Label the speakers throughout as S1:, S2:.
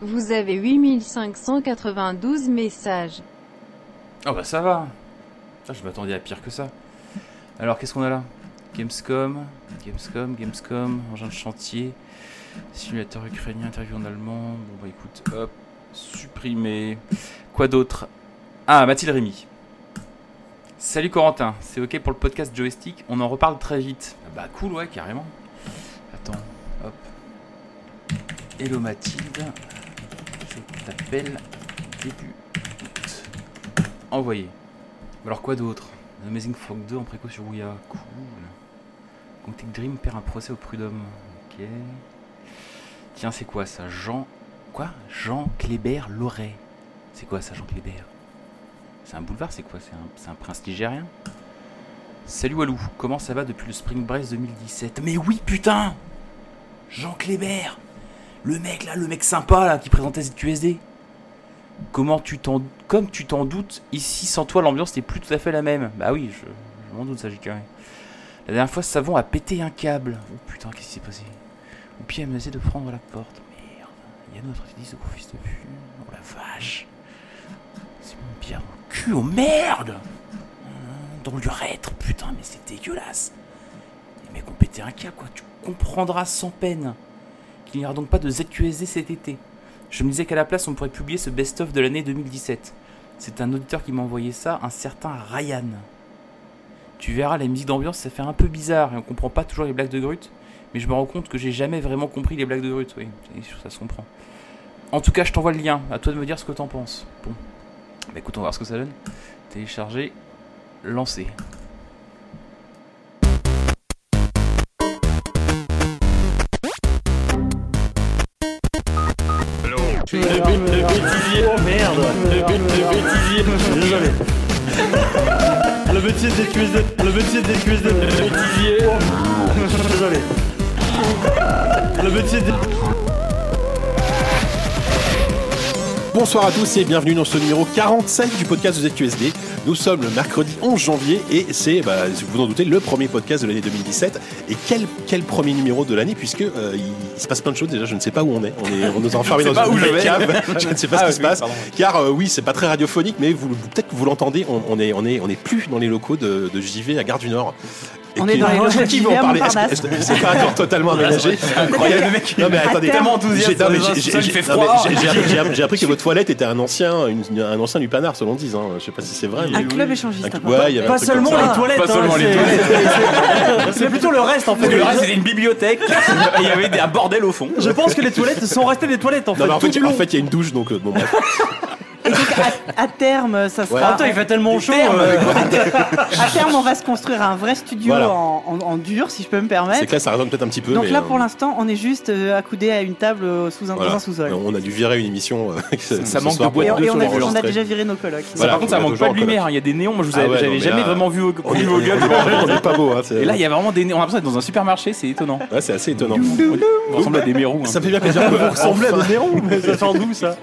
S1: Vous avez 8592 messages.
S2: Oh bah ça va. Putain, Je m'attendais à pire que ça. Alors qu'est-ce qu'on a là Gamescom, Gamescom, Gamescom, engin de chantier, simulateur ukrainien, interview en allemand. Bon bah écoute, hop, supprimer. Quoi d'autre Ah, Mathilde Rémy. Salut Corentin, c'est ok pour le podcast joystick, on en reparle très vite. Ah Bah cool ouais, carrément. Attends, hop. Hello Mathilde, je t'appelle début août. Envoyé. Alors quoi d'autre Amazing Frog 2 en préco sur Ouya. Cool. Quantic Dream perd un procès au prud'homme. Ok. Tiens, c'est quoi ça Jean. Quoi Jean Kléber Loret. C'est quoi ça, Jean Kléber C'est un boulevard, c'est quoi C'est un, c'est un prince nigérien Salut Walou, comment ça va depuis le Spring Breast 2017 Mais oui, putain Jean Kléber Le mec là, le mec sympa là, qui présentait ZQSD Comment tu t'en comme tu t'en doutes, ici sans toi l'ambiance n'est plus tout à fait la même. Bah oui, je, je m'en doute ça, j'ai carré. La dernière fois, Savon a pété un câble. Oh putain, qu'est-ce qui s'est passé Oupi a menacé de prendre la porte. Merde, Yann notre dit se confie de vue. Oh la vache. C'est mon pierre mon cul, oh merde Dans l'urètre, putain, mais c'est dégueulasse. Les mecs ont pété un câble, quoi. Tu comprendras sans peine qu'il n'y aura donc pas de ZQSD cet été. Je me disais qu'à la place, on pourrait publier ce best-of de l'année 2017. C'est un auditeur qui m'a envoyé ça, un certain Ryan. Tu verras, la musique d'ambiance, ça fait un peu bizarre et on comprend pas toujours les blagues de Grut, mais je me rends compte que j'ai jamais vraiment compris les blagues de Grut, oui, c'est sûr, ça se comprend. En tout cas, je t'envoie le lien, à toi de me dire ce que t'en penses. Bon, bah écoute, on va voir ce que ça donne. Télécharger, lancer.
S3: Le, bê- le bêtisier, oh merde Le, bê- le bêtisier, désolé Le bêtisier des QSD, le bêtisier des QSD, le bêtisier, oh désolé Le bêtisier des...
S4: Bonsoir à tous et bienvenue dans ce numéro 47 du podcast de ZQSD. Nous sommes le mercredi 11 janvier et c'est, bah, si vous vous en doutez, le premier podcast de l'année 2017. Et quel, quel premier numéro de l'année puisque euh, il, il se passe plein de choses déjà, je ne sais pas où on est. On, est, on nous a enfermés dans
S2: pas où
S4: une
S2: je vais.
S4: cave, je ne sais pas ce qui
S2: Ah oui,
S4: se
S2: oui,
S4: passe.
S2: pardon.
S4: Car euh, oui, c'est pas très radiophonique, mais vous, vous- peut-être que vous l'entendez, on, on est, on, est, on est plus dans les locaux de, de JV à Gare du Nord. Et
S5: On est
S4: qui-
S5: dans les locaux de
S4: qui
S5: JV
S4: vont
S5: à
S4: parler.
S5: Montparnasse.
S4: Est-ce que- est-ce que C'est pas encore totalement aménagé. Incroyable, le mec. Non mais attendez,
S2: tellement enthousiaste
S4: J'ai- non, mais
S2: dans un
S4: j'ai-
S2: sol,
S4: j'ai-
S2: il fait
S4: non, mais
S2: froid.
S4: j'ai- j'ai appris- j'ai appris- J'ai appris que votre toilette était un ancien, une- un ancien du panard, selon disent. Hein. Je sais pas si c'est vrai. mais-
S5: Un club échangiste.
S4: Un-
S5: apparemment.
S4: ouais, il y avait un
S3: Pas
S4: truc comme
S3: seulement
S4: ça.
S3: les toilettes,
S2: Pas seulement
S3: hein,
S2: les
S3: c'est-
S2: toilettes.
S3: c'est- c'est plutôt le reste en fait.
S2: Le reste, c'était une bibliothèque et il y avait des- un bordel au fond.
S3: Je pense que les toilettes sont restées des toilettes en fait.
S4: Non, mais en
S3: tout
S4: fait,
S3: le
S4: en
S3: long.
S4: fait, il y a une douche, donc euh, bon, bref.
S5: À terme, ça
S4: Ouais.
S3: En
S5: sera.
S3: même temps, il fait tellement chaud. euh,
S5: À terme, on va se construire un vrai studio
S4: Voilà.
S5: en, en- en dur, si je peux me
S4: C'est
S5: permettre.
S4: que là, ça résonne peut-être un petit peu.
S5: Donc
S4: mais,
S5: là,
S4: euh,
S5: pour l'instant, on est juste euh, accoudés à une table euh, sous un, dans
S4: voilà.
S5: un sous-sol.
S4: On a dû virer une émission. euh, ce-
S2: Ça
S4: ce
S2: manque
S4: soir
S2: de
S4: pour-
S5: Et, on-
S2: boîte
S5: et on, a, on
S4: pour
S5: a
S4: enregistrer.
S5: déjà viré nos colocs.
S4: Voilà.
S2: par contre, ça
S4: on a
S2: manque
S4: toujours
S2: pas de
S4: en
S2: lumière, hein. il y a des néons, moi je vous
S4: Ah
S2: avais-
S4: ouais,
S2: j'avais
S4: non, mais
S2: jamais
S4: là-
S2: vraiment vu au
S4: On est-
S2: vu au gueule.
S4: on est pas beau. Hein, c'est-
S2: Et là, il y a vraiment des néons, on a l'impression d'être dans un supermarché, c'est étonnant.
S4: Ouais, c'est assez étonnant.
S2: On ressemble à des mérous. hein.
S4: Ça me fait bien plaisir que vous ressemblez à
S3: Néron, mais ça sent d'où ça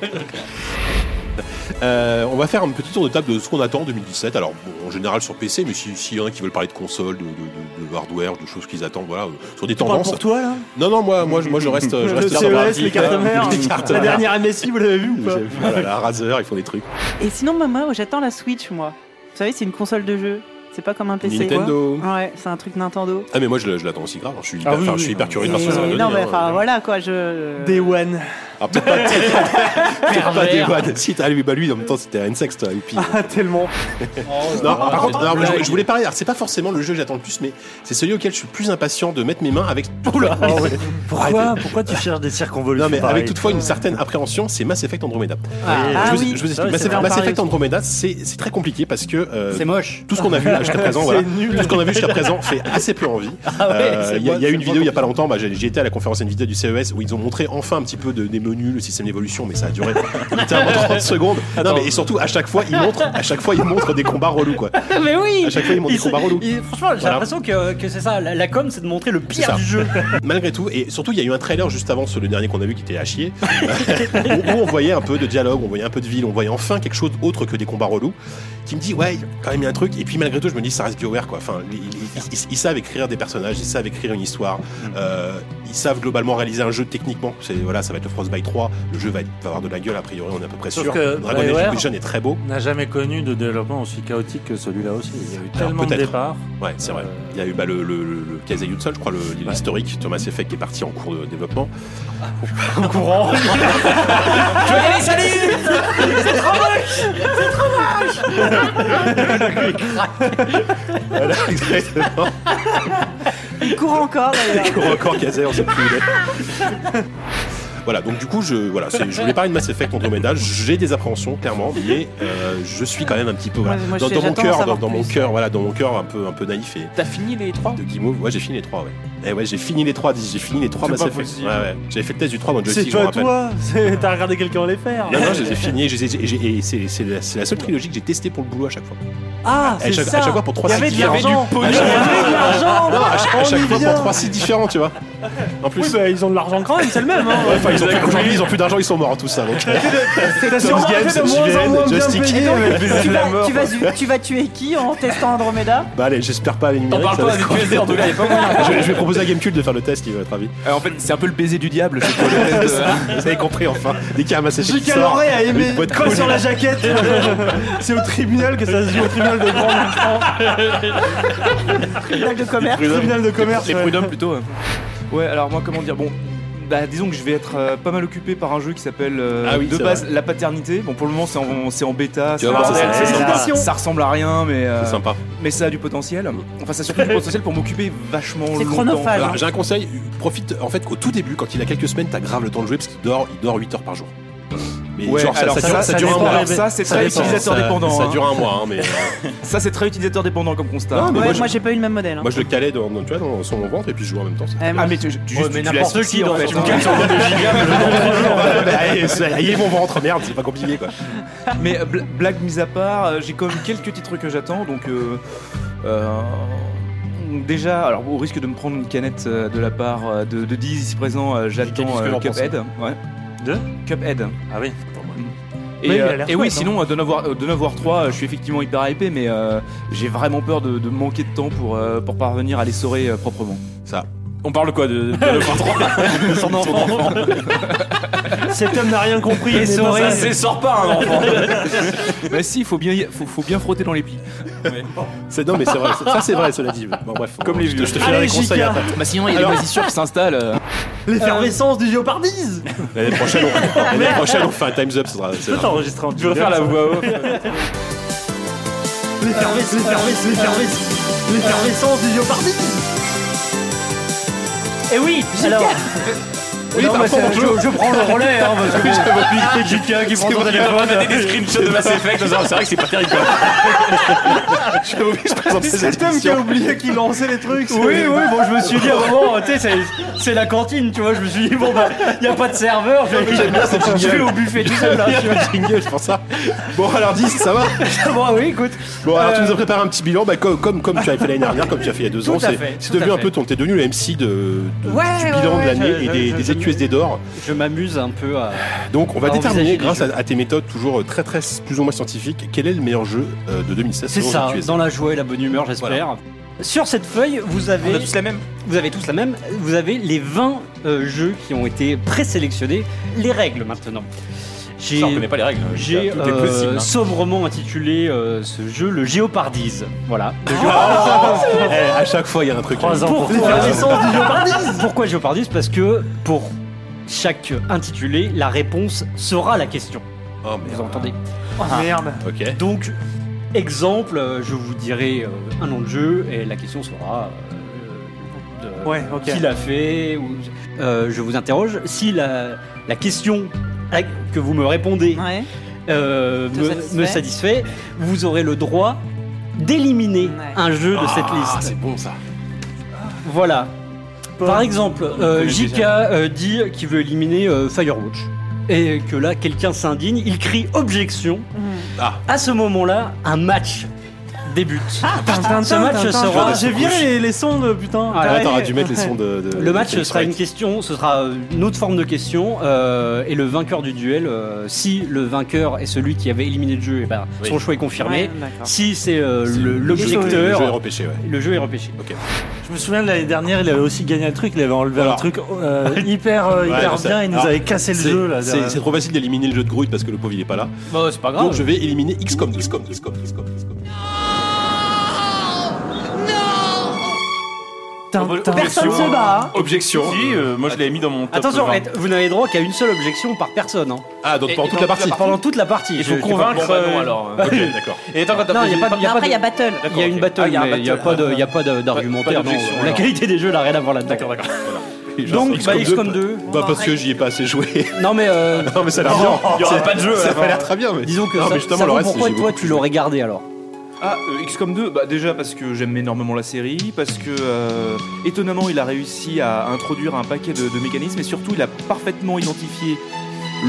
S4: Euh, on va faire un petit tour de table de ce qu'on attend en 2017. Alors, bon, en général sur PC, mais si- s'il y en a qui veulent parler de consoles, de, de- de- de hardware, de choses qu'ils attendent, voilà, euh, sur des
S3: Tu parles
S4: tendances.
S3: pour toi là
S4: Non, non, moi, moi, je- moi je reste. euh, Je
S3: Le
S4: reste sur la- euh,
S3: CES, les cartes mères,
S4: les cartes
S3: la
S4: mères.
S3: dernière MSI, vous l'avez vu ou pas
S4: J'ai- Voilà, la Razer, ils font des trucs.
S5: Et sinon, maman, j'attends la Switch, moi. Vous savez, c'est une console de jeu. C'est pas comme un PC.
S4: Nintendo.
S5: Ouais, c'est un truc Nintendo.
S4: Ah, mais moi je le- je l'attends aussi grave. hein. Je suis
S3: Ah
S4: hyper,
S3: oui,
S4: enfin, je
S3: oui,
S4: suis hyper
S3: oui.
S4: curieux de
S5: Et-
S4: voir ce que ça va donner,
S5: non, mais
S4: hein.
S5: enfin, voilà quoi, je.
S3: Day One.
S4: Ah, peut-être pas, peut-être pas des vannes. Si, t'as lui, bah lui, en même temps, c'était un sexe, toi. Et puis, euh,
S3: Ah, tellement.
S6: Oh
S4: Non, par contre, non, je, je voulais parler. Alors, c'est pas forcément le jeu que j'attends le plus, mais c'est celui auquel je suis le plus impatient de mettre mes mains avec.
S6: Pourquoi, Oh, pourquoi tu cherches des circonvolutions
S4: Non, mais avec
S6: pareilles
S4: toutefois une certaine appréhension, c'est Mass Effect Andromeda.
S5: Ah
S4: je, vous,
S5: oui.
S4: je vous
S6: Ah oui,
S4: explique. Mass,
S6: c'est vrai,
S4: Effect-
S6: on
S4: Mass
S6: parlait
S4: Effect
S6: aussi.
S4: Andromeda, c'est c'est très compliqué parce que euh,
S6: C'est moche.
S4: tout ce qu'on a vu là jusqu'à présent, voilà,
S3: nul.
S4: tout ce qu'on a vu jusqu'à présent fait assez peu envie. Euh, Il
S6: c'est
S4: y
S6: moi-
S4: a, il y a
S6: Ah c'est
S4: une
S6: moi
S4: E vidéo il y a pas longtemps, bah, j'ai j'y étais à la conférence Nvidia du CES où ils ont montré enfin un petit peu de, des l'ONU, le système d'évolution, mais ça a duré littéralement 30 secondes. Non, mais, et surtout, à chaque fois, il montre, à chaque fois, il montre des combats relous, quoi.
S5: Mais oui
S4: À chaque fois, il montre des combats relous.
S7: Et franchement, j'ai
S4: Voilà.
S7: l'impression que, que c'est ça. La, la com, c'est de montrer le
S4: C'est ça.
S7: pire du jeu.
S4: Malgré tout, et surtout, il y a eu un trailer juste avant, ce, le dernier qu'on a vu qui était à chier, où, où on voyait un peu de dialogue, on voyait un peu de ville, on voyait enfin quelque chose autre que des combats relous, qui me dit, ouais, quand même, il y a un truc. Et puis, malgré tout, je me dis, ça reste BioWare, quoi. Enfin, ils, ils- ils- ils savent écrire des personnages, ils savent écrire une histoire,
S7: Mm.
S4: euh, ils savent globalement réaliser un jeu techniquement. C'est, voilà, ça va être le Frostbite 3, le jeu va, être- va avoir de la gueule, a priori, on est à peu près
S7: Sauf
S4: sûr.
S7: que
S4: Dragon Age
S7: BioWare-
S4: Inquisition est très beau.
S7: n'a jamais connu de développement aussi chaotique que celui-là aussi. Il y a eu tellement de
S4: peut-être.
S7: départs.
S4: Ouais, c'est vrai.
S7: Euh,
S4: Il y a eu bah, le, le, le, le Casey Hudson, je crois, le- l'historique, Thomas Effect qui est parti en cours de développement.
S7: Au courant.
S5: Je vais y aller, salut
S4: Voilà, exactement.
S5: Il court encore d'ailleurs.
S4: Pour encore Casey, on sait plus où il est. Voilà, donc du coup, je, voilà, c'est- je voulais parler de Mass Effect Andromeda. J'ai des appréhensions, clairement, mais euh, je suis quand même un petit peu. voilà,
S5: Moi, moi,
S4: dans,
S5: je-
S4: dans mon
S5: j'attends d'en
S4: cœur, dans,
S5: savoir
S4: dans mon
S5: plus.
S4: cœur, voilà, dans mon cœur, un peu, un peu naïf et
S5: T'as fini les trois
S4: de guimauve. Ouais, j'ai fini les trois, ouais. Eh ouais, j'ai fini les trois, dis- j'ai fini les trois
S7: C'est
S4: Mass
S7: pas
S4: Effect. Ouais,
S7: possible.
S4: ouais. J'avais fait le test du 3 dans
S7: C'est
S4: Joystick, je me
S7: toi,
S4: rappelle.
S7: toi. C'est- T'as regardé quelqu'un les faire.
S4: Non, non, je les ai finis, je les ai- j'ai- j'ai- et c'est c'est la, c'est la seule trilogie que j'ai testée pour le boulot à chaque fois.
S7: Ah,
S4: À
S7: c'est
S4: chaque,
S7: ça.
S4: à chaque fois pour trois
S7: Il y avait
S4: sites
S7: de l'argent.
S4: différents.
S7: Il y
S4: À chaque-
S7: avait de l'argent.
S4: Non, à chaque, à
S7: On
S4: chaque
S7: y
S4: fois
S7: vient.
S4: pour trois sites différents, tu vois. En plus,
S7: Oui, bah, ils ont de l'argent quand même, c'est le même. Hein.
S4: Ouais, enfin, ils ont plus- aujourd'hui, ils ont plus d'argent, ils sont morts, tout ça. Donc,
S7: T'as
S4: sûrement été de moins en moins bien payé avec
S7: les
S5: tu vas, tu, vas, tu vas tuer qui en testant Andromeda
S4: bah allez, j'espère pas éliminer.
S8: T'en parles
S4: ça
S8: pas
S4: va
S8: avec
S4: être
S8: USD en tout cas, il y a pas moyen.
S4: compliqué. je, vais- je vais proposer à Gamecube de faire le test, il va être ravi.
S8: Alors, Euh, en fait, c'est un peu le baiser du diable. c'est pour le test, euh,
S4: Vous avez compris, enfin. Dès qu'il y a un Mass Effect qui sort,
S7: Caloret a aimé.
S4: il faut être
S7: Quoi
S4: cool.
S7: sur la jaquette C'est au tribunal que ça se joue, au tribunal de grande
S5: Blague de commerce
S7: tribunal de commerce.
S8: Les
S7: ouais.
S8: prud'hommes plutôt. hein. Ouais, alors moi, comment dire Bon. Bah, disons que je vais être euh, pas mal occupé par un jeu qui s'appelle euh,
S4: Ah oui,
S8: de
S4: c'est
S8: base La Paternité. Bon, pour le moment, c'est en, c'est en bêta.
S4: Tu vas voir,
S8: ça,
S4: c'est- c'est
S8: ça-
S4: sympa.
S8: ça- ça ressemble à rien, mais, euh,
S4: C'est sympa.
S8: mais ça a du potentiel. Enfin, ça a surtout du potentiel pour m'occuper vachement longtemps.
S5: C'est chronophage. hein.
S4: Alors, j'ai un conseil, profite en fait qu'au tout début, quand il a quelques semaines, t'as grave le temps de jouer parce qu'il dort, il dort 8 heures par jour. Mais
S8: Ouais,
S4: genre, ça,
S8: alors
S4: ça dure, ça
S8: ça
S4: dure un
S8: dépend.
S4: mois.
S8: Alors ça, c'est
S4: Ça
S8: très
S4: dépend.
S8: utilisateur
S4: Ça-
S8: dépendant.
S4: Ça
S8: hein.
S4: dure un mois, hein, mais. euh,
S8: Ça, c'est très utilisateur dépendant comme constat.
S4: Non, mais
S5: Ouais,
S4: moi,
S5: moi,
S4: je-
S5: j'ai pas eu le même modèle. hein.
S4: Moi, je le calais dans, dans- tu vois, dans, sur mon ventre et puis je jouais en même temps. ça-
S5: Ouais, moi,
S8: Ah, mais tu, tu,
S7: Ouais,
S8: juste,
S7: mais
S8: tu
S7: n'importe qui
S8: l'asphyxies,
S7: dans
S8: en fait.
S7: une cale sur deux gigas,
S4: Bah, Allez, c'est- Ayez mon ventre, merde, c'est pas compliqué quoi.
S8: Mais euh, bl- blague mise à part, euh, j'ai quand même quelques titres que j'attends, donc euh, euh, déjà, alors au risque de me prendre une canette euh, de la part euh, de, de Diz ici présent, euh,
S7: Diz,
S8: j'attends
S7: que
S8: euh,
S7: j'en pense.
S8: Cuphead. Ouais.
S7: De
S8: Cuphead.
S7: Ah oui.
S8: Et,
S7: Oui, il a
S8: euh,
S7: l'air
S8: et oui,
S7: chouette, hein.
S8: sinon, euh, Dawn of War, euh, Dawn of War 3, euh, je suis effectivement hyper hypé, mais euh, j'ai vraiment peur de, de manquer de temps pour, euh, pour parvenir à les sorer euh, proprement.
S2: On parle de quoi de, de Dawn of War 3
S7: Son enfant. Cet homme n'a rien compris. il n'est pas
S2: Ça
S7: un-
S2: c'est sort pas un enfant
S8: mais si, faut bien, y- faut, faut bien frotter dans les plis.
S4: C'est non, mais c'est vrai, ça c'est vrai, cela dit. Bon, bref,
S8: Comme les
S4: je te-
S8: vieux.
S4: Je te ferai
S7: Allez,
S4: les conseils
S7: Jika.
S4: après.
S8: Bah sinon, il y a
S4: Alors-
S8: des moisissures qui s'installent. euh.
S7: L'effervescence du Géopardise
S4: L'année prochaine, on, l'année prochaine, on fait un Time's Up. ça sera- ça
S7: Peut
S4: sera-
S7: t'enregistrer en
S2: Je veux faire la voix off.
S7: L'effervescence, l'effervescence, l'effervescence, l'effervescence du Géopardise
S5: Eh oui Alors,
S4: Oui, par rapport au jeu.
S7: je prends le relais, hein, parce que j'avais piqué Jika qui prend son téléphone.
S2: des screenshots de Mass Effect, c'est vrai que c'est pas terrible.
S4: J'avais oublié, je présentais cette
S7: Tom qui a
S4: émission.
S7: oublié qu'il lançait les trucs. Oui, oui, bon, je me suis dit à un moment, tu sais, c'est- c'est la cantine, tu vois. Je me suis dit, bon, bah, y a pas de
S4: Oh,
S7: serveur, je vais, je vais au buffet tout seul. Hein, tu vois.
S4: Jingle, je pense ça. Bon, alors 10, ça va
S7: Bon, oui, écoute.
S4: Bon, alors tu
S7: Euh,
S4: nous as préparé un petit bilan, bah, comme, comme, comme tu avais fait l'année dernière, comme tu as fait il y a deux
S7: Tout
S4: ans,
S7: à
S4: c'est
S7: fait,
S4: c'est
S7: tout
S4: devenu
S7: à
S4: un
S7: fait.
S4: peu ton, t'es devenu le MC de, de-
S5: Ouais,
S4: du
S5: ouais,
S4: bilan
S5: ouais,
S4: de l'année
S7: je-
S4: et des,
S7: je-
S4: des
S7: je-
S4: EQSD d'or.
S7: Je m'amuse un peu à.
S4: Donc, on va
S7: On va
S4: déterminer,
S7: envisager les
S4: grâce à,
S7: jeux.
S4: à tes méthodes toujours très, très, plus ou moins scientifiques, quel est le meilleur jeu euh, de 2016
S7: C'est
S4: selon
S7: ça,
S4: EQSD.
S7: dans la joie et la bonne humeur, j'espère. Sur cette feuille, vous avez.
S8: On a tous la même.
S7: Vous avez tous la même, vous avez les 20 euh, jeux qui ont été présélectionnés, les règles maintenant. J'ai
S8: Ça, on connaît pas les règles.
S7: j'ai,
S8: Tout est
S7: euh,
S8: possible, hein.
S7: sobrement intitulé euh, ce jeu le Géopardise. Voilà.
S8: Oh
S7: Le
S4: Eh, à chaque fois, il y a un truc.
S7: Géopardise. Pourquoi du Géopardise Pourquoi Géopardise Parce que pour chaque intitulé, la réponse sera la question.
S4: Oh,
S7: Vous
S4: merde.
S7: entendez
S5: merde.
S4: Ok.
S7: Donc, exemple, euh, je vous dirai euh, un nom de jeu et la question sera. euh, de-
S5: Ouais, ok.
S7: qui l'a fait ou- Euh, Je vous interroge. Si la, la question à- que vous me répondez
S5: Ouais.
S7: euh,
S5: Te
S7: me,
S5: satisfait.
S7: me satisfait, vous aurez le droit d'éliminer
S5: Ouais.
S7: un jeu de cette
S4: Ah,
S7: liste.
S4: c'est bon ça.
S7: Voilà. Par exemple, euh,
S8: connaît
S7: JK
S8: déjà.
S7: euh, dit qu'il veut éliminer euh, Firewatch. et que là, quelqu'un s'indigne, il crie objection.
S4: Ah.
S7: À ce moment-là, un match débute.
S5: Ah,
S7: Ce match sera.
S9: J'ai viré les, les sons de putain.
S4: Ah, attends, t'aurais dû mettre les sons de. de-
S7: Le match
S4: de-
S7: sera une question, ce sera euh, une autre forme de question, euh, et le vainqueur du duel, euh, si le vainqueur est celui qui avait éliminé le jeu, eh ben,
S4: Oui.
S7: son choix est
S5: Ouais,
S7: confirmé.
S5: d'accord.
S7: Si c'est euh,
S4: C'est
S7: le-
S4: Le jeu est
S7: l'objecteur,
S4: repêché, ouais.
S7: le jeu est repêché.
S9: Je me souviens de l'année dernière, il avait aussi gagné un truc, il avait enlevé
S4: Alors.
S9: un truc euh, hyper, euh,
S4: Ouais,
S9: hyper
S4: ça-
S9: bien, il nous
S4: alors,
S9: avait cassé le
S4: C'est-
S9: jeu là.
S4: C'est c'est trop facile d'éliminer le jeu de Groot parce que le pauvre il est pas là.
S9: Bah, c'est pas
S4: Donc je vais éliminer XCOM, XCOM, XCOM, XCOM, XCOM.
S5: Personne se bat. hein.
S10: Objection.
S3: Si, euh, moi je l'avais mis dans mon top
S7: Attention,
S3: 20.
S7: vous n'avez droit qu'à une seule objection par personne, hein,
S4: Ah, donc
S10: Et-
S4: pendant
S10: et
S4: toute la
S10: pendant
S4: partie.
S7: pendant toute la partie.
S10: Il faut
S7: Je-
S10: convaincre.
S3: Bon, bah, non,
S10: euh,
S3: alors. euh.
S4: Ok, d'accord.
S10: Et tant
S7: Non, il n'y a pas, il y a pas
S5: Après, il y a
S7: de-
S5: battle.
S7: il y a une battle,
S10: Ah, il y a un
S7: mais il n'y a,
S10: battle.
S7: pas de- il y a pas de- d'argumentaire.
S10: Pas
S7: non.
S10: d'objection,
S7: la
S10: alors.
S7: qualité des jeux n'a rien à voir là-dedans.
S10: D'accord, d'accord.
S7: Donc, bah, XCOM 2.
S4: Bah, parce que j'y ai pas assez joué.
S7: Non, mais euh,
S4: non, mais ça a l'air bien.
S10: Il y aura pas de jeu.
S4: Ça
S10: alors.
S4: a l'air très bien, mais.
S7: disons que
S4: Non,
S7: ça,
S4: mais justement,
S7: ça
S4: le
S7: vaut
S4: reste,
S7: pourquoi
S4: j'ai
S7: toi
S4: beaucoup
S7: tu l'aurais gardé alors
S8: Ah, euh, XCOM 2, bah déjà parce que j'aime énormément la série, parce que euh, étonnamment il a réussi à introduire un paquet de, de mécanismes et surtout il a parfaitement identifié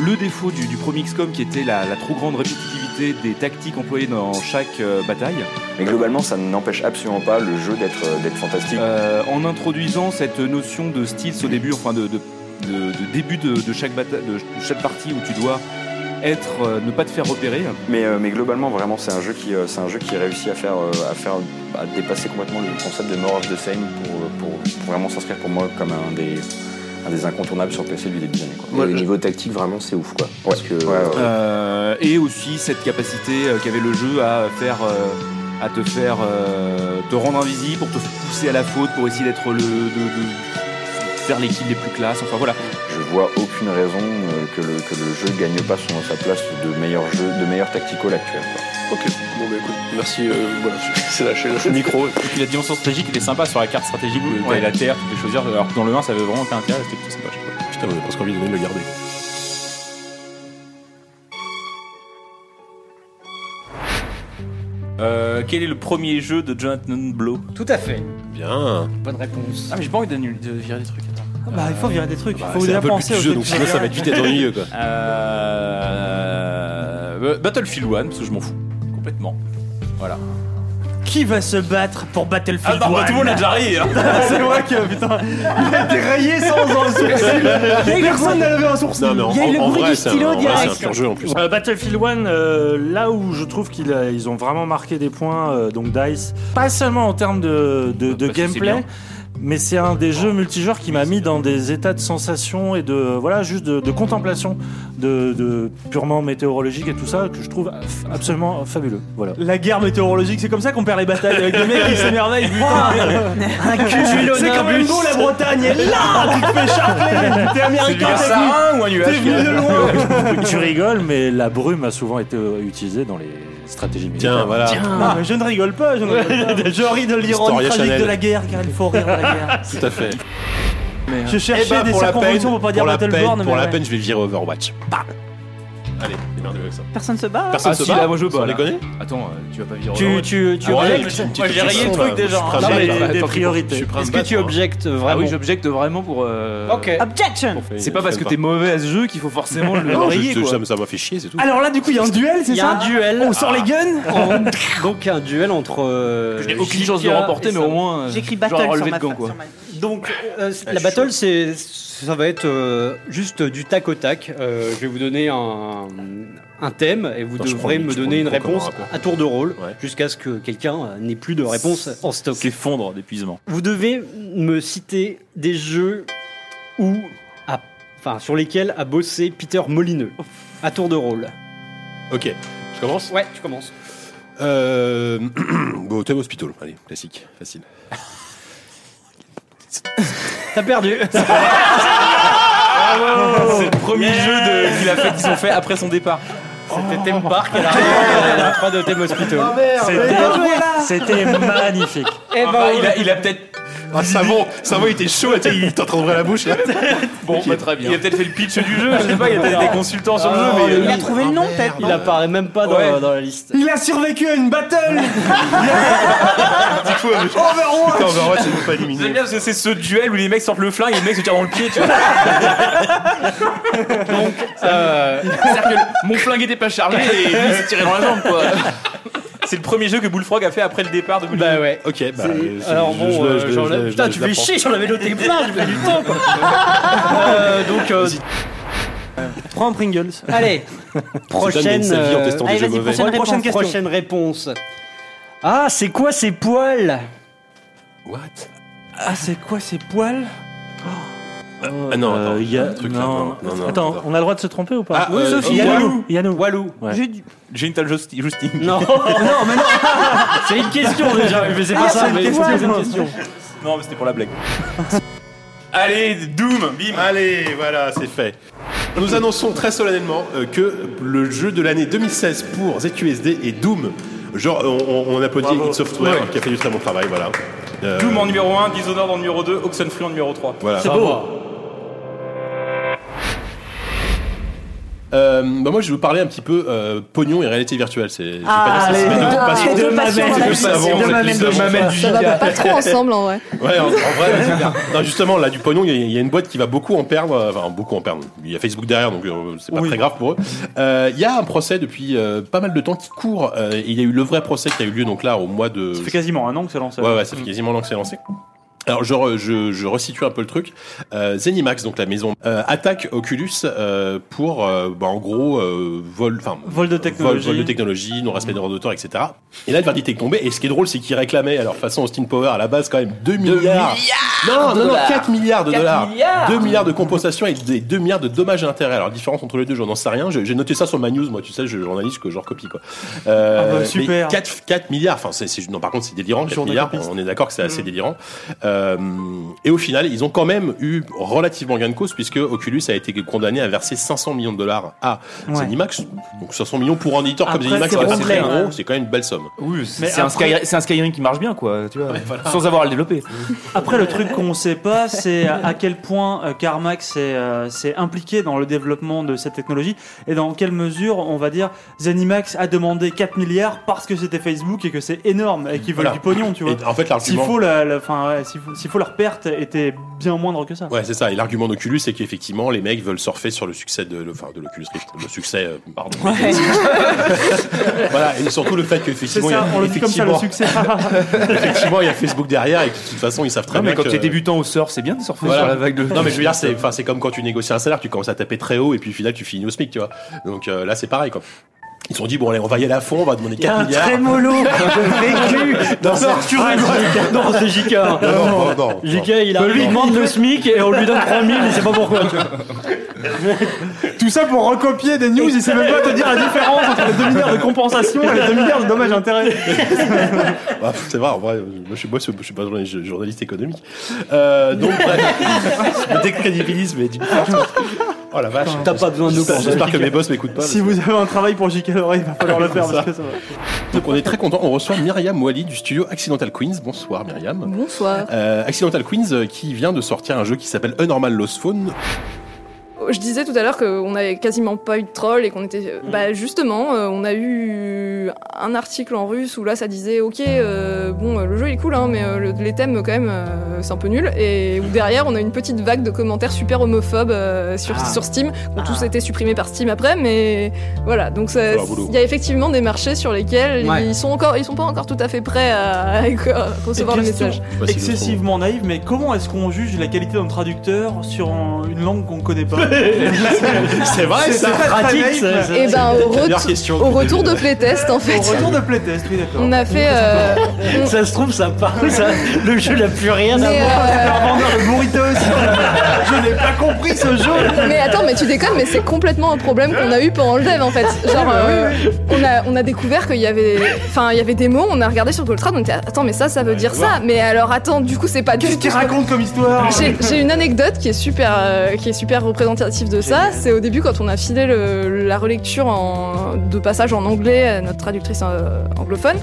S8: le défaut du, du premier XCOM qui était la, la trop grande répétitivité des tactiques employées dans chaque euh, bataille,
S2: Mais globalement, ça n'empêche absolument pas le jeu d'être euh, d'être fantastique.
S8: Euh, en introduisant cette notion de styles au début, enfin de, de- de- de début de, de chaque bata- de chaque partie où tu dois être, euh, ne pas te faire repérer.
S2: Mais, euh, mais globalement, vraiment, c'est un jeu qui euh, c'est un jeu qui réussit à faire euh, à faire à dépasser complètement le concept de More of the Same pour, euh, pour, pour vraiment s'inscrire pour moi comme un des un des incontournables sur PC du début d'année. Quoi.
S8: Moi,
S2: Et
S8: je-
S2: niveau tactique, vraiment, c'est ouf quoi. Parce que ouais, ouais.
S8: Euh, et aussi cette capacité euh, qu'avait le jeu à faire euh, à te faire euh, te rendre invisible pour te pousser à la faute pour essayer d'être le de, de faire les kills les plus classes enfin voilà
S2: je vois aucune raison euh, que, le, que le jeu gagne pas son, sa place de meilleur jeu, de meilleur tactical actuel. quoi.
S10: Ok, bon bah écoute, merci, euh, voilà, c'est lâché, lâché le micro. Et puis la dimension stratégique, il est sympa sur la carte stratégique où t'as
S8: Ouais.
S10: la terre, tu peux choisir, alors que dans le 1, ça avait vraiment aucun intérêt, c'était plutôt sympa, je trouve.
S4: Putain, on a presque envie de le garder.
S10: Euh, quel est le premier jeu de Jonathan Blow
S7: Tout à fait.
S4: Bien.
S7: Bonne réponse.
S11: Ah, mais j'ai pas envie d'annuler- de virer des trucs. Attends.
S9: Ah Bah, il faut virer des trucs, il faut
S4: C'est
S9: déjà
S4: un peu le but
S9: penser
S4: du
S9: au
S4: jeu, donc sinon ça va être vite être ennuyeux, quoi.
S10: Euh, Battlefield 1, parce que je m'en fous. Complètement.
S9: Qui va se battre pour Battlefield
S10: Ah bah, bah,
S9: One
S10: tout le monde a déjà ri hein.
S3: Ah,
S9: C'est vrai que putain, il a déraillé sans un sourcil. Personne n'a levé un sourcil.
S4: Euh, Non, mais en,
S5: Il y a eu le
S4: en- en
S5: bruit
S4: vrai,
S5: du
S4: c'est
S5: stylo
S4: un, en vrai,
S5: direct.
S4: c'est un pur jeu en plus.
S9: Euh, Battlefield 1, là où je trouve qu'ils euh, ils ont vraiment marqué des points, euh, donc DICE, pas seulement en termes de, de- de
S10: Parce que c'est
S9: gameplay,
S10: bien.
S9: mais c'est un des
S4: Ah.
S9: jeux multijoueurs qui m'a mis dans des états de sensation et de voilà juste de, de contemplation de, de purement météorologique et tout ça que je trouve f- absolument fabuleux. Voilà.
S3: La guerre météorologique, c'est comme ça qu'on perd les batailles avec des mecs qui s'émerveillent. putain. C'est quand même beau la Bretagne, elle est là, tu te fais charcler, t'es américain, t'es venu-
S10: ou un
S3: t'es venu de loin.
S9: tu rigoles, mais la brume a souvent été euh, utilisée dans les stratégies militaires.
S4: Tiens, voilà.
S3: Non,
S10: Ah.
S3: mais je ne rigole pas, je ne rigole pas. Ah. Je ris de l'ironie
S4: Historia
S3: tragique
S4: Chanel.
S3: de la guerre, car il faut rire de la guerre.
S4: Tout à fait.
S3: Je cherchais
S4: Eh ben,
S3: des
S4: pour la peine,
S3: circonventions pour pas dire
S4: pour la peine,
S3: Battleborn,
S4: pour
S3: mais
S4: la
S3: ouais.
S4: peine, je vais virer Overwatch.
S9: Bah.
S4: Bam Allez, les merdes avec ça.
S5: Personne se bat. hein.
S4: Personne
S8: Ah,
S4: se
S8: si,
S4: bat.
S8: là, moi, je veux
S4: Ça,
S8: pas,
S4: On les
S8: là.
S4: connaît
S8: attends euh, tu vas pas vivre
S9: Tu, tu, tu
S4: Ah ouais,
S9: objectes-
S4: une petite
S11: Moi, j'ai
S4: objection,
S11: rayé le
S4: là.
S11: truc déjà,
S4: Je
S11: hein.
S4: prends
S9: Non,
S4: un
S9: mais
S4: bat, là.
S9: des
S4: Attends,
S9: priorités.
S4: je suis prêt à me
S7: Est-ce que
S4: battre,
S7: tu
S4: moi.
S7: objectes
S8: ah
S7: vraiment
S8: oui j'objecte vraiment pour euh,
S7: Ok.
S5: Objection.
S4: Pour faire-
S8: c'est pas parce que
S4: je
S8: t'es mauvais à ce jeu qu'il faut forcément le
S4: Non,
S8: rayer
S4: juste,
S8: quoi
S4: ça me- ça m'a fait chier, c'est tout.
S3: Alors là, du coup, il y a un duel, Ah. c'est
S7: Il y a
S3: ça
S7: un duel. Ah.
S3: On sort les guns
S7: On- Donc un duel entre. euh,
S8: j'ai aucune
S7: Jika
S8: chance de
S7: et
S8: remporter mais
S7: Sam.
S8: au moins euh,
S5: J'écris
S8: j'aurai
S5: battle sur
S8: relevé
S5: ma,
S8: de gants,
S5: fa-
S8: quoi.
S5: sur ma-
S7: Donc euh, la battle, c'est ça va être euh, juste du tac au tac. Euh, je vais vous donner un, un thème et vous
S4: Attends, je
S7: devrez
S4: prends-
S7: me
S4: je prends
S7: donner une
S4: le micro
S7: réponse
S4: comme un rapport.
S7: à tour de rôle
S4: Ouais.
S7: jusqu'à ce que quelqu'un euh, n'ait plus de réponse en stock.
S10: C'est fondre d'épuisement.
S7: Vous devez me citer des jeux où, a- enfin, sur lesquels a bossé Peter Molineux. À tour de rôle.
S4: Ok, je commence
S7: Ouais, tu commences.
S4: Euh. Bon, Thème Hospital, allez, classique, facile.
S7: T'as perdu.
S2: Ah,
S8: c'est le premier jeu de- qu'il a fait qu'ils ont fait après son départ
S7: C'était
S8: Oh.
S7: Theme Park à
S8: Ah,
S7: la fin de Theme Hospital.
S9: C'était- C'était magnifique.
S7: Eh ben,
S8: Enfin, il a, il a peut-être
S4: Ah, savon, savon, il était chaud, attends, il t'entend ouvrir la bouche là.
S8: Bon, bah, très bien. Il a peut-être fait le pitch du jeu, je sais pas, il y a peut-être des consultants sur le
S7: Ah,
S8: jeu, mais. euh,
S7: il
S3: Oh, a trouvé le nom, peut-être.
S7: Il apparaît même pas dans,
S8: Ouais.
S7: dans la liste.
S12: Il a survécu à une battle
S4: Overwatch Putain, bah, Overwatch, il faut pas éliminer.
S8: J'aime bien parce que c'est ce duel où les mecs sortent le flingue et les mecs se tirent dans le pied, tu vois.
S7: Euh,
S8: C'est-à-dire que mon flingue était pas chargé et il se tirait dans la jambe, quoi. C'est le premier jeu que Bullfrog a fait après le départ de Bullfrog.
S7: bah ouais.
S4: Ok, bah.
S7: C'est-
S4: euh, c'est-
S7: Alors
S4: je-
S7: bon,
S4: je-
S7: euh,
S4: je- je-
S7: j'en-
S4: je- je-
S7: putain,
S4: je
S7: tu
S4: l'apprends.
S7: fais chier, j'en avais noté plein, j'ai pas du temps quoi. Euh, donc, euh,
S3: Prends un Pringles.
S7: allez, prochaine,
S4: Zidane gagne sa vie en
S7: euh,
S4: testant des
S3: allez,
S4: jeux
S3: vas-y,
S4: mauvais.
S3: prochaine réponse,
S7: prochaine, question. prochaine réponse. Ah, c'est quoi ces poils
S3: Ah, c'est quoi ces poils
S4: Ah non, attends,
S13: Euh, il y a-
S4: un truc là,
S13: non.
S4: non, non, non,
S13: Attends,
S4: attends.
S13: on a le droit de se tromper ou pas
S4: Ah, euh,
S7: Sophie,
S13: Yannou.
S7: Yannou.
S13: Yannou.
S7: Walou.
S13: Ouais.
S3: J'ai du-
S8: Gentle Justi- Justin.
S7: Non, Oh, non, mais non C'est une question déjà, mais c'est pas ça, mais c'est une question.
S8: Non, mais c'était pour la blague. Allez, Doom, bim.
S4: Allez, voilà, c'est fait. Nous annonçons très solennellement euh, que le jeu de l'année 2016 pour ZQSD est Doom. Genre, on, on- on applaudit
S8: Bravo.
S4: Id Software
S8: Ouais.
S4: qui a fait du très bon travail, voilà. Euh,
S8: Doom en numéro 1, Dishonored en numéro 2, Oxenfree en numéro 3.
S4: Voilà.
S7: C'est beau.
S4: Euh, bah moi, je vais vous parler un petit peu euh, pognon et réalité virtuelle. C'est j'ai
S3: Ah,
S4: pas dit ça,
S3: allez,
S4: c'est mes deux
S3: ah,
S4: passions.
S3: les deux passions,
S4: C'est
S3: la
S4: le
S3: passion.
S4: savon,
S3: Les deux
S4: c'est le
S3: mamelles de
S4: savon.
S14: Ça va pas trop ensemble en vrai.
S4: Ouais, en, en vrai, c'est clair. Non, justement, là, du pognon, il y a- il y, a une boîte qui va beaucoup en perdre. euh, Enfin, beaucoup en perdre. Il y a Facebook derrière, donc euh, c'est pas très grave pour eux. Euh, Il y a un procès depuis euh, pas mal de temps qui court. euh, et il y a eu le vrai procès qui a eu lieu donc là au mois de.
S8: Ça fait quasiment un an que c'est lancé.
S4: Ouais, ouais, ça fait quasiment longtemps que c'est lancé. Alors je, re- je, je resitue un peu le truc. Euh, Zenimax, donc la maison, euh, attaque Oculus euh, pour, euh, bah, en gros, euh, vol, enfin,
S3: Vol de technologie.
S4: vol, vol de technologie, non respect des droits d'auteur, etc. Et là, le verdict est tombé. Et ce qui est drôle, c'est qu'ils réclamaient, alors façon Austin Power, à la base, quand même 2 milliards. non, non, non, 4 milliards de dollars. 2 milliards de compensation et des 2 milliards de dommages et intérêts. Alors, différence entre les deux, je n'en sais rien. Je- J'ai noté ça sur ma news, moi, tu sais, je journaliste, que je recopie, quoi. Euh,
S3: Ah bah,
S4: mais
S3: super.
S4: 4, 4 milliards, enfin, c'est, c'est- non, par contre, c'est délirant, 4
S3: Jour de
S4: milliards,
S3: copiste.
S4: on est d'accord que c'est
S3: Mm.
S4: assez délirant. Euh, et au final, ils ont quand même eu relativement gain de cause, puisque Oculus a été condamné à verser 500 millions de dollars à
S3: Ouais.
S4: Zenimax. Donc 500 millions pour un éditeur comme
S3: Après,
S4: Zenimax,
S3: c'est
S4: c'est pas
S3: complet,
S4: très
S3: hein.
S4: gros, c'est quand même une belle somme.
S8: Oui, c'est
S3: Mais
S8: c'est un,
S3: après-
S8: Skyri- c'est un Skyrim qui marche bien, quoi, tu vois. Sans avoir à le développer.
S3: Après, le truc qu'on sait pas, c'est à à quel point euh, Carmax est, euh, s'est impliqué dans le développement de cette technologie et dans quelle mesure, on va dire, Zenimax a demandé 4 milliards parce que c'était Facebook et que c'est énorme et qu'ils veulent
S4: Voilà.
S3: du pognon, tu vois.
S4: Et en fait,
S3: S'il
S4: l'argument.
S3: faut, la, la- enfin, ouais, s'il faut, s'il faut leur perte était bien moindre que ça.
S4: Ouais, c'est ça. Et l'argument d'Oculus, c'est qu'effectivement, les mecs veulent surfer sur le succès de, le- enfin, de l'Oculus Rift. Le succès, euh, pardon. voilà. Et surtout le fait
S3: C'est
S4: qu'effectivement, il y
S3: ça,
S4: a-
S3: on le dit comme ça, le
S4: effectivement-
S3: succès.
S4: effectivement, il y a Facebook derrière et que de toute façon, ils savent très
S8: Non,
S4: bien
S8: mais quand
S4: que-
S8: t'es débutant au surf, c'est bien de surfer
S4: Voilà.
S8: sur la vague de.
S4: Non mais je veux dire c'est enfin c'est comme quand tu négocies un salaire, tu commences à taper très haut et puis au final tu finis au SMIC, tu vois. Donc euh, là c'est pareil quoi. Ils se sont dit bon allez on va y aller à fond, on va demander 4 milliards.
S3: mollo vécu
S4: Non, non,
S7: Non, c'est JK.
S4: non, non, non, non.
S7: JK, il a
S3: lui
S7: lui demande le SMIC et on lui donne 3000, il sait pas pourquoi.
S3: Tout ça pour recopier des news, il sait même pas te dire la différence entre les 2 milliards de compensation et les 2 milliards de dommages intérêts.
S4: Bah, c'est vrai en vrai, euh, moi je suis moi, je suis pas journaliste, je suis journaliste économique. Euh, donc bref, je me décrédibilise mais d'une part. Oh la vache.
S7: T'as pas besoin de nous pour
S4: J'espère que mes boss m'écoutent pas.
S3: Si
S4: parce
S3: vous avez un travail pour JK Loré, il va falloir le faire parce que ça va.
S4: que- Donc on est très content, on reçoit Myriam Wally du studio Accidental Queens. Bonsoir Myriam.
S15: Bonsoir.
S4: Euh, Accidental Queens euh, qui vient de sortir un jeu qui s'appelle Unormal Lost Phone.
S15: Oh, Je disais tout à l'heure qu'on n'avait quasiment pas eu de troll et qu'on était. Bah justement, euh, on a eu un article en russe où là ça disait ok, euh, bon euh, le jeu il est cool hein, mais euh, le- les thèmes quand même euh, c'est un peu nul et où derrière on a une petite vague de commentaires super homophobes euh, sur, sur Steam qui ont tous été supprimés par Steam après mais voilà donc ça-
S4: Voilà, boulot.
S15: il y a effectivement des marchés sur lesquels
S7: Ouais.
S15: ils sont encore ils sont pas encore tout à fait prêts à, à recevoir le
S3: question
S15: message.
S4: Je sais pas si le son-
S3: Excessivement naïve, mais comment est-ce qu'on juge la qualité d'un traducteur sur un- une langue qu'on connaît pas
S4: C'est vrai
S3: C'est
S4: ça.
S3: pas très
S7: pratique,
S3: naïf,
S7: ça,
S3: mais-
S7: ça.
S15: Et ben au,
S4: La meilleure
S15: ret-
S4: question
S15: au
S4: depuis le
S15: retour
S4: début.
S15: de playtest en
S3: Au
S15: fait
S3: retour de playtest, oui d'accord.
S15: on a fait euh, on-
S7: Ça se trouve, ça parle, ça. Le jeu n'a plus rien à
S15: Mais,
S7: voir.
S15: euh,
S3: vendeur de burritos Je n'ai pas compris ce jeu
S15: mais attends, mais tu déconnes, mais c'est complètement un problème qu'on a eu pendant le dev en fait.
S3: Ah
S15: Genre,
S3: bah
S15: euh, on, a, on a découvert qu'il y avait, enfin, il y avait des mots, on a regardé sur Coltrane, on était attends, mais ça, ça veut dire ça. Mais alors, attends, du coup, c'est pas du
S3: Qu'est-ce
S15: tout.
S3: qu'il
S15: ce qu'on-
S3: raconte comme histoire
S15: J'ai- J'ai une anecdote qui est super, euh, qui est super représentative de ça. C'est au début quand on a filé le- la relecture en, de passage en anglais à notre traductrice euh, anglophone.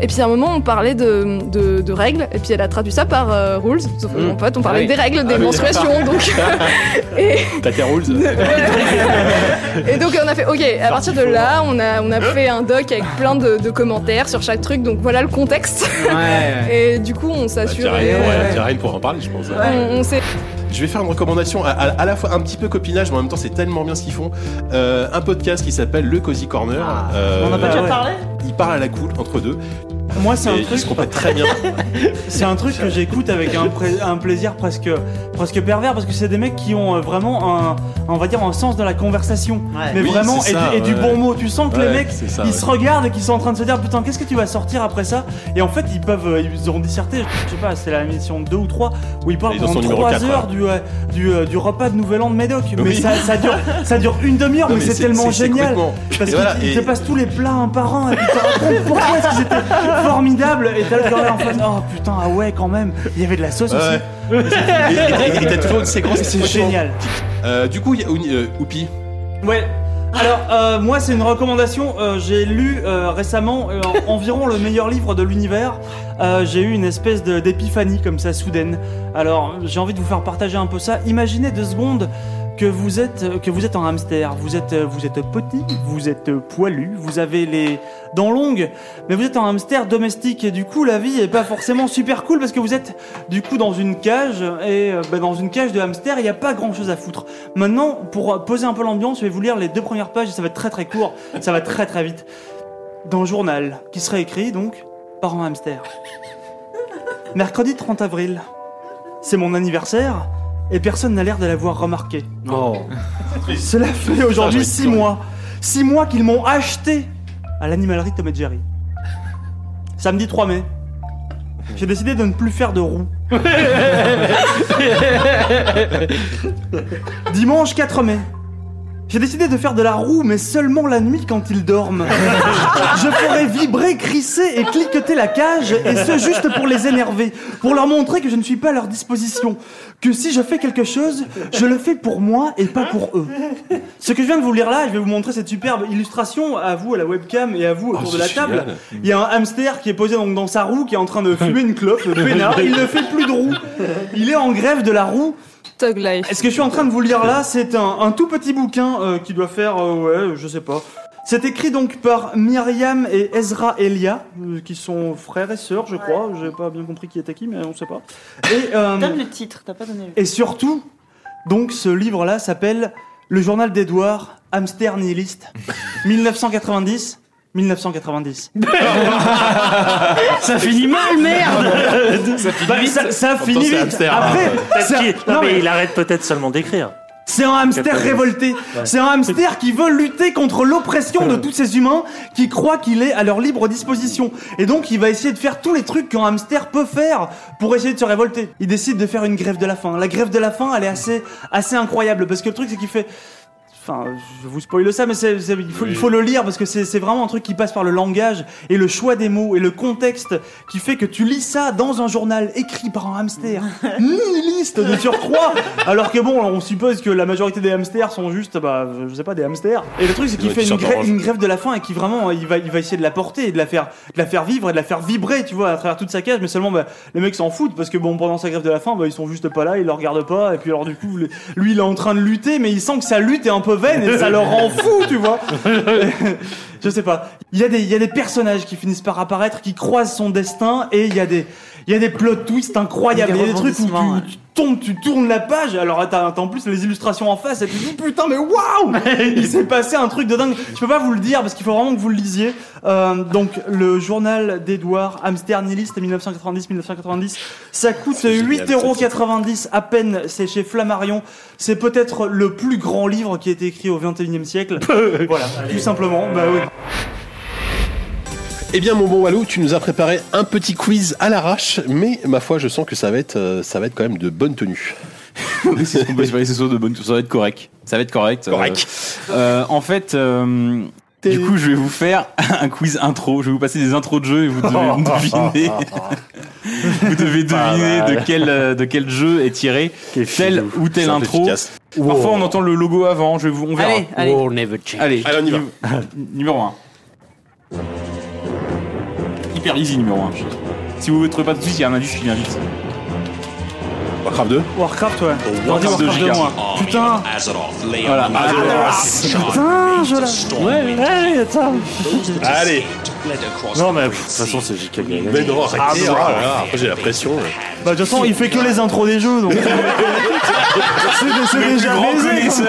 S15: Et puis à un moment, on parlait de, de- de règles, et puis elle a traduit ça par euh, rules. Sauf que,
S4: Mm.
S15: en fait, on
S4: Ah
S15: parlait
S4: oui.
S15: des règles, des
S4: Ah oui.
S15: menstruations, donc. euh, et,
S4: T'as tes rules
S15: et donc on a fait, ok, à partir de là, on a, on a
S4: Hein
S15: fait un doc avec plein de, de commentaires sur chaque truc, donc voilà le contexte.
S4: Ouais. Bah,
S15: et du coup, on
S4: T'as
S15: s'assure. et-
S4: rien, ouais,
S15: ouais.
S4: t'as rien pour en parler, je pense.
S15: On, on s'est-
S4: Je vais faire une recommandation à, à- à la fois un petit peu copinage, mais en même temps c'est tellement bien ce qu'ils font. Euh, un podcast qui s'appelle Le Cozy Corner. Euh,
S3: Ah, on en a déjà parlé
S4: Ils parlent à la cool entre deux.
S3: Moi, c'est
S4: Et
S3: un
S4: Ils
S3: truc-
S4: se complètent très bien.
S3: C'est un truc que j'écoute avec un, pré- un plaisir presque, presque pervers parce que c'est des mecs qui ont euh, vraiment un, on va dire, un sens de la conversation. Mais
S13: Oui,
S3: vraiment,
S13: c'est
S3: et,
S13: ça,
S3: du- et du
S13: ouais.
S3: bon mot. Tu sens que
S13: Ouais,
S3: les mecs,
S13: c'est ça,
S3: ils
S13: ouais.
S3: se regardent et qu'ils sont en train de se dire Putain, qu'est-ce que tu vas sortir après ça Et en fait, ils peuvent, euh, ils auront disserté, je sais pas, c'est la mission 2 ou 3 où ils parlent
S13: Ils en sont
S3: pendant
S13: numéro
S3: 3
S13: quatre,
S3: heures
S13: hein.
S3: du, euh, du, euh, du repas de Nouvel An de Médoc. Mais
S13: Oui.
S3: ça, ça dure, ça dure une demi-heure,
S4: Non,
S3: mais,
S4: mais
S3: c'est
S4: c'est-
S3: tellement
S4: c'est- c'est
S3: génial.
S4: complètement-
S3: Parce
S4: Et
S3: qu'ils
S4: voilà,
S3: ils te
S4: et-
S3: passent tous les plats un par un et puis ils te racontent pourquoi est-ce qu'ils étaient formidables. Et t'as le gars là en face, oh putain, ah ouais, quand même, il y avait de la sauce
S4: Ouais.
S3: aussi.
S4: Et- et- et t'as toujours une séquence qui
S3: c'est
S4: se retourne.
S3: génial.
S4: Euh, du coup, il y a Ouni- euh, Oupi.
S3: Ouais. Alors, euh, moi, c'est une recommandation. Euh, j'ai lu euh, récemment euh, en- environ le meilleur livre de l'univers. Euh, j'ai eu une espèce de- d'épiphanie comme ça, soudaine. Alors, j'ai envie de vous faire partager un peu ça. Imaginez deux secondes que vous êtes euh, que vous êtes un hamster. Vous êtes euh, vous êtes petit, vous êtes euh, poilu, vous avez les dents longues, mais vous êtes un hamster domestique et du coup, la vie est pas forcément super cool parce que vous êtes du coup dans une cage et euh, bah, dans une cage de hamster, il n'y a pas grand chose à foutre. Maintenant, pour euh, poser un peu l'ambiance, je vais vous lire les deux premières pages et ça va être très très court, ça va très très vite. D'un journal qui serait écrit donc par un hamster. Mercredi 30 avril. C'est mon anniversaire et personne n'a l'air de l'avoir remarqué.
S7: Oh.
S3: Cela fait aujourd'hui 6 mois. 6 mois qu'ils m'ont acheté à l'animalerie Tom et Jerry. Samedi 3 mai. J'ai décidé de ne plus faire de roue. Dimanche 4 mai. J'ai décidé de faire de la roue, mais seulement la nuit quand ils dorment. Je ferai vibrer, crisser et cliqueter la cage, et ce juste pour les énerver, pour leur montrer que je ne suis pas à leur disposition, que si je fais quelque chose, je le fais pour moi et pas pour eux. Ce que je viens de vous lire là, je vais vous montrer cette superbe illustration à vous à la webcam et à vous autour
S13: Oh,
S3: de la
S13: c'est
S3: table.
S13: génial.
S3: Il y a un hamster qui est posé donc dans sa roue, qui est en train de fumer une clope, le peinard. Il ne fait plus de roue. Il est en grève de la roue.
S15: Tug life.
S3: Et ce que je suis en train de vous lire là, c'est un, un tout petit bouquin euh, qui doit faire, euh, ouais, je sais pas. C'est écrit donc par Myriam et Ezra Elia, euh, qui sont frères et sœurs, je crois. J'ai pas bien compris qui était qui, mais on sait pas. Et, euh,
S9: Donne le titre, t'as pas donné le
S3: et surtout, donc ce livre-là s'appelle Le journal d'Edouard, Hamster nihiliste, 1990. 1990.
S12: Ça finit mal,
S13: Ah,
S12: merde
S3: Ça
S9: Bah,
S3: finit vite. Ça, ça
S13: Pourtant,
S3: finit
S13: c'est
S3: vite.
S13: hamster,
S3: Après,
S13: hein. Parce
S3: c'est un-
S13: qu'il-
S3: non,
S13: non, mais
S3: mais-
S13: il arrête peut-être seulement d'écrire.
S3: C'est un hamster révolté.
S13: Ouais.
S3: C'est un hamster qui veut lutter contre l'oppression de tous ces humains qui croient qu'il est à leur libre disposition. Et donc, il va essayer de faire tous les trucs qu'un hamster peut faire pour essayer de se révolter. Il décide de faire une grève de la faim. La grève de la faim, elle est assez, assez incroyable parce que le truc, c'est qu'il fait. Enfin, je vous spoil ça, mais c'est- c'est- il, faut, il faut le lire parce que c'est c'est vraiment un truc qui passe par le langage et le choix des mots et le contexte qui fait que tu lis ça dans un journal écrit par un hamster nihiliste de surcroît. Alors que bon, on suppose que la majorité des hamsters sont juste, bah, je sais pas, des hamsters. Et le truc, c'est qu'il
S13: Ouais,
S3: fait une,
S13: t-shirt
S3: grève
S13: orange.
S3: une grève de la faim et qui vraiment, il va, il va essayer de la porter et de la faire, de la faire vivre et de la faire vibrer, tu vois, à travers toute sa cage. Mais seulement, bah, les mecs s'en foutent parce que bon, pendant sa grève de la faim, bah, ils sont juste pas là, ils le regardent pas. Et puis alors du coup, le- lui, il est en train de lutter, mais il sent que sa lutte est un peu vaine et ça le rend fou, tu vois. je sais pas. Il y, a des- il y a des personnages qui finissent par apparaître, qui croisent son destin, et il y a des, il y a des plot twists incroyables.
S13: Des
S3: Il y a des trucs où tu,
S13: rebondissements,
S3: tu tombes, tu tournes la page, alors t'as t'as en plus les illustrations en face, et tu te dis putain, mais waouh Il s'est passé un truc de dingue. Je peux pas vous le dire parce qu'il faut vraiment que vous le lisiez. Euh, donc, le journal d'Edouard, Hamster Nihiliste 1990-1990, ça coûte
S13: génial,
S3: 8,90€ à peine, c'est chez Flammarion. C'est peut-être le plus grand livre qui a été écrit au 21 e siècle. voilà, tout simplement, bah oui.
S4: Eh bien, mon bon Walou, tu nous as préparé un petit quiz à l'arrache, mais ma foi, je sens que ça va être, euh, ça va être quand même de bonne tenue.
S8: Oui, c'est on peut espérer que ce soit de bonne- ça va être correct. Ça va être correct.
S4: Correct.
S8: Euh, euh, en fait, euh, du coup, je vais vous faire un quiz intro. Je vais vous passer des intros de jeux et vous devez me deviner. vous devez deviner
S13: mal.
S8: de quel euh, de quel jeu est tiré tel ou
S13: C'est
S8: telle
S13: un peu
S8: intro.
S13: efficace.
S8: Parfois, on entend le logo avant. Je vais vous, on verra.
S13: Allez, allez.
S8: Allez, on y va. Numéro 1.
S2: hyper easy numéro 1. Si vous ne trouvez pas tout de suite, il y a un indice qui vient vite.
S4: Warcraft 2
S3: Warcraft, ouais.
S2: Warcraft
S3: Warcraft
S2: 2
S3: 2
S2: giga.
S3: moi. Putain Ah,
S2: Voilà.
S3: Putain, je la... Ouais, ouais, attends.
S4: Allez
S13: Non, mais pff, de toute façon, c'est JK Gaiden.
S4: Mais non, arrêtez,
S13: Ah,
S4: oh
S13: non.
S4: là là, après j'ai la pression. là.
S3: Bah, de toute façon, il fait que les intros des jeux, donc. c'est c'est déjà baisé.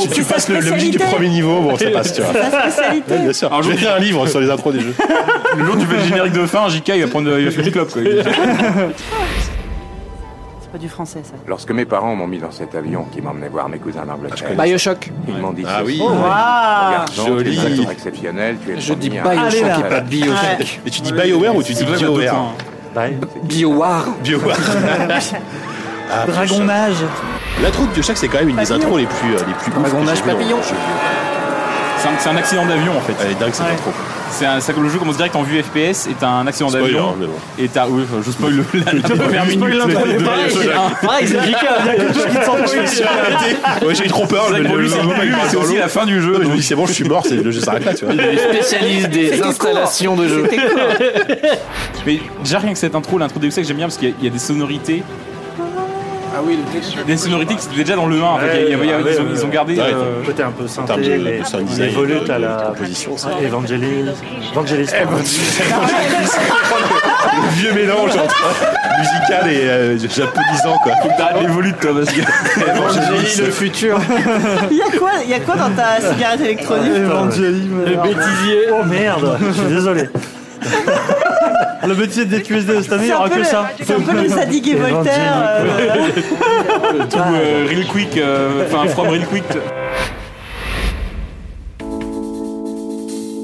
S4: Tu, tu fasses le, le musique du premier niveau, bon ça passe, tu vois. Ouais, bien sûr. je vais écrire un livre sur les intros des jeux.
S2: Le jour où tu fais le générique de fin, JK il va prendre il va faire une clope quoi.
S9: C'est pas du français, ça.
S16: Lorsque mes parents m'ont mis dans cet avion qui m'emmenait voir mes cousins en Angleterre.
S9: Bioshock.
S16: Ils m'ont dit
S4: Ah oui.
S16: ceci.
S9: Ah,
S16: Garçon, tu es
S4: joli.
S16: un acteur exceptionnel, tu es
S4: Je dis
S16: Bioshock
S4: Bioshock et pas Bioshock. Ouais. Mais tu dis Bioware ou tu dis BioWare hein. Bah,
S16: Bioware.
S4: Bioware. Ah, Bioshock.
S3: Dragonnage.
S4: La troupe de Bioshock, c'est quand même une des
S3: Papillon.
S4: intros les plus, euh, les plus ouf que j'ai vues en-
S2: C'est un, c'est un accident d'avion en fait.
S4: Elle est dingue cette
S2: Ouais.
S4: intro.
S2: C'est un, c'est que le jeu commence direct en vue FPS et t'as un accident
S4: Spoiler,
S2: d'avion.
S4: mais bon.
S2: Et t'as. Oui, enfin, je spoil le. La, la première
S4: Je
S2: minute. Ah,
S4: spoil l'intro
S2: de-
S4: de
S2: de-
S4: Pareil,
S2: de-
S4: c'est- pareil, c'est JK, il y a quelque chose qui te semble Je me suis arrêté. Ouais, j'ai eu trop peur,
S2: C'est
S4: le-
S2: pour
S4: le-
S2: lui,
S4: le
S2: c'est
S4: moment, il
S2: le-
S4: part
S2: C'est
S4: dans
S2: aussi
S4: l'eau.
S2: la fin du jeu.
S4: Ouais, je me dis, c'est bon, je suis mort, c'est- le jeu s'arrête là, tu vois.
S2: spécialiste
S4: C'était court. installations de jeux. C'était
S2: Mais déjà rien que cette intro, l'intro Deus Ex, j'aime bien parce qu'il y, a- il y a des sonorités.
S16: Ah oui,
S2: Des sonorités qui étaient déjà dans le 1. en fait. Il y a- il y a-
S13: Ouais,
S2: ils, ont,
S13: ouais,
S2: ils ont gardé.
S13: ouais,
S2: euh,
S13: ils ont Côté un peu synthé,
S2: termes de-
S13: mais
S2: de sound
S13: mais
S2: design,
S13: volute
S2: de-
S13: à la
S4: composition, ça.
S13: Evangelis. Evangelis.
S4: Le vieux mélange
S2: hein.
S4: entre musical et euh, japonisant, quoi. Faut
S2: que l'évolue de toi, parce que. Oh,
S4: Evangélie, le futur.
S9: Il y, a quoi- il y a quoi dans ta cigarette électronique
S3: Le
S13: bêtisier. Oh merde, je suis désolé.
S3: Le métier des QSD de cette année, il y
S9: C'est un
S3: aura
S9: peu
S3: que
S9: le-
S3: ça.
S9: c'est un peu le Zadig et Voltaire, euh,
S5: euh,
S2: Tout euh, real quick. euh, Enfin, from real quick.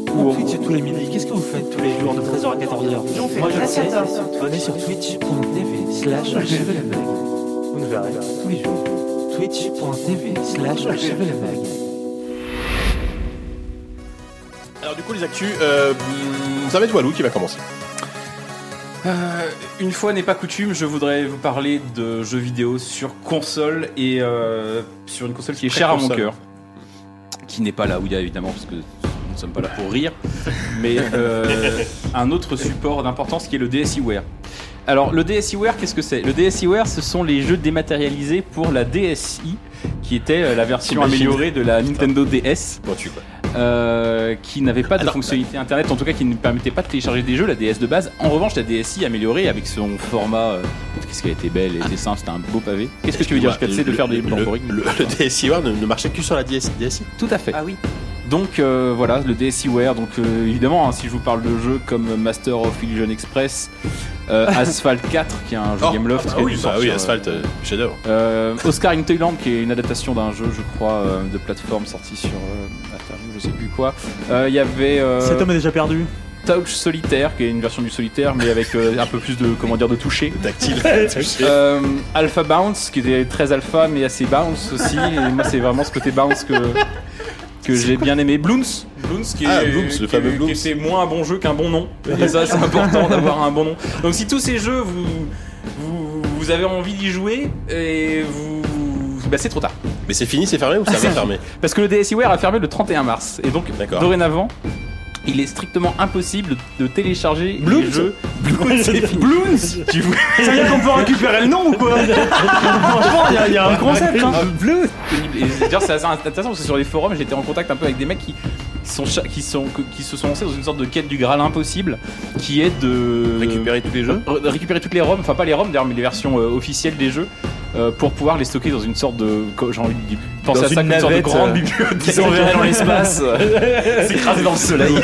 S17: Twitch tous les midis. Qu'est-ce que vous faites tous les jours de 13h à 14h Moi je le sais. Venez sur twitch.tv slash JV la blague. Vous nous verrez tous les jours. Twitch.tv slash JV la blague.
S3: Euh.
S4: Alors, du coup, les actus, euh, mm, ça va être Walou qui va commencer.
S2: Euh, une fois n'est pas coutume, je voudrais vous parler de jeux vidéo sur console et euh, sur une console qui est
S18: Très
S2: chère à mon
S18: console.
S2: cœur. Qui n'est pas la Ouya évidemment, parce que nous ne sommes pas là pour rire, mais euh, un autre support d'importance qui est le DSiWare. Alors, le DSiWare, qu'est-ce que c'est Le DSiWare, ce sont les jeux dématérialisés pour la DSi, qui était euh, la version
S18: T'imagines
S2: améliorée de la Nintendo DS. Euh, qui n'avait pas de
S4: euh,
S2: fonctionnalité internet, en tout cas qui ne permettait pas de télécharger des jeux, la DS de base. En revanche, la DSi améliorée avec son format. euh, Qu'est-ce qu'elle était belle, elle était simple, c'était un beau pavé. Qu'est-ce que tu veux dire,
S4: Excuse-moi,
S2: Scott, c'est de
S4: Bah, le-
S2: faire des
S4: le-
S2: plans
S4: le-
S2: pour
S4: Le le DSiWare ne ne marchait que sur la DS DSi.
S2: Tout à fait. Ah oui. Donc euh, voilà, le DSiWare. Donc euh, évidemment, hein, si je vous parle de jeux comme Master of Illusion Express, euh, Asphalt 4, qui est un jeu
S4: Oh,
S2: Game Loft.
S4: ah
S2: qui a
S4: oui,
S2: dû
S4: bah oui,
S2: sortir, euh,
S4: Asphalt, euh, chef-d'œuvre.
S2: euh, Oscar in Thailand, qui est une adaptation d'un jeu, je crois, euh, de plateforme sorti sur euh, Atari ou je sais plus quoi. Euh, Il y avait. euh,
S3: Cet homme est déjà perdu.
S2: Touch Solitaire, qui est une version du solitaire, mais avec euh, un peu plus de comment dire de toucher.
S4: Tactile.
S2: Euh, alpha Bounce, qui était très alpha, mais assez bounce aussi. Et moi, c'est vraiment ce côté bounce que que j'ai bien aimé. Bloons, Bloons, qui est
S4: Ah, Bloons, le
S2: qui est-
S4: fameux
S2: qui
S4: Bloons.
S2: était moins un bon jeu qu'un bon nom. Et ça, c'est important d'avoir un bon nom. Donc, si tous ces jeux vous vous, vous avez envie d'y jouer et vous bah, c'est trop tard.
S4: Mais c'est fini, c'est fermé ou ça va fermer
S2: Parce que le DSiWare a fermé le 31 mars. Et donc,
S4: D'accord.
S2: dorénavant, il est strictement impossible de télécharger les jeux. Bloons, c'est fini. Tu vois-
S3: Ça veut dire qu'on peut récupérer le nom ou quoi Franchement, il y a- il y, a un concept. Hein.
S2: Bleu Et c'est- d'ailleurs, c'est assez intéressant parce que sur les forums, j'étais en contact un peu avec des mecs qui. qui Sont, cha- qui, sont, qui se sont lancés dans une sorte de quête du Graal impossible qui est de récupérer
S4: tous les jeux
S2: récupérer toutes les ROM enfin pas les ROM d'ailleurs mais les versions euh, officielles des jeux euh, pour pouvoir les stocker dans une sorte de co- j'ai envie de penser
S18: Dans
S2: à ça
S18: une
S2: comme une sorte de
S18: navette,
S2: grande
S18: euh,
S2: bibliothèque
S18: qui s'enverrait dans l'espace, euh,
S2: s'écraser dans le soleil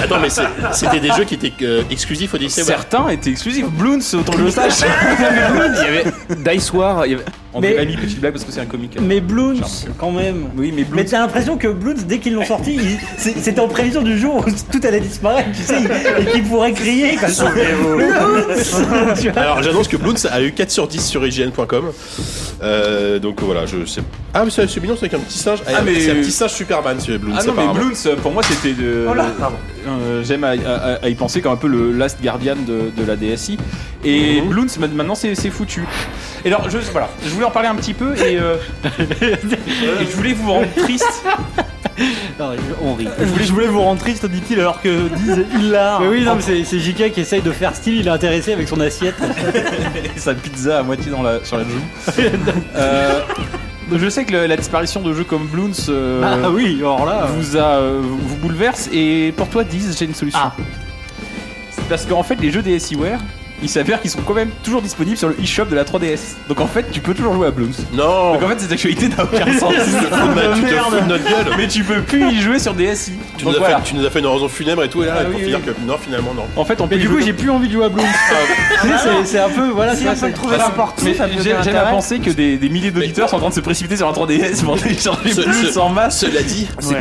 S4: Attends, mais c'est- c'était des jeux qui étaient euh, exclusifs au DSiWare.
S2: Certains étaient exclusifs. Bloons, autant que je le sache. Il y avait Bloons, il y avait Dice War. Il y avait... On
S9: Mais-
S2: dirait mis petite blague parce que c'est un hein. comique.
S17: Mais Bloons, quand même.
S2: Oui, mais
S17: Mais t'as l'impression que Bloons, dès qu'ils l'ont sorti, il- c'est- c'était en prévision du jour où tout allait disparaître, tu sais, et qu'ils pourraient crier comme ça. Bloons Tu vois
S4: Alors j'annonce que Bloons a eu 4 sur 10 sur IGN.com. Euh, donc voilà, je sais. Ah, mais c'est c'est mignon, c'est avec un petit singe. Eh,
S2: Ah, mais-
S4: C'est un petit singe Superman, si Bloons.
S2: Ah non, mais
S4: apparemment.
S2: Bloons, pour moi, c'était de.
S4: Oh là,
S2: Euh, J'aime à, à- à y penser comme un peu le Last Guardian de, de la DSI. Et Bloons, ma- maintenant, c'est c'est foutu. Et alors, je, voilà, je voulais en parler un petit peu et, euh, et je voulais vous rendre triste.
S7: Non, on rit.
S3: Je voulais, je voulais vous rendre triste, dit-il, alors que disent il l'a.
S7: Mais oui, non, mais c'est- c'est JK qui essaye de faire style, il est intéressé avec son assiette.
S2: sa pizza à moitié dans la, sur la joue. Euh, donc je sais que le- la disparition de jeux comme Bloons euh,
S7: Ah oui, alors là, euh.
S2: vous, a, euh, vous bouleverse et pour toi, Diz, j'ai une solution.
S7: Ah.
S2: C'est Parce qu'en fait, les jeux DSiWare, il s'avère qu'ils sont quand même toujours disponibles sur le eShop de la 3DS. Donc en fait, tu peux toujours jouer à Bloons.
S4: Non
S2: Donc en fait, cette actualité n'a aucun sens.
S4: Tu te fous de ma- tu te fous de notre gueule.
S2: Mais tu peux plus y jouer sur DSi.
S4: Tu nous,
S2: Donc
S4: as
S2: voilà.
S4: fait, tu nous as fait une raison funèbre et tout, et là,
S2: Ah
S4: pour
S2: oui,
S4: finir
S2: oui.
S4: que non, finalement, non.
S2: En fait, on peut
S4: Mais
S2: y
S4: du
S2: jouer
S4: coup,
S2: comme-
S4: j'ai
S7: plus envie de jouer à Bloom.
S2: Ah,
S7: c'est un peu. Voilà,
S2: Si
S7: c'est
S2: on peut
S7: trouver
S2: Bah, mais j'ai- J'aime à penser que des, des milliers d'auditeurs sont en train de se précipiter sur un 3DS pour télécharger
S4: Ce-
S2: plus
S4: ce-
S2: en masse.
S4: cela dit,
S2: C'est-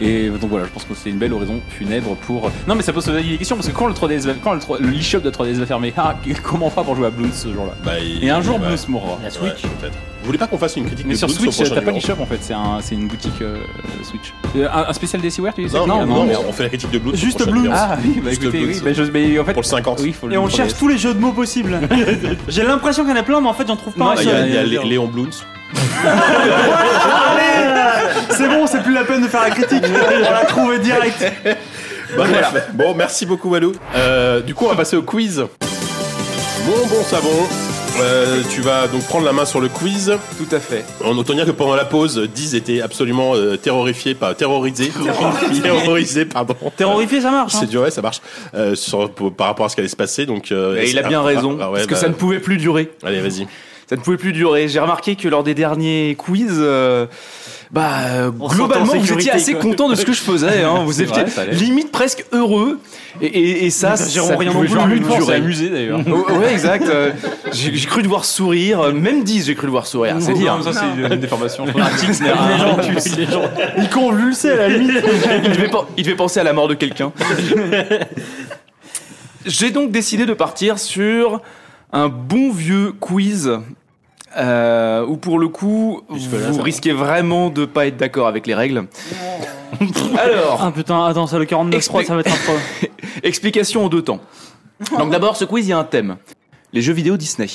S2: Et donc voilà, je pense que c'est une belle oraison funèbre pour. Non, mais ça pose des questions parce que quand le 3DS va- quand le 3 le eShop de 3DS va fermer, ah, comment on fera pour jouer à Bloons ce jour-là
S4: Bah,
S2: Et un jour, Bloons mourra.
S4: La Switch peut-être. Vous voulez pas qu'on fasse une critique
S2: Mais
S4: de
S2: sur
S4: Bloons au
S2: Switch,
S4: prochain
S2: t'as pas
S4: numéro
S2: l'eShop en fait, c'est un- c'est une boutique euh, Switch. Euh, un, un spécial DCWare, tu dis
S4: Non, non, non, on fait la critique de Bloons au
S2: Juste
S4: prochain
S2: Bloons.
S4: numéro.
S2: Ah oui, bah
S4: Juste
S2: écoutez, oui,
S4: Bloons.
S2: bah, je- mais en fait. Pour
S4: le 50.
S2: Oui, faut le
S3: Et on
S2: pour
S3: cherche
S2: les-
S3: tous les jeux de mots possibles. J'ai l'impression qu'il y en a plein, mais en fait, j'en trouve pas
S4: Non,
S3: un
S4: Ah, il y a,
S3: seul.
S4: il y a Lé- Léon Bloons.
S3: C'est bon, c'est plus la peine de faire la critique. On l'a trouvé direct.
S4: Bon, bref. Bon, merci beaucoup, Walou. Euh, du coup, on va passer au quiz. Bon, bon savon. Euh, tu vas donc prendre la main sur le quiz.
S8: Tout à fait.
S4: On entend dire que pendant la pause, Diz était absolument euh, terrorifié, pas terrorisé, terrorisé, pardon.
S3: Terrorifié, ça marche. hein.
S4: C'est dur, ouais, ça marche. Euh, sur- pour- par rapport à ce qui allait se passer, donc. euh,
S8: Et il a
S4: ah,
S8: bien
S4: ah,
S8: raison,
S4: ah ouais,
S8: parce que
S4: bah,
S8: ça ne pouvait plus durer.
S4: Allez, vas-y.
S8: Ça ne pouvait plus durer. J'ai remarqué que lors des derniers quiz, euh, bah, euh,
S2: On se
S8: globalement,
S2: sentait en
S8: vous
S2: sécurité,
S8: étiez assez
S2: quoi.
S8: content de ce que je faisais. hein. Vous
S2: C'est
S8: étiez
S2: vrai, ça allait.
S8: limite presque heureux. Et, et- et ça,
S2: Nous
S8: ça
S2: n'agirons rien
S8: pouvait
S2: non plus.
S8: plus
S2: Une fois, on s'est
S8: durer.
S2: amusé, d'ailleurs.
S8: Oh, ouais, exact. Euh, j'ai j'ai cru devoir sourire. Euh, Même 10, j'ai cru devoir sourire. C'est
S2: Non,
S8: dire.
S2: ça, c'est une- une déformation.
S8: Un tic, c'est
S2: Une légende.
S8: rictus.
S2: Une légende.
S8: Il convulsait à la limite. il, devait, pen- il devait penser à la mort de quelqu'un. J'ai donc décidé de partir sur un bon vieux quiz. euh, où pour le coup, vous risquez vraiment de pas être d'accord avec les règles. Alors,
S3: Ah putain, attends, c'est le 49 3
S8: Explique-
S3: ça va être un problème.
S8: Explication en deux temps. Donc d'abord, ce quiz, il y a un thème. Les jeux vidéo Disney.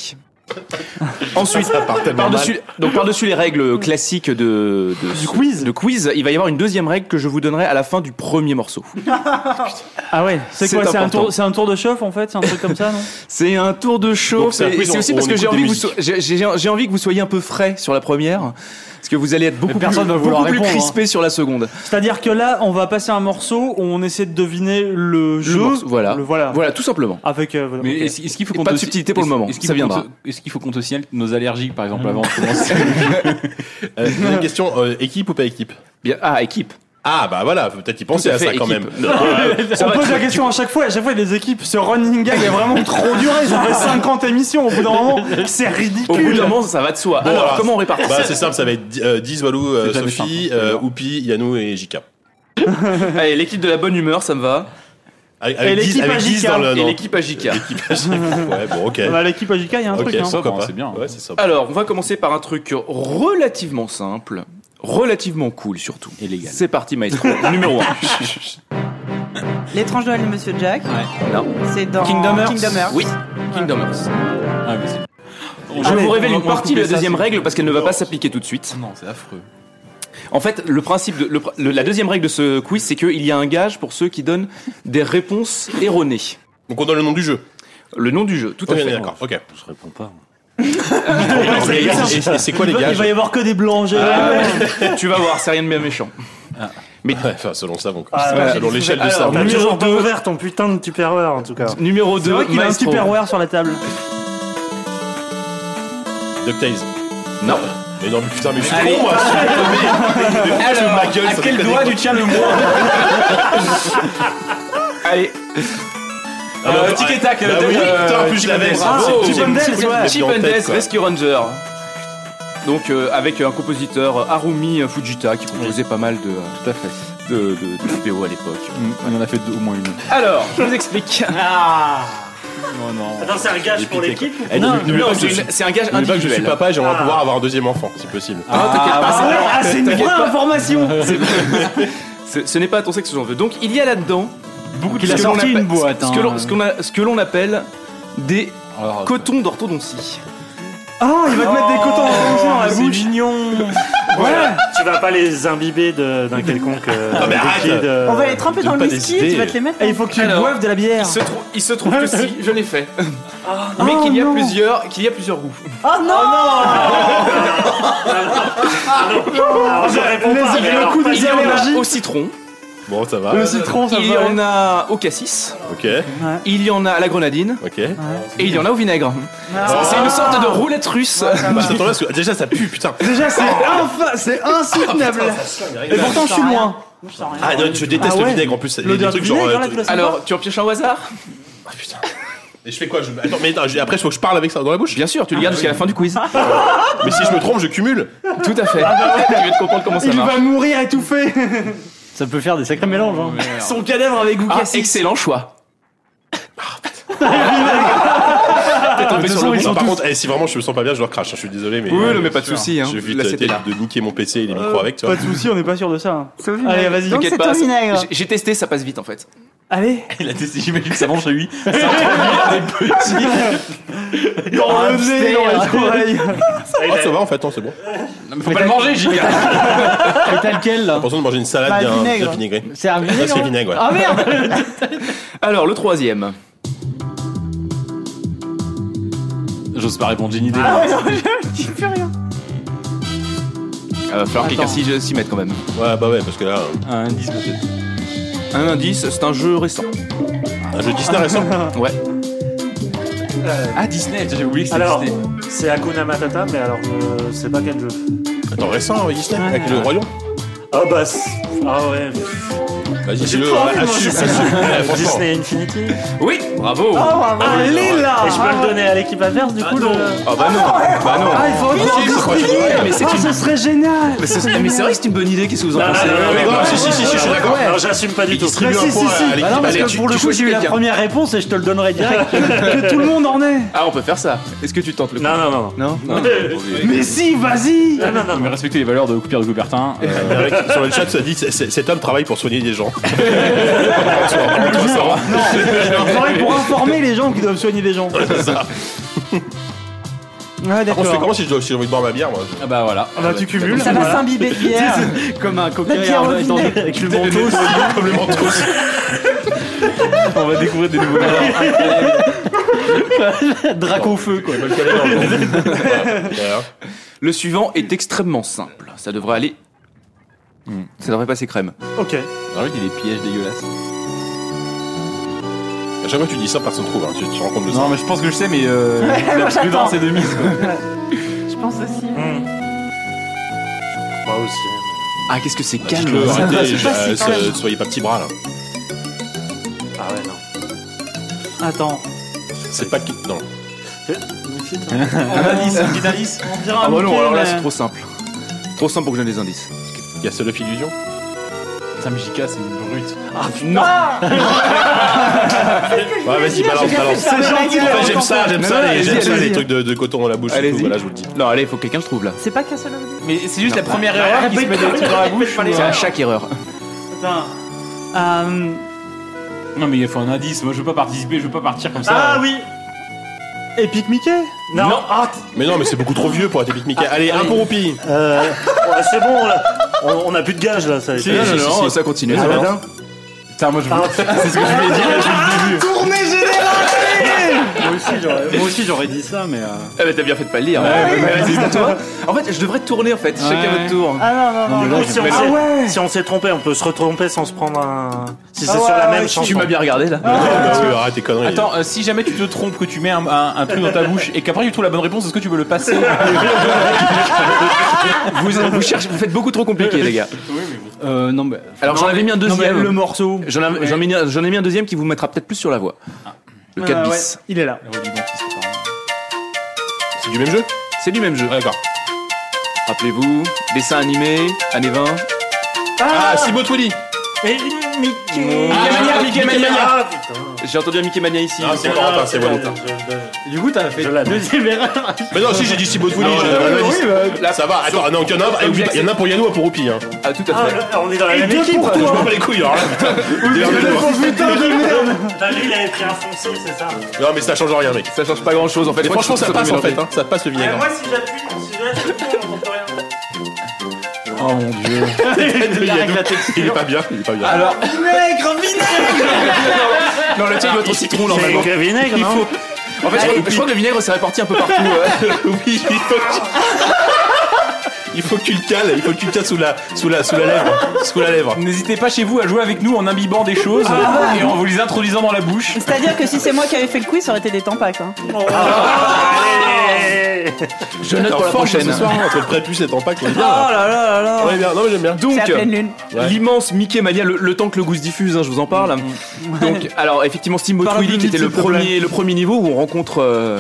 S8: Ensuite, par-dessus donc par-dessus les règles classiques de, de ce- de quiz, il va y avoir une deuxième règle que je vous donnerai à la fin du premier morceau.
S3: Ah ouais, c'est
S8: C'est
S3: quoi C'est un,
S8: important.
S3: tour- c'est un tour de chauffe en fait C'est un truc comme ça, non
S8: C'est un tour de
S3: Donc,
S8: chauffe
S3: c'est un
S8: et
S3: quiz,
S8: c'est
S3: on-
S8: aussi
S3: on
S8: parce que j'ai
S3: écoute
S8: envie,
S3: des
S8: que vous so- j'ai- j'ai- j'ai envie que vous soyez un peu frais sur la première, parce que vous allez être beaucoup
S3: personne
S8: plus,
S3: va vouloir
S8: beaucoup plus
S3: répondre, hein.
S8: crispé sur la seconde.
S3: C'est-à-dire que là, on va passer un morceau où on essaie de deviner le jeu.
S8: morceau, voilà.
S3: Le- voilà.
S8: Voilà, tout simplement.
S3: Avec. euh, voilà,
S2: Mais
S3: ok.
S2: est-ce est-ce qu'il faut
S8: Et
S2: qu'on
S8: pas de
S2: te-
S8: subtilité pour le
S2: est-ce-
S8: moment,
S2: est-ce qu'il
S8: ça
S2: faut qu'on
S8: viendra.
S2: te- Est-ce qu'il faut qu'on te signale nos allergies, par exemple, avant de commencer
S4: Euh, deuxième question, euh, équipe ou pas équipe
S8: Bien, Ah, équipe.
S4: Ah, bah voilà, faut peut-être y penser
S8: Tout à
S4: à, ça
S8: fait,
S4: quand
S8: équipe.
S4: même.
S8: Non.
S4: Ouais.
S3: on pose la question à chaque fois, et à chaque fois, les équipes, ce running gag est vraiment trop duré. Ça fait 50 émissions au bout d'un moment, c'est ridicule.
S8: Au bout d'un moment, ça va de soi.
S4: Bon,
S8: alors, comment on répartit
S4: bah,
S8: ça
S4: C'est simple, ça va être di- euh, 10 Walou, euh,
S8: C'est jamais
S4: Sophie, euh, Oupi, Yanou et Jika.
S8: Allez, l'équipe de la bonne humeur, ça me va.
S4: Avec, avec 10 avec 10 dans le.
S8: Et
S4: non.
S8: l'équipe Ajika.
S4: L'équipe à JK. Ouais, bon, ok.
S3: Bah, l'équipe AJK, il y a un
S4: Ok,
S3: truc. hein.
S4: pourquoi
S2: hein,
S4: pas.
S2: c'est bien.
S4: Ouais, c'est simple.
S8: Alors, on va commencer par un truc relativement simple, relativement cool surtout. Et légal. C'est parti, maestro. Numéro 1.
S9: L'étrange Noël de Monsieur Jack.
S8: Non.
S9: C'est dans
S8: Kingdom Hearts.
S9: Kingdom Hearts.
S8: Oui, Kingdom Hearts. Je
S2: Ah, mais
S8: vous révèle
S2: on-
S8: une
S2: on
S8: partie
S2: coupe
S8: de la
S2: ça,
S8: deuxième
S2: c'est- Ah
S8: règle parce qu'elle ne va pas s'appliquer tout de suite.
S2: Non, c'est affreux.
S8: En fait, le principe de le pr- le- la deuxième règle de ce quiz, c'est qu'il y a un gage pour ceux qui donnent des réponses erronées.
S4: Donc on donne le nom du jeu.
S8: Le nom du jeu, tout à
S4: Ok,
S8: fait.
S4: d'accord, ok.
S13: Je réponds pas.
S4: Et- et- et c'est quoi les
S3: Il va-
S4: gages
S3: Il va y avoir que des blancs. j'ai-
S2: Ah.
S8: tu vas voir, c'est rien de bien méchant. Mais
S4: Ouais, Enfin, selon ça, donc.
S13: Ah,
S4: selon
S13: ouais.
S4: selon l'échelle de
S8: Alors,
S4: ça.
S13: T'as
S8: Numéro
S13: toujours pas
S8: deux.
S13: ouvert ton putain de Tupperware en tout cas.
S8: Numéro 2,
S3: C'est vrai qu'il a un
S8: maestro.
S3: superware sur la table.
S4: DuckTales.
S8: Non.
S4: Mais non, mais putain, mais je suis
S8: Allez.
S4: con, moi. je suis paumé. Mais pourquoi je
S8: Alors,
S4: ma gueule,
S8: à
S4: ça
S8: quel
S4: déconne
S8: doigt
S4: pas.
S8: tu tiens le mot Allez.
S4: Ah, bah,
S8: Euh, tic et tac,
S4: bah
S8: euh,
S4: oui,
S8: euh,
S4: putain, en plus, je
S8: Chip and
S4: l'avais,
S8: Dale.
S4: bravo.
S8: Ah, c'est
S4: Chip and Dale, ouais.
S8: Chip
S4: Je l'ai
S8: and
S4: en tête,
S8: Dale,
S4: quoi.
S8: Rescue Ranger. Donc euh, avec un compositeur euh, Harumi Fujita qui composait pas mal de euh,
S2: Tout à fait.
S8: de, de, de BO à l'époque.
S2: On en a fait deux- au moins une.
S8: Alors, je vous explique.
S2: Ah. Non, non.
S13: Attends, c'est un gage pour l'équipe ou
S4: Eh,
S8: Non,
S4: n'oublie- n'oublie
S8: non,
S4: pas que
S8: c'est
S4: je
S8: une-
S4: suis-
S8: c'est un gage
S4: n'oublie pas que je suis
S8: individuel.
S4: papa et j'aimerais pouvoir avoir un deuxième enfant, si possible.
S8: Ah, t'inquiète pas, c'est-
S3: Ah, c'est une
S8: t'inquiète
S3: vraie
S8: pas.
S3: information.
S8: Ce, ce n'est pas à ton sexe que j'en veux. Donc il y a là-dedans beaucoup
S3: Donc, il a
S8: ce que l'on
S3: sorti
S8: appelle-
S3: une boîte,
S8: Ce que l'on-
S3: hein.
S8: ce qu'on a- ce que l'on appelle des
S2: Alors,
S8: cotons d'orthodontie.
S3: Ah, il va te mettre des cotons en dans la
S2: c'est
S3: bouche. mignon.
S13: Voilà. Tu vas pas les imbiber de- d'un quelconque. euh,
S9: Non, mais arrête.
S13: liquide, euh,
S9: On va les tremper dans le
S13: donne pas
S9: whisky,
S13: des idées.
S9: tu vas te les mettre. hein.
S13: Et il faut que tu
S8: Alors,
S13: boives de la bière.
S8: Il se, trou- il se trouve que si, je l'ai fait. Mais
S9: non.
S8: qu'il y a plusieurs, qu'il y a plusieurs goûts.
S9: Oh non
S4: Ah,
S9: Ah,
S19: Euh,
S8: au citron.
S4: Bon, ça va.
S8: Il y en a au cassis.
S4: Ok.
S8: Il y en a à la grenadine.
S4: Ok.
S8: Et il y en a au vinaigre.
S2: Ah.
S8: C'est une sorte de roulette russe.
S4: Bah, attends, parce que déjà ça pue, putain.
S12: Déjà, c'est enfin, c'est insoutenable.
S4: putain,
S12: Et pourtant, je suis loin.
S4: Ah non, je déteste
S12: Ah ouais.
S4: le vinaigre en plus. Il y a des
S12: L'odeur
S4: trucs
S12: du
S4: genre.
S12: vinaigre,
S4: euh,
S12: là,
S4: trucs-
S12: tu la sens
S8: Alors, tu repioches un au hasard
S4: Et je fais quoi je... Attends, mais attends, j'ai- après, il faut que je parle avec ça dans la bouche
S8: Bien sûr, tu le gardes jusqu'à la fin du quiz.
S4: Mais si je me trompe, je cumule. Ah, bah
S8: Tout à fait. Tu vas te comprendre comment ça
S3: Ah bah Il
S8: marche.
S3: va mourir étouffé.
S7: Ça peut faire des sacrés mélanges. Hein.
S3: Son cadavre avec goût
S8: Ah,
S3: cassis.
S8: excellent choix.
S4: T'es tombé sur
S8: de toute façon,
S4: le
S8: ils
S4: bon.
S8: sont
S4: Par
S8: tous-
S4: contre, eh, si vraiment je me sens pas bien, je leur crache. hein, Je suis désolé, mais.
S8: Oui,
S4: euh,
S8: non, mais pas de souci, hein.
S4: Je vais
S8: Là, c'était
S4: éviter
S8: là. Euh,
S4: de niquer mon PC et les micros avec, tu vois.
S3: Pas de soucis, on n'est pas sûr de ça. hein.
S9: vinaigre.
S3: Allez, vas-y.
S9: Donc,
S8: T'inquiète
S9: c'est
S8: pas,
S9: au vinaigre.
S8: j'ai- J'ai testé, ça passe vite en fait.
S3: Allez.
S2: Il a testé, j'imagine que ça mange à lui. Ça a des petits.
S3: Dans le nez, dans les oreilles.
S4: Oh, ça va en fait, attends, c'est bon.
S2: Faut pas le manger, Giga.
S7: Et t'as lequel
S4: J'ai
S7: là
S4: l'impression de manger une salade
S9: Bah,
S4: bien,
S9: vinaigre.
S4: bien vinaigrée.
S7: C'est un
S4: Ouais,
S7: vinaigre
S4: c'est vinaigre, ouais.
S9: Ah merde
S8: Alors, le troisième.
S2: J'ose pas répondre, j'ai une idée.
S9: Ah ouais, non, je je dis plus rien.
S8: Il Ah, va falloir que quelqu'un s'y s'y mette quand même.
S4: Ouais, bah ouais, parce que là, euh,
S2: Un indice peut-être.
S8: Un indice, c'est un jeu récent.
S4: un jeu Disney récent.
S8: Ouais.
S2: Ah, Disney, j'ai oublié que c'était
S13: Alors,
S2: Disney.
S13: c'est Hakuna Matata, mais alors je sais pas quel jeu.
S4: Attends, récent, euh, Disney Avec le royaume
S13: Ah bah, c'est- ah ouais.
S4: Vas-y, dis-le.
S13: trop envie de
S4: assume,
S13: manger ça.
S4: assume. Ouais, franchement.
S13: Disney Infinity.
S8: Oui, bravo.
S9: Oh, bravo.
S13: Allez là Et je peux le donner à l'équipe adverse du coup le-
S4: Ah bah non, bah non.
S3: Ah, il faut
S4: Si,
S3: encore
S4: c'est
S3: plus
S4: quoi, je-
S3: vite.
S4: ouais,
S8: mais c'est
S3: Oh,
S8: une-
S3: ce serait génial.
S8: Mais c'est mais c'est vrai que c'est une bonne idée, qu'est-ce que vous en
S13: Ah,
S8: pensez
S13: non, non,
S4: mais
S13: non,
S4: non,
S13: non,
S4: si, si, si, je suis
S13: non,
S4: d'accord.
S13: Ah, Non, j'assume pas du tout.
S4: distribue un point à l'équipe.
S7: Bah non, parce
S4: Allez,
S7: que
S4: tu-
S7: pour le
S8: tu
S7: coup, j'ai eu la
S8: choisis
S7: première réponse et je te le donnerai direct.
S3: Que tout le monde en ait.
S8: Ah, on peut faire ça. Est-ce que tu tentes le coup
S13: Non, non, non.
S8: Non
S2: Non,
S3: Mais si, vas-y.
S13: Non, non, non,
S2: mais
S13: non.
S2: respectez les valeurs de Coupir de Coubertin. euh,
S4: Il y a un mec Sur le chat, ça dit c'est- c'est- cet homme travaille pour soigner des gens.
S3: Il faudrait pour informer les gens qui doivent soigner les gens.
S4: Ah,
S3: Ouais,
S4: Par contre, je fais
S3: d'accord.
S4: comment si je dois- si j'ai envie de boire ma bière, moi
S2: Ah bah voilà.
S3: Ah bah, tu cumules.
S9: Ça va
S3: Voilà.
S9: s'imbiber de bière.
S7: Comme
S9: La
S7: un
S9: bière au
S7: coquillard étendu
S9: vinaigre.
S7: avec le manteau.
S4: Comme le manteau.
S2: On va découvrir des nouveaux valeurs.
S7: euh, Drac au feu quoi.
S4: Je me le calais dans le ventre. Voilà.
S8: Le suivant est extrêmement simple. Ça devrait aller.
S4: Hmm.
S8: Ça devrait passer crème.
S13: Ok.
S4: Ah
S2: Dans le il y a des pièges dégueulasses.
S4: À chaque fois que tu dis ça, personne ne trouve. hein. Tu tu te rends compte de ça.
S2: Non, mais je pense que je sais, mais euh,
S9: moi,
S2: la
S9: j'attends.
S2: prudence est de mise. quoi.
S9: Je pense aussi.
S13: Moi aussi.
S8: Ah, qu'est-ce que c'est
S4: Dites-le,
S8: calme ça.
S4: arrêtez,
S9: c'est
S4: je-
S9: pas si
S4: euh,
S9: simple.
S4: so- Soyez pas petit bras là.
S13: Ah ouais, non.
S3: Attends.
S4: C'est pas qui. Non.
S2: Ah, Un indice, un petit indice.
S3: On dirait un
S8: Ah bah non,
S3: Mickey,
S8: alors là
S3: mais-
S8: c'est trop simple. Trop simple pour que je donne des indices.
S4: Il y a Seul of Illusion.
S2: Sam Jika, c'est une brute.
S8: Non
S4: Ouais, vas-y, balance, balance.
S9: C'est gentil.
S4: En fait, j'aime ça, j'aime
S8: Non,
S4: ça,
S8: non,
S4: les,
S8: allez-y,
S4: j'aime ça,
S8: allez-y.
S4: les trucs de, de coton dans la bouche. et
S8: Allez-y.
S4: tout, Voilà, je vous le dis.
S8: Non, allez, il faut que quelqu'un le trouve là.
S9: C'est pas Castlevania.
S2: Mais c'est juste la première erreur qui se met des trucs dans la bouche. ou,
S8: C'est
S2: euh,
S8: à chaque erreur.
S3: Attends. Euh,
S2: Non, mais il faut un indice. Moi, je veux pas participer, je veux pas partir comme ça.
S13: Ah oui
S3: Epic Mickey
S13: Non, Ah,
S4: Mais non, mais c'est beaucoup trop vieux pour être épique Mickey. Allez, un pour Roupi.
S13: euh, ouais, C'est bon, là. on, on a plus de gage là. Ça,
S4: Si,
S8: Non, non,
S4: si,
S8: non,
S4: si.
S8: ça continue. ça
S13: Aladdin
S8: avance.
S2: Putain, moi, je veux.
S13: Ah.
S2: C'est ce que je voulais dire depuis le début.
S3: Tournée générale
S13: Moi aussi, j'aurais- moi aussi j'aurais dit ça, mais. euh,
S8: Ah bah t'as bien fait de pas le lire. Vas-y, c'est à toi. En fait, je devrais tourner en fait, chacun
S2: Ouais.
S8: votre tour.
S9: Ah non, non, non.
S13: en gros, si on
S3: Ah
S13: s'est-
S3: ouais
S13: si on s'est trompé, on peut se retromper sans se prendre un. Si c'est
S3: Ah
S13: sur
S3: ouais,
S13: la
S3: ouais,
S13: même
S3: ouais,
S13: chanson.
S8: Tu m'as bien regardé là.
S4: Parce que arrête tes conneries.
S2: Ah, Attends, euh, si jamais tu te trompes, que tu mets un, un- un truc dans ta bouche et qu'après tu trouves la bonne réponse, est-ce que tu veux le passer
S8: Vous, vous, cherchez, vous faites beaucoup trop compliqué, les gars.
S7: Euh, non, mais.
S8: Alors j'en avais mis un deuxième.
S3: Le morceau.
S8: J'en av- j'en ai mis un- j'en ai mis un deuxième qui vous mettra peut-être plus sur la voie. Le 4
S3: Ah ouais,
S8: bis.
S3: Il est là.
S4: C'est du même jeu
S8: C'est du même jeu.
S4: D'accord.
S8: Rappelez-vous, dessin animé, années 20.
S4: Ah, Sibo Twilly
S13: Mais Mickey
S8: Mickey Mania, Mickey Mania.
S13: Ah putain
S8: J'ai entendu un Mickey Mania ici.
S4: Ah, c'est Valentin, c'est Valentin.
S3: Du coup, t'as fait.
S13: Je l'adore.
S4: Mais non, si, j'ai dit Sibo Twilly.
S8: Ah, bah,
S4: bah.
S8: Là,
S4: Ça va, attends, non, il y en a un- et oublie pas, il y en a un pour Yannou, un pour Roupi. Hein.
S8: Ah, tout à
S13: Ah,
S8: fait.
S13: on est dans la même
S3: deux
S13: équipe hein.
S3: pour
S4: Je
S3: toi.
S4: m'en bats les couilles, hein. alors là, putain. oh,
S3: Putain de merde
S13: T'as vu, il avait pris un foncé, c'est ça
S4: Non, mais ça change rien, mec.
S8: Ça change pas grand chose en fait.
S4: Mais
S8: Moi, je
S4: franchement,
S8: trouve
S4: ça
S8: que
S4: passe en
S8: peut
S4: fait,
S8: mélanger.
S4: hein. ça passe le vinaigre.
S13: si j'appuie, si j'appuie, on n'entend rien.
S3: Oh mon dieu.
S4: Il est donc- il est pas bien, il est pas bien.
S3: Alors-
S2: Vinaigre, vinaigre
S8: Non, le tien doit être au citron, normalement.
S3: Vinaigre, vinaigre,
S8: Il
S3: non
S8: faut. En
S4: Ah,
S8: fait, je crois- je crois que le vinaigre s'est réparti un peu partout. euh.
S4: Oui, il faut que- il faut que tu le cales, il faut que tu le cales sous la, sous la, sous la lèvre, sous la lèvre.
S8: N'hésitez pas chez vous à jouer avec nous en imbibant des choses
S5: Ah.
S8: et en vous les introduisant dans la bouche.
S5: C'est-à-dire que si c'est moi qui avais fait le quiz, ça aurait été des tampons. Hein.
S8: Ah. Je note pour la prochaine.
S4: Ce soir, hein, entre le prépuce et le tampac, on est bien.
S8: Oh là là là là.
S4: On est bien, non mais j'aime bien.
S8: Donc,
S5: C'est la pleine lune.
S4: Ouais.
S8: l'immense Mickey Malia, le, le temps que le goose diffuse, hein, je vous en parle.
S3: Mm,
S8: Donc, alors, effectivement, Steamboat
S20: Parle plus
S8: Willie, qui
S20: vite,
S8: était le
S20: s'il te
S8: premier,
S20: plaît.
S8: le premier niveau où on rencontre euh,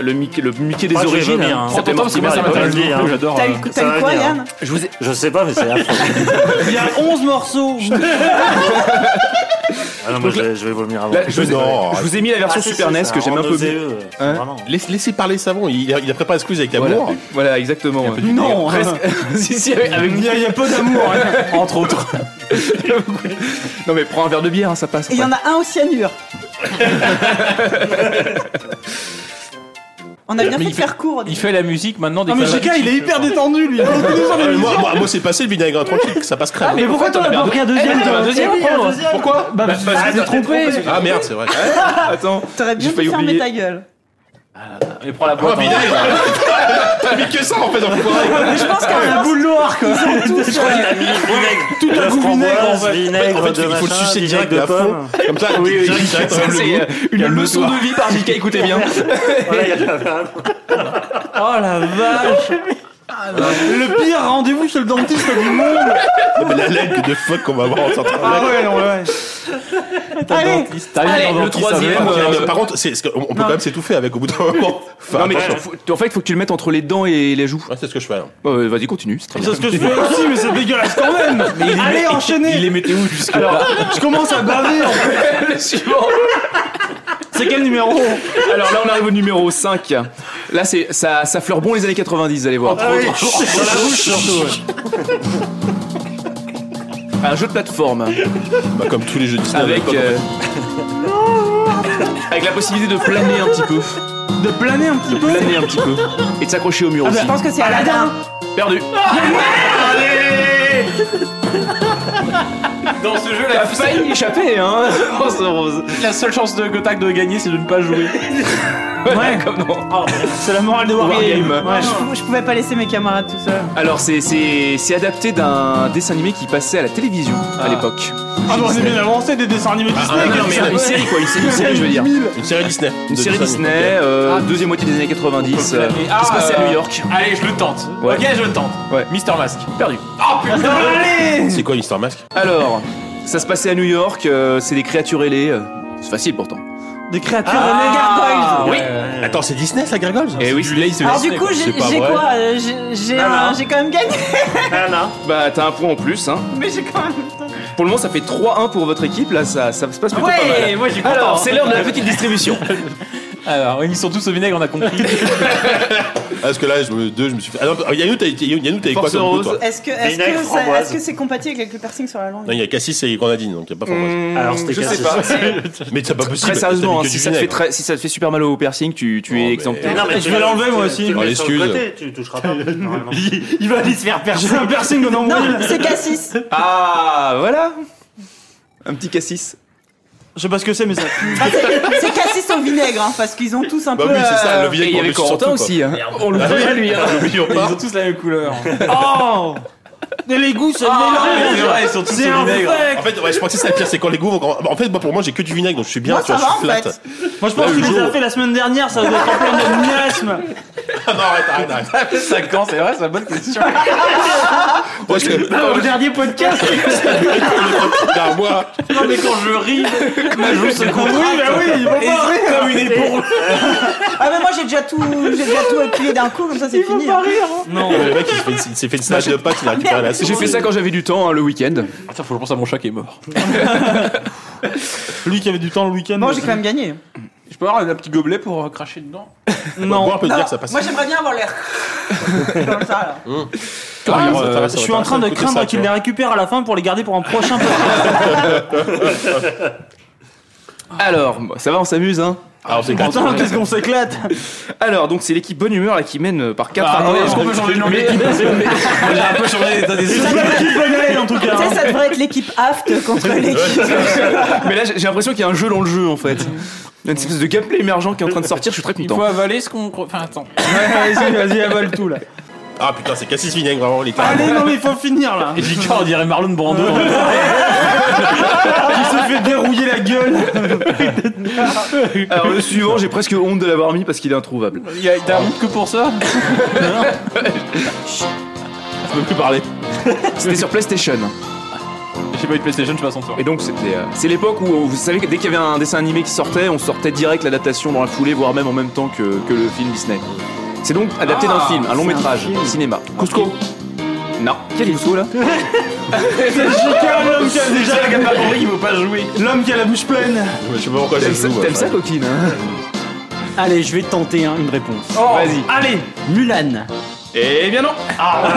S8: le, Mickey, le Mickey des
S3: Ah, je vais
S8: origines.
S3: venir, hein.
S8: Ça fait
S3: Pourtant,
S8: mort,
S3: parce que
S8: c'est bien,
S3: moi,
S8: ça
S3: ça
S8: m'intéresse
S3: m'intéresse,
S8: beaucoup,
S3: hein.
S8: j'adore.
S5: T'as
S8: euh,
S5: eu,
S8: ça
S5: t'as eu
S8: va
S5: quoi,
S8: venir.
S5: Yann
S3: Je, vous ai- je sais pas, mais c'est affreux.
S5: Il y a 11 morceaux.
S3: Ah non, moi je, je vais vomir avant.
S8: Là, je, vous ai,
S4: Non.
S8: je vous ai mis la version
S3: Ah, si,
S8: Super
S3: si,
S8: NES
S3: ça
S8: que j'aime
S3: rend
S8: un peu
S3: nauséeux,
S8: mieux.
S3: euh,
S8: Hein
S3: vraiment.
S4: Laisse- laissez parler Savon, il, il a, il a préparé l'excuse avec
S8: Voilà.
S4: amour.
S8: Voilà, exactement. ouais.
S4: Non,
S8: Presque- si, si, avec, avec-
S3: hein. Il y a- il y a peu d'amour, hein.
S8: entre autres. non mais prends un verre de bière, hein, ça passe.
S5: Et il y en a un au cyanure. On a bien fait de faire court.
S8: Il fait la musique maintenant des
S5: Ah, mais
S8: fois-
S5: GK, il est hyper détendu, lui.
S4: Euh, moi, moi, moi, c'est passé le vinaigre tranquille, ça passe crème.
S5: Ah, mais pourquoi t'en as pas pris un deuxième,
S8: Eh,
S5: toi
S8: un deuxième,
S5: Eh oui, un
S8: prends.
S5: deuxième.
S8: Pourquoi
S5: Bah, parce que
S8: parce
S5: tu
S8: que
S5: t'es
S8: t'as
S5: trompé.
S4: Ah merde, c'est vrai.
S8: Attends,
S5: T'aurais bien
S8: j'ai failli
S5: pu fermer
S8: oublier.
S5: ta gueule.
S8: Mais prends la
S4: Oh
S8: boîte. hein.
S4: vinaigre T'as mis que ça en fait, enfoiré
S5: Mais je pense qu'il y a un boule noire, quoi. Ils ont tous.
S3: Il a mis vinaigre, tout
S4: la
S3: la
S4: boue
S3: vinaigre, en fait.
S4: En
S3: euh, vinaigre
S4: fait,
S3: de
S4: il faut le
S3: machin,
S4: sucer direct
S3: vinaigre
S4: à
S3: de
S4: fond.
S3: pomme.
S4: Comme ça,
S8: Oui, oui,
S4: direct,
S8: ça,
S4: direct, ça enlève
S8: c'est
S4: le
S8: euh,
S4: goût.
S8: une
S4: Calme-toi.
S8: leçon de vie par JK, écoutez bien.
S3: Voilà, il y a de la vanne.
S9: Oh la vache
S3: Le pire rendez-vous chez le dentiste du monde.
S4: Mais La langue de fuck qu'on va avoir en sortant de
S3: Ah
S4: la
S3: ouais, non, ouais.
S5: Allez,
S8: Allez, le troisième.
S4: Ouais, mais
S8: euh,
S4: Par contre, c'est- c'est- on peut quand même s'étouffer avec au bout d'un moment. Enfin,
S8: Non mais
S4: attention.
S8: faut- en fait, faut que tu le mettes entre les dents et les joues.
S4: Ouais, c'est ce que je fais. hein.
S8: Bah, ouais, Vas-y, continue. C'est très bien.
S3: C'est ce que je fais aussi, mais c'est dégueulasse quand même.
S5: allez, enchaînez.
S8: Il les mettait où jusque
S3: Alors,
S8: là
S3: je commence à baver. en fait.
S8: Le suivant.
S3: C'est quel numéro
S8: Alors là, on arrive au numéro 5. Là, c'est ça, ça fleure bon les années 90, allez voir.
S3: Dans la bouche surtout. ouais.
S8: Un jeu de plateforme
S4: Bah, comme tous les jeux Disney.
S8: avec euh, avec la possibilité de planer un petit peu,
S3: De planer un petit
S8: de
S3: peu. Ah,
S8: planer un petit peu et de s'accrocher au mur aussi.
S5: Je pense que c'est Aladdin.
S8: Perdu. Allez Dans ce jeu, la failli échapper, hein rose. La seule chance de Gotak de gagner, c'est de ne pas jouer. ouais, Ah. comme non.
S3: C'est la morale de Wargame.
S8: Wargame.
S3: Ouais, je-
S5: Je pouvais pas laisser mes camarades tout seuls.
S8: Alors, c'est- c'est c'est adapté d'un dessin animé qui passait à la télévision à l'époque.
S3: Ah, bon, on est bien avancé des dessins animés Disney.
S4: ah,
S8: Non,
S3: qu'est-ce
S8: non,
S3: que
S8: mais
S3: ça
S8: une
S3: peut
S8: série, quoi. Une série, une série, je veux dire.
S4: Une série Disney.
S8: Une
S4: De
S8: série
S4: Disney.
S8: Disney, euh, deuxième moitié des années 90, euh,
S2: planer. Ah,
S8: qui se passait à
S2: euh,
S8: New York.
S2: Allez, je le tente.
S8: Ouais.
S2: Ok, je le tente.
S8: Ouais.
S2: Mister Mask.
S8: Perdu.
S4: C'est quoi Mister Mask
S8: Alors, ça se passait à New York, euh, c'est des créatures ailées. euh, c'est facile pourtant.
S9: Des créatures
S5: Ah,
S9: de
S8: oui.
S4: Attends, c'est Disney ça, Gargoyles
S8: Et Eh oui, c'est
S5: Alors du coup, j'ai
S4: C'est pas
S5: j'ai
S4: vrai.
S5: quoi euh, J'ai j'ai
S9: Non,
S5: un-
S9: non.
S5: j'ai quand même gagné.
S8: Bah, t'as un point en plus, hein.
S5: Mais j'ai quand même.
S8: Pour le moment, ça fait 3-1 pour votre équipe, là, ça, ça se passe plutôt pas
S2: Ouais,
S8: mal.
S2: moi j'ai
S8: Alors, c'est l'heure de la petite distribution.
S2: Alors, oui, ils sont tous au vinaigre, on a compris.
S4: Ah, Parce que là, je me, deux, je me suis fait. Ah non, Yannou, t'as Yannou, t'avais quoi
S8: Force
S4: comme goût,
S8: rose.
S4: toi
S5: Est-ce que est-ce
S3: Vinaigre,
S5: que ça-
S3: framboise.
S5: est-ce que c'est compatible avec le piercing sur la langue
S4: Non, il y a Cassis et Grenadine, donc il n'y a pas framboise.
S3: Alors, c'était
S8: Hmm, Je
S3: quel-
S8: sais pas.
S4: Mais c'est pas possible.
S8: Très sérieusement,
S4: t'as mis
S8: hein,
S4: que
S8: si,
S4: du
S8: ça te fait
S4: vinaigre.
S8: très- si ça te fait super mal au piercing, tu, tu
S4: Non,
S8: es
S4: mais-
S8: exempté.
S4: Mais
S3: Non, mais
S9: je vais l'enlever, moi aussi.
S3: Tu
S4: Oh,
S3: le mets sur le
S4: l'excuse.
S3: côté, tu toucheras pas. normalement.
S2: il va aller se faire
S3: J'ai fait un piercing au
S5: Non,
S3: nombril.
S5: c'est Cassis.
S8: Ah, voilà Un petit cassis.
S3: Je sais pas ce que c'est, mais ça. pue.
S5: Ah, c'est c'est Cassis au vinaigre, hein, parce qu'ils ont tous un
S4: Bah
S5: peu.
S4: oui, c'est ça,
S5: euh,
S4: le vieil
S8: Et il y avait Corentin aussi, hein.
S4: Ah,
S8: On
S4: bah
S8: le voit à lui, hein.
S4: N'oublions
S2: Ils
S4: pas.
S2: ont tous la même couleur.
S4: Ah,
S3: Oh Et les goûts
S5: Oh.
S3: se
S2: mais c'est vrai, ils sont
S3: mélangent
S2: tous
S3: C'est
S2: au
S3: un
S2: vinaigre.
S3: fait
S4: En fait, ouais, je pensais que c'est la pire, c'est quand les goûts vont. grand- En fait, moi, pour moi, j'ai que du vinaigre, donc je suis bien,
S5: Moi,
S4: tu vois,
S5: ça
S4: je suis
S5: va, en
S4: flat.
S3: Moi je pense que
S4: le
S3: tu les
S4: jour
S3: as
S4: où-
S3: fait la semaine dernière, ça doit être plein de miasme.
S4: Ah non, arrête, arrête, arrête.
S8: 5 ans, c'est vrai, c'est une bonne question.
S4: Parce que.
S3: Au dernier podcast
S4: Là, moi,
S2: Non, mais quand je ris, ma joue se
S3: Oui, bah oui, il faut pas rire
S2: comme une éponge.
S5: Ah mais moi j'ai déjà tout, j'ai déjà tout épilé d'un coup, comme ça c'est fini. hein.
S4: le mec, il s'est fait une- il s'est fait
S2: Bah,
S4: une salade de pâtes, il a récupéré la sauce.
S8: J'ai fait ça quand j'avais du temps, hein, le week-end.
S2: Attends, faut que je pense à mon chat qui est mort.
S3: Lui qui avait du temps le week-end.
S4: euh,
S5: Bon, j'ai quand même gagné.
S2: Je peux avoir un petit gobelet pour euh, cracher dedans
S4: Non,
S3: Non.
S4: on peut
S5: Non,
S4: dire que ça passe.
S5: moi j'aimerais bien avoir l'air. Comme ça, là.
S2: Mmh.
S4: Ah, ça, ça, ça,
S3: Je
S4: ça,
S3: suis
S4: ça,
S3: en train
S4: ça,
S3: de
S4: écoutez ça,
S3: craindre qu'il
S4: tu
S3: les
S4: vois.
S3: récupère à la fin pour les garder pour un prochain podcast.
S8: Alors, ça va, on s'amuse, hein
S4: alors, c'est
S8: Attends, qu'est-ce qu'on s'éclate Alors, donc c'est l'équipe Bonne Humeur là qui mène euh, par 4
S4: Ah,
S8: à
S4: ouais,
S8: 1.
S4: est-ce qu'on peut changer le nom de l'équipe
S8: J'ai un peu changé l'état d'esprit.
S5: Tu sais, ça devrait être l'équipe aft contre l'équipe.
S8: Mais là, j'ai j'ai l'impression qu'il y a un jeu dans le jeu en fait. Il y a une espèce de gameplay émergent qui est en train de sortir, je suis très
S2: Il
S8: content.
S2: faut avaler ce qu'on. Enfin, attends.
S8: Vas-y, vas-y, avale
S4: tout là. Ah putain, c'est cassis vinaigre vraiment, les
S3: Allez, non, mais il faut finir là.
S4: Et Jika, on dirait Marlon Brando.
S3: Qui se fait dérouiller la gueule.
S8: Alors, le suivant, j'ai presque honte de l'avoir mis parce qu'il est introuvable.
S2: Il y a- T'as honte que pour ça
S8: Je peux plus parler. C'était sur PlayStation.
S2: J'ai pas eu de PlayStation, je passe en tour.
S8: Et donc, c'était. euh, c'est l'époque où, euh, vous savez, que dès qu'il y avait un dessin animé qui sortait, on sortait direct l'adaptation dans la foulée, voire même en même temps que, que le film Disney. C'est donc adapté d'un
S2: Ah,
S8: film, un long
S2: c'est un
S8: métrage,
S2: film.
S8: cinéma. Cusco Non. Quel Cusco là
S3: C'est Jika, l'homme qui a déjà
S8: C'est le gars pas compris qu'il
S3: veut pas jouer. L'homme qui a la bouche pleine.
S4: Je sais pas pourquoi
S8: T'aimes ça, t'aimes ça, coquine hein
S7: Allez, je vais tenter hein, une réponse.
S8: Oh, Vas-y.
S7: Allez Mulan.
S8: Eh bien non
S7: Ah.
S3: Ah.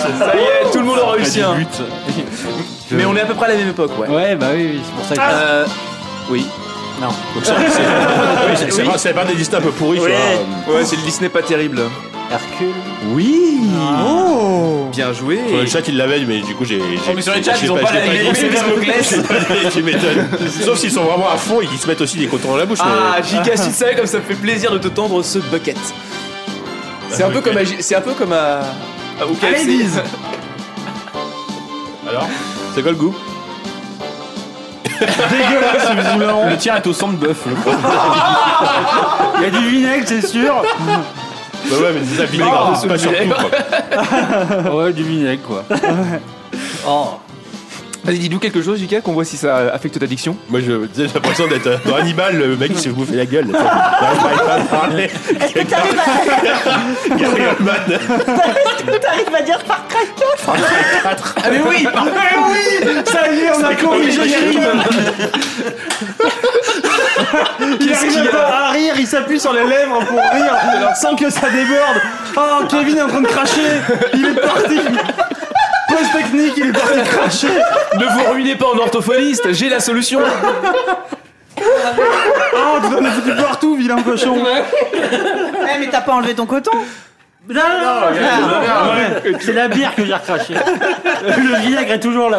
S8: Ça y est, tout le monde a réussi un. Mais on est à peu près à la même époque, ouais.
S7: Ouais, bah oui, oui, c'est pour ça que.
S8: Euh, Oui.
S7: Non.
S8: Donc ça, c'est- oui, c'est- c'est
S4: Oui.
S8: pas- C'est pas des Disney un peu pourris,
S4: Oui.
S8: tu vois. Ouais, c'est le Disney pas terrible.
S7: Hercule.
S8: Oui
S4: Oh
S8: Bien joué
S4: Sur le chat, ils l'avaient, mais du coup, j'ai. j'ai-
S8: mais sur le
S4: j'ai-
S8: chat,
S4: j'ai
S8: ils ont pas la-
S4: j'ai
S8: les- les-
S4: j'ai pas dit, Tu m'étonnes. Sauf s'ils sont vraiment à fond et qu'ils se mettent aussi des cotons dans la bouche.
S8: Ah,
S4: mais-
S8: Giga, si tu savais comme ça me fait plaisir de te tendre ce bucket. C'est un peu comme à, G- c'est un peu comme à, à- au KFC.
S4: Allez, dis. Alors C'est quoi le goût
S3: Dégueulasse, visiblement.
S2: Le tien est au sang de bœuf, le
S3: Il y a du vinaigre, c'est sûr.
S4: Bah ouais, mais c'est ça, vinaigre,
S3: Oh,
S4: c'est pas
S3: ce
S4: surtout.
S3: vinaigre.
S8: ouais, du vinaigre quoi. Oh. Vas-y, dis-nous quelque chose, Jika, qu'on voit si ça affecte ta diction.
S4: Moi, je- j'ai l'impression d'être euh, dans Hannibal, le mec qui s'est bouffé la gueule. Est-ce que
S5: t'arrives T'arrives à dire par
S8: crack Ah mais oui
S5: Mais oui
S3: Ça y est, on a
S5: C'est
S3: corrigé
S5: corrigé.
S3: Karim Il arrive pas à rire, il s'appuie sur les lèvres pour rire, sans que ça déborde. Oh, Kevin est en train de cracher Il est parti Pause technique, il est parti cracher
S8: Ne vous ruinez pas en orthophoniste, j'ai la solution.
S3: Oh, tu en as foutu partout, vilain cochon
S5: Eh, mais t'as pas enlevé ton coton Non, non,
S3: Ah, ouais.
S7: C'est la bière que j'ai recrachée.
S3: Le vinaigre est toujours là.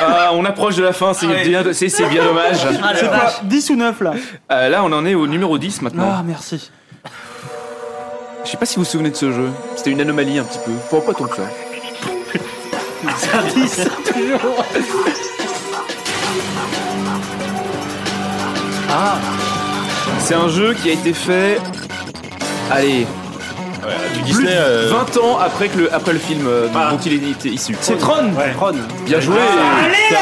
S8: Ah, on approche de la fin, c'est bien, c'est- c'est bien dommage.
S7: Ah,
S3: C'est quoi 10 ou 9 là
S8: Euh, là, on en est au numéro 10 maintenant.
S3: Ah, merci.
S8: Je sais pas si vous vous souvenez de ce jeu. C'était une anomalie un petit peu. Pourquoi tant que ça
S3: Service
S5: toujours.
S8: Ah C'est un jeu qui a été fait. Allez.
S4: du euh, Ah.
S8: Disney, 20 ans après, que le, après le film euh, dont il est- était issu. C'est Tron
S3: Tron
S8: Bien joué
S5: Ah, allez, là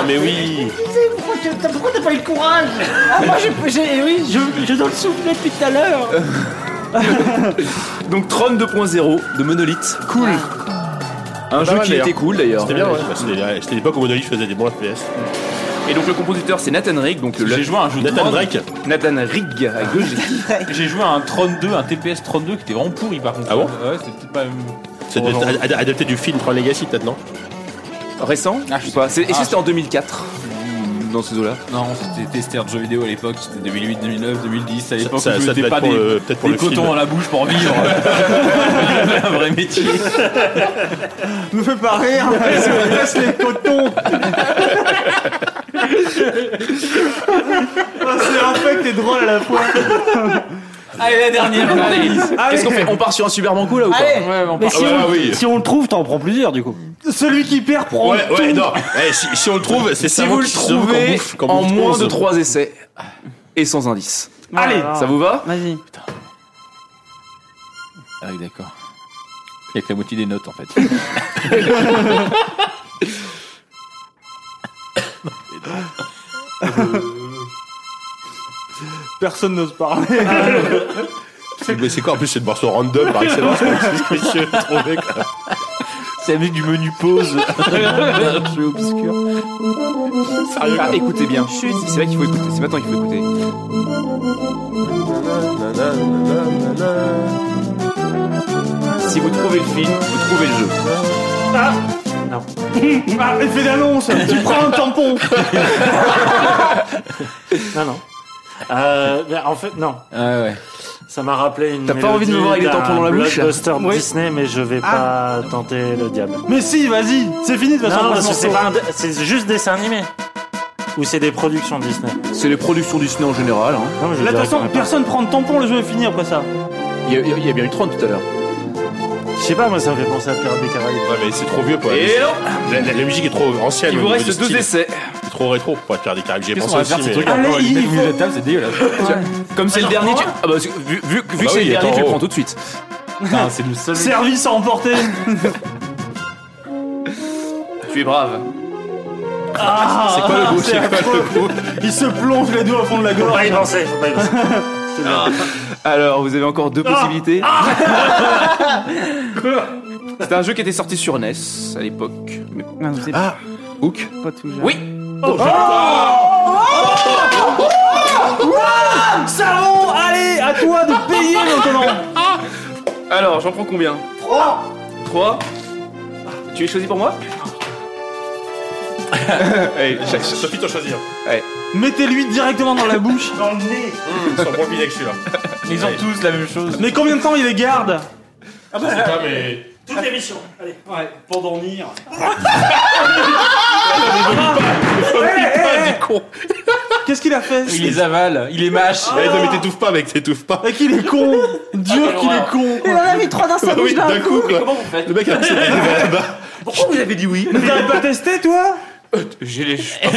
S8: Putain, Mais oui
S5: Pourquoi tu- t'as- pourquoi t'as pas eu le courage Ah, moi, j'ai- j'ai. Oui, je, je dois le souffler depuis tout à l'heure.
S8: Donc Tron 2.0 Oh, de Monolith. Cool Un jeu qui était cool d'ailleurs.
S4: C'était bien, ouais. Bah, c'était les- C'était l'époque où Monolith faisait des bons FPS.
S8: Et donc le compositeur c'est Nathan Rigg. Donc le-
S2: J'ai joué à un jeu de
S8: Nathan
S2: Tron.
S8: Drake. Nathan Rigg à gauche.
S2: J'ai joué à un Tron 2, un TPS Tron 2 qui était vraiment pourri par contre. Euh,
S4: Ah bon
S2: Ouais, c'était peut-être pas.
S4: C'est
S2: Oh, non.
S4: ad- ad- adapté du film 3 Legacy, peut-être, non
S8: Récent
S2: Ah,
S8: Je sais pas. C'est- Est-ce que c'était en 2004 Dans ces eaux-là
S2: Non, c'était testeur de jeux vidéo à l'époque, c'était 2008, 2009, 2010. À l'époque,
S4: ça-
S2: où je
S4: ça devait
S2: mettais
S4: être
S2: pas
S4: pour
S2: des,
S4: le- peut-être pour
S2: des
S4: le
S2: cotons
S4: film.
S2: dans la bouche pour vivre. J'avais un vrai métier.
S3: Me fait pas rire, parce qu'on passe les cotons Oh, C'est en fait t'es drôle à la fois Ah,
S2: Allez, la dernière,
S8: Annelise.
S3: Allez.
S8: Ah, Qu'est-ce qu'on fait On part sur un super banco là ou pas
S3: Allez.
S7: Mais si,
S4: Ah,
S7: on,
S4: oui.
S7: si on le trouve, t'en prends plusieurs du coup.
S3: Celui qui perd prend
S4: Ouais,
S3: tout.
S4: ouais, non. Eh, si, si on le trouve, c'est
S8: Si vous le trouvez en moins de 3 essais et sans indice.
S3: Allez
S8: Ça vous va
S5: Vas-y.
S2: Ah oui, d'accord. Il y a que la moitié des notes en fait.
S3: Personne n'ose parler.
S4: Mais c'est quoi En plus, c'est le morceau random par excellence. C'est ce que je trouvais, quoi.
S2: C'est la musique du menu pause. Un jeu obscur.
S8: Sérieux, ah, écoutez bien. C'est là qu'il faut écouter. C'est maintenant qu'il faut écouter. Si vous trouvez le film, vous trouvez le jeu.
S21: Non.
S3: Ah, effet d'annonce Tu prends un tampon
S9: Non, non. Euh, mais en fait, non. Ça m'a rappelé une.
S3: T'as pas envie de me voir avec des tampons dans la bouche
S9: Blockbuster
S3: Oui. Ah.
S9: Disney, mais je vais pas tenter le diable.
S3: Mais si, vas-y, c'est fini de toute façon.
S9: Non,
S3: on passe
S9: parce que c'est
S3: au-
S9: pas un dé- c'est juste dessin animé. Ou c'est des productions Disney
S8: C'est les productions Disney en général. Hein.
S9: Non, mais je
S3: Là, de
S9: dirais
S3: toute façon,
S9: qu'on est pas-
S3: personne prend de tampon, le jeu est fini après ça.
S8: Il y, a, il y a bien eu 30 tout à l'heure.
S9: Je sais pas, moi ça me fait penser à Pirates des Caraïbes.
S4: Ouais, mais c'est trop vieux pour la
S8: Et
S4: musique.
S8: non
S4: la, la- la musique est trop ancienne.
S8: Il
S4: au
S8: vous
S4: niveau
S8: reste
S4: du
S8: deux
S4: style.
S8: essais.
S4: C'est trop rétro pour être faire des caribes. J'y ai
S8: Qu'est-ce
S4: pensé
S8: qu'on
S4: aussi.
S8: va faire ces
S4: mais-
S8: trucs encore avec des musiques de table, c'est dégueulasse. Comme c'est le dernier, tu... ah bah, vu, vu- vu
S4: bah
S8: que c'est
S4: oui,
S8: le dernier,
S4: attends,
S8: tu le
S4: oh.
S8: prends tout de suite. Putain, c'est le seul.
S9: Service à emporter
S8: Tu es brave.
S3: Ah,
S8: C'est quoi le goût
S3: c'est
S8: C'est quoi le
S3: Ah. affreux. Il se plonge les doigts au fond de la
S9: Faut
S3: gorge.
S9: pas y penser, faut pas y penser.
S2: Ah.
S8: Alors, vous avez encore deux possibilités.
S2: Ah.
S8: C'était un jeu qui était sorti sur NES à l'époque. Mais-
S4: Ah,
S8: Hook
S19: Pas tout
S8: Oui
S3: Savon, allez, à toi de payer
S2: Ah,
S3: maintenant.
S8: Ah. Alors, j'en prends combien 3 Tu es choisi pour moi Allez, chaque-
S4: Sophie, hein. t'as choisi.
S8: Allez.
S3: Mettez-lui directement dans la bouche.
S9: Dans le nez
S4: Ils sont profilés avec celui-là.
S8: Ils ont tous la même chose.
S3: Mais combien de temps il les garde
S9: Ah
S4: Je sais bah, pas, mais.
S9: Toute l'émission, allez. Ouais, pour dormir.
S3: Qu'est-ce qu'il a fait
S2: Il les avale, il les mâche.
S4: Eh, non, mais t'étouffes pas, mec, t'étouffes pas.
S3: Et qu'il est con Dieu
S4: Ah,
S3: qu'il est con
S5: Il en a mis trois d'un
S4: Bah
S5: seul
S4: oui,
S5: d'un
S4: d'un coup,
S5: coup.
S4: quoi. Le mec a pris ses pieds là-bas.
S8: Pourquoi vous avez dit oui
S3: Mais t'avais pas testé toi
S8: J'ai les hein.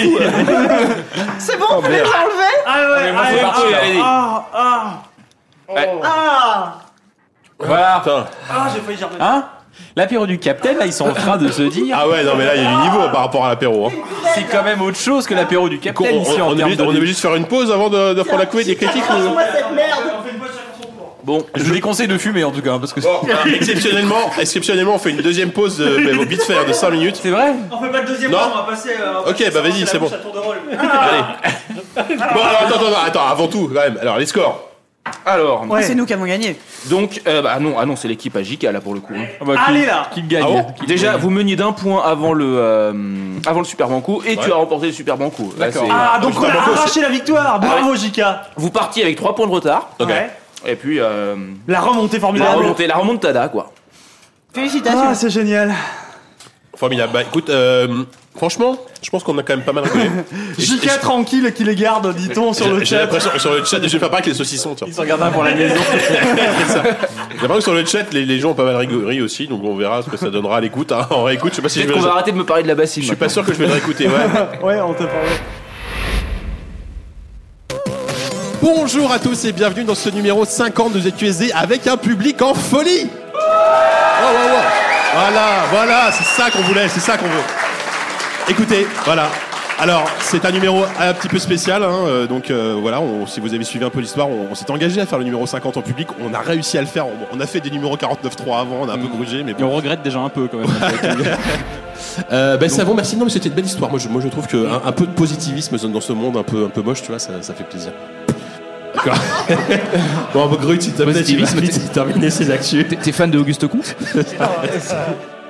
S5: C'est
S4: Oh,
S5: bon, on peut les
S8: merde.
S5: enlever
S3: Ah ouais,
S8: mais moi,
S3: ah,
S8: c'est
S3: ouais,
S8: parti,
S3: ah,
S8: allez-y.
S3: ah, ah,
S4: Eh.
S8: Ouais.
S5: Ah
S2: Voilà.
S3: ah, j'ai failli dire
S2: Hein L'apéro du Capitaine, là, ils sont en train de se dire.
S4: Ah ouais, non, mais là, il y a du niveau par rapport à l'apéro. hein.
S2: C'est quand même autre chose que l'apéro du
S4: On,
S2: Capitaine
S4: on,
S2: ici en
S4: on est
S2: termes
S4: obligé-
S2: de.
S4: on est obligé de faire une pause avant de, de prendre la couée des critiques. ou-
S5: cette merde
S2: Bon, je vous déconseille de fumer en tout cas, hein, parce que.
S4: Bon, alors, exceptionnellement, exceptionnellement, on fait une deuxième pause de, mais bon, vite faire de 5 minutes.
S2: C'est vrai
S3: On fait pas le deuxième
S4: Non.
S3: round, on va passer. euh, on va
S4: Ok,
S3: passer
S4: bah,
S3: à la
S4: vas-y,
S3: bouche
S4: c'est bon.
S3: à tour de rôle.
S5: Ah,
S4: Bon, alors, attends, attends, attends, avant tout, quand même. Alors, les scores.
S8: Alors,
S3: Ouais.
S19: C'est nous qui avons gagné.
S8: donc, euh, bah non, ah non, c'est l'équipe à JK là pour le coup. hein.
S2: Ah bah, qui-
S3: Allez là
S2: Qui gagne
S4: Ah bon
S2: Qui
S8: Déjà,
S2: gagne
S8: vous meniez d'un point avant le, euh, avant le Super Banco et tu
S4: Ouais.
S8: as remporté le Super Banco. Là,
S2: D'accord.
S8: c'est-
S3: Ah, donc
S4: Je
S3: on a
S4: t'en propose,
S3: arraché la
S8: Ah
S3: victoire Bravo, Jika Ah
S8: Vous partiez avec 3 points de retard
S4: Ok.
S3: Ouais.
S8: et puis euh,
S3: La remontée
S8: la,
S3: formidable
S8: remontée, la remontada quoi.
S19: Félicitations.
S3: Ah, c'est génial
S4: Formidable. Bah, écoute, euh, franchement, je pense qu'on a quand même pas mal rigolé. Et- et-
S3: Jika tranquille qui les garde, dit-on sur le
S4: J'ai- J'ai
S3: chat.
S4: l'impression que sur le chat, je vais pas parler avec les saucissons, tiens.
S2: Ils s'en gardent un pour la maison.
S4: C'est ça. J'ai l'impression que sur le chat, les, les gens ont pas mal rigolé ri aussi, donc on verra ce que ça donnera à l'écoute. hein. En réécoute, je sais pas si je
S8: Peut-être
S4: vais.
S8: qu'on va
S4: le-
S8: arrêter de me parler de la bassine.
S4: Je suis pas sûr que je vais le réécouter, ouais.
S3: Ouais, on te parlait.
S4: Bonjour à tous et bienvenue dans ce numéro 50 de ZQSD avec un public en folie Oh, oh, oh. Voilà, voilà, c'est ça qu'on voulait, c'est ça qu'on veut. Écoutez, voilà. Alors, c'est un numéro un petit peu spécial, hein, euh, donc euh, voilà, on- si vous avez suivi un peu l'histoire, on, on s'est engagé à faire le numéro 50 en public, on a réussi à le faire, on, on a fait des numéros 49.3 avant, on a un peu grugé, mais
S19: Mm. Et
S4: bon.
S19: on regrette déjà un peu quand même.
S4: Euh, ben, ça vaut merci, non mais c'était une belle histoire, moi je, moi, je trouve qu'un un peu de positivisme dans ce monde un peu, un peu moche, tu vois, ça, ça fait plaisir. D'accord. bon, Grut, s'il te plaît, tu vas
S2: Positivisme.
S4: vite terminer ses actus.
S2: T'es fan de Auguste Comte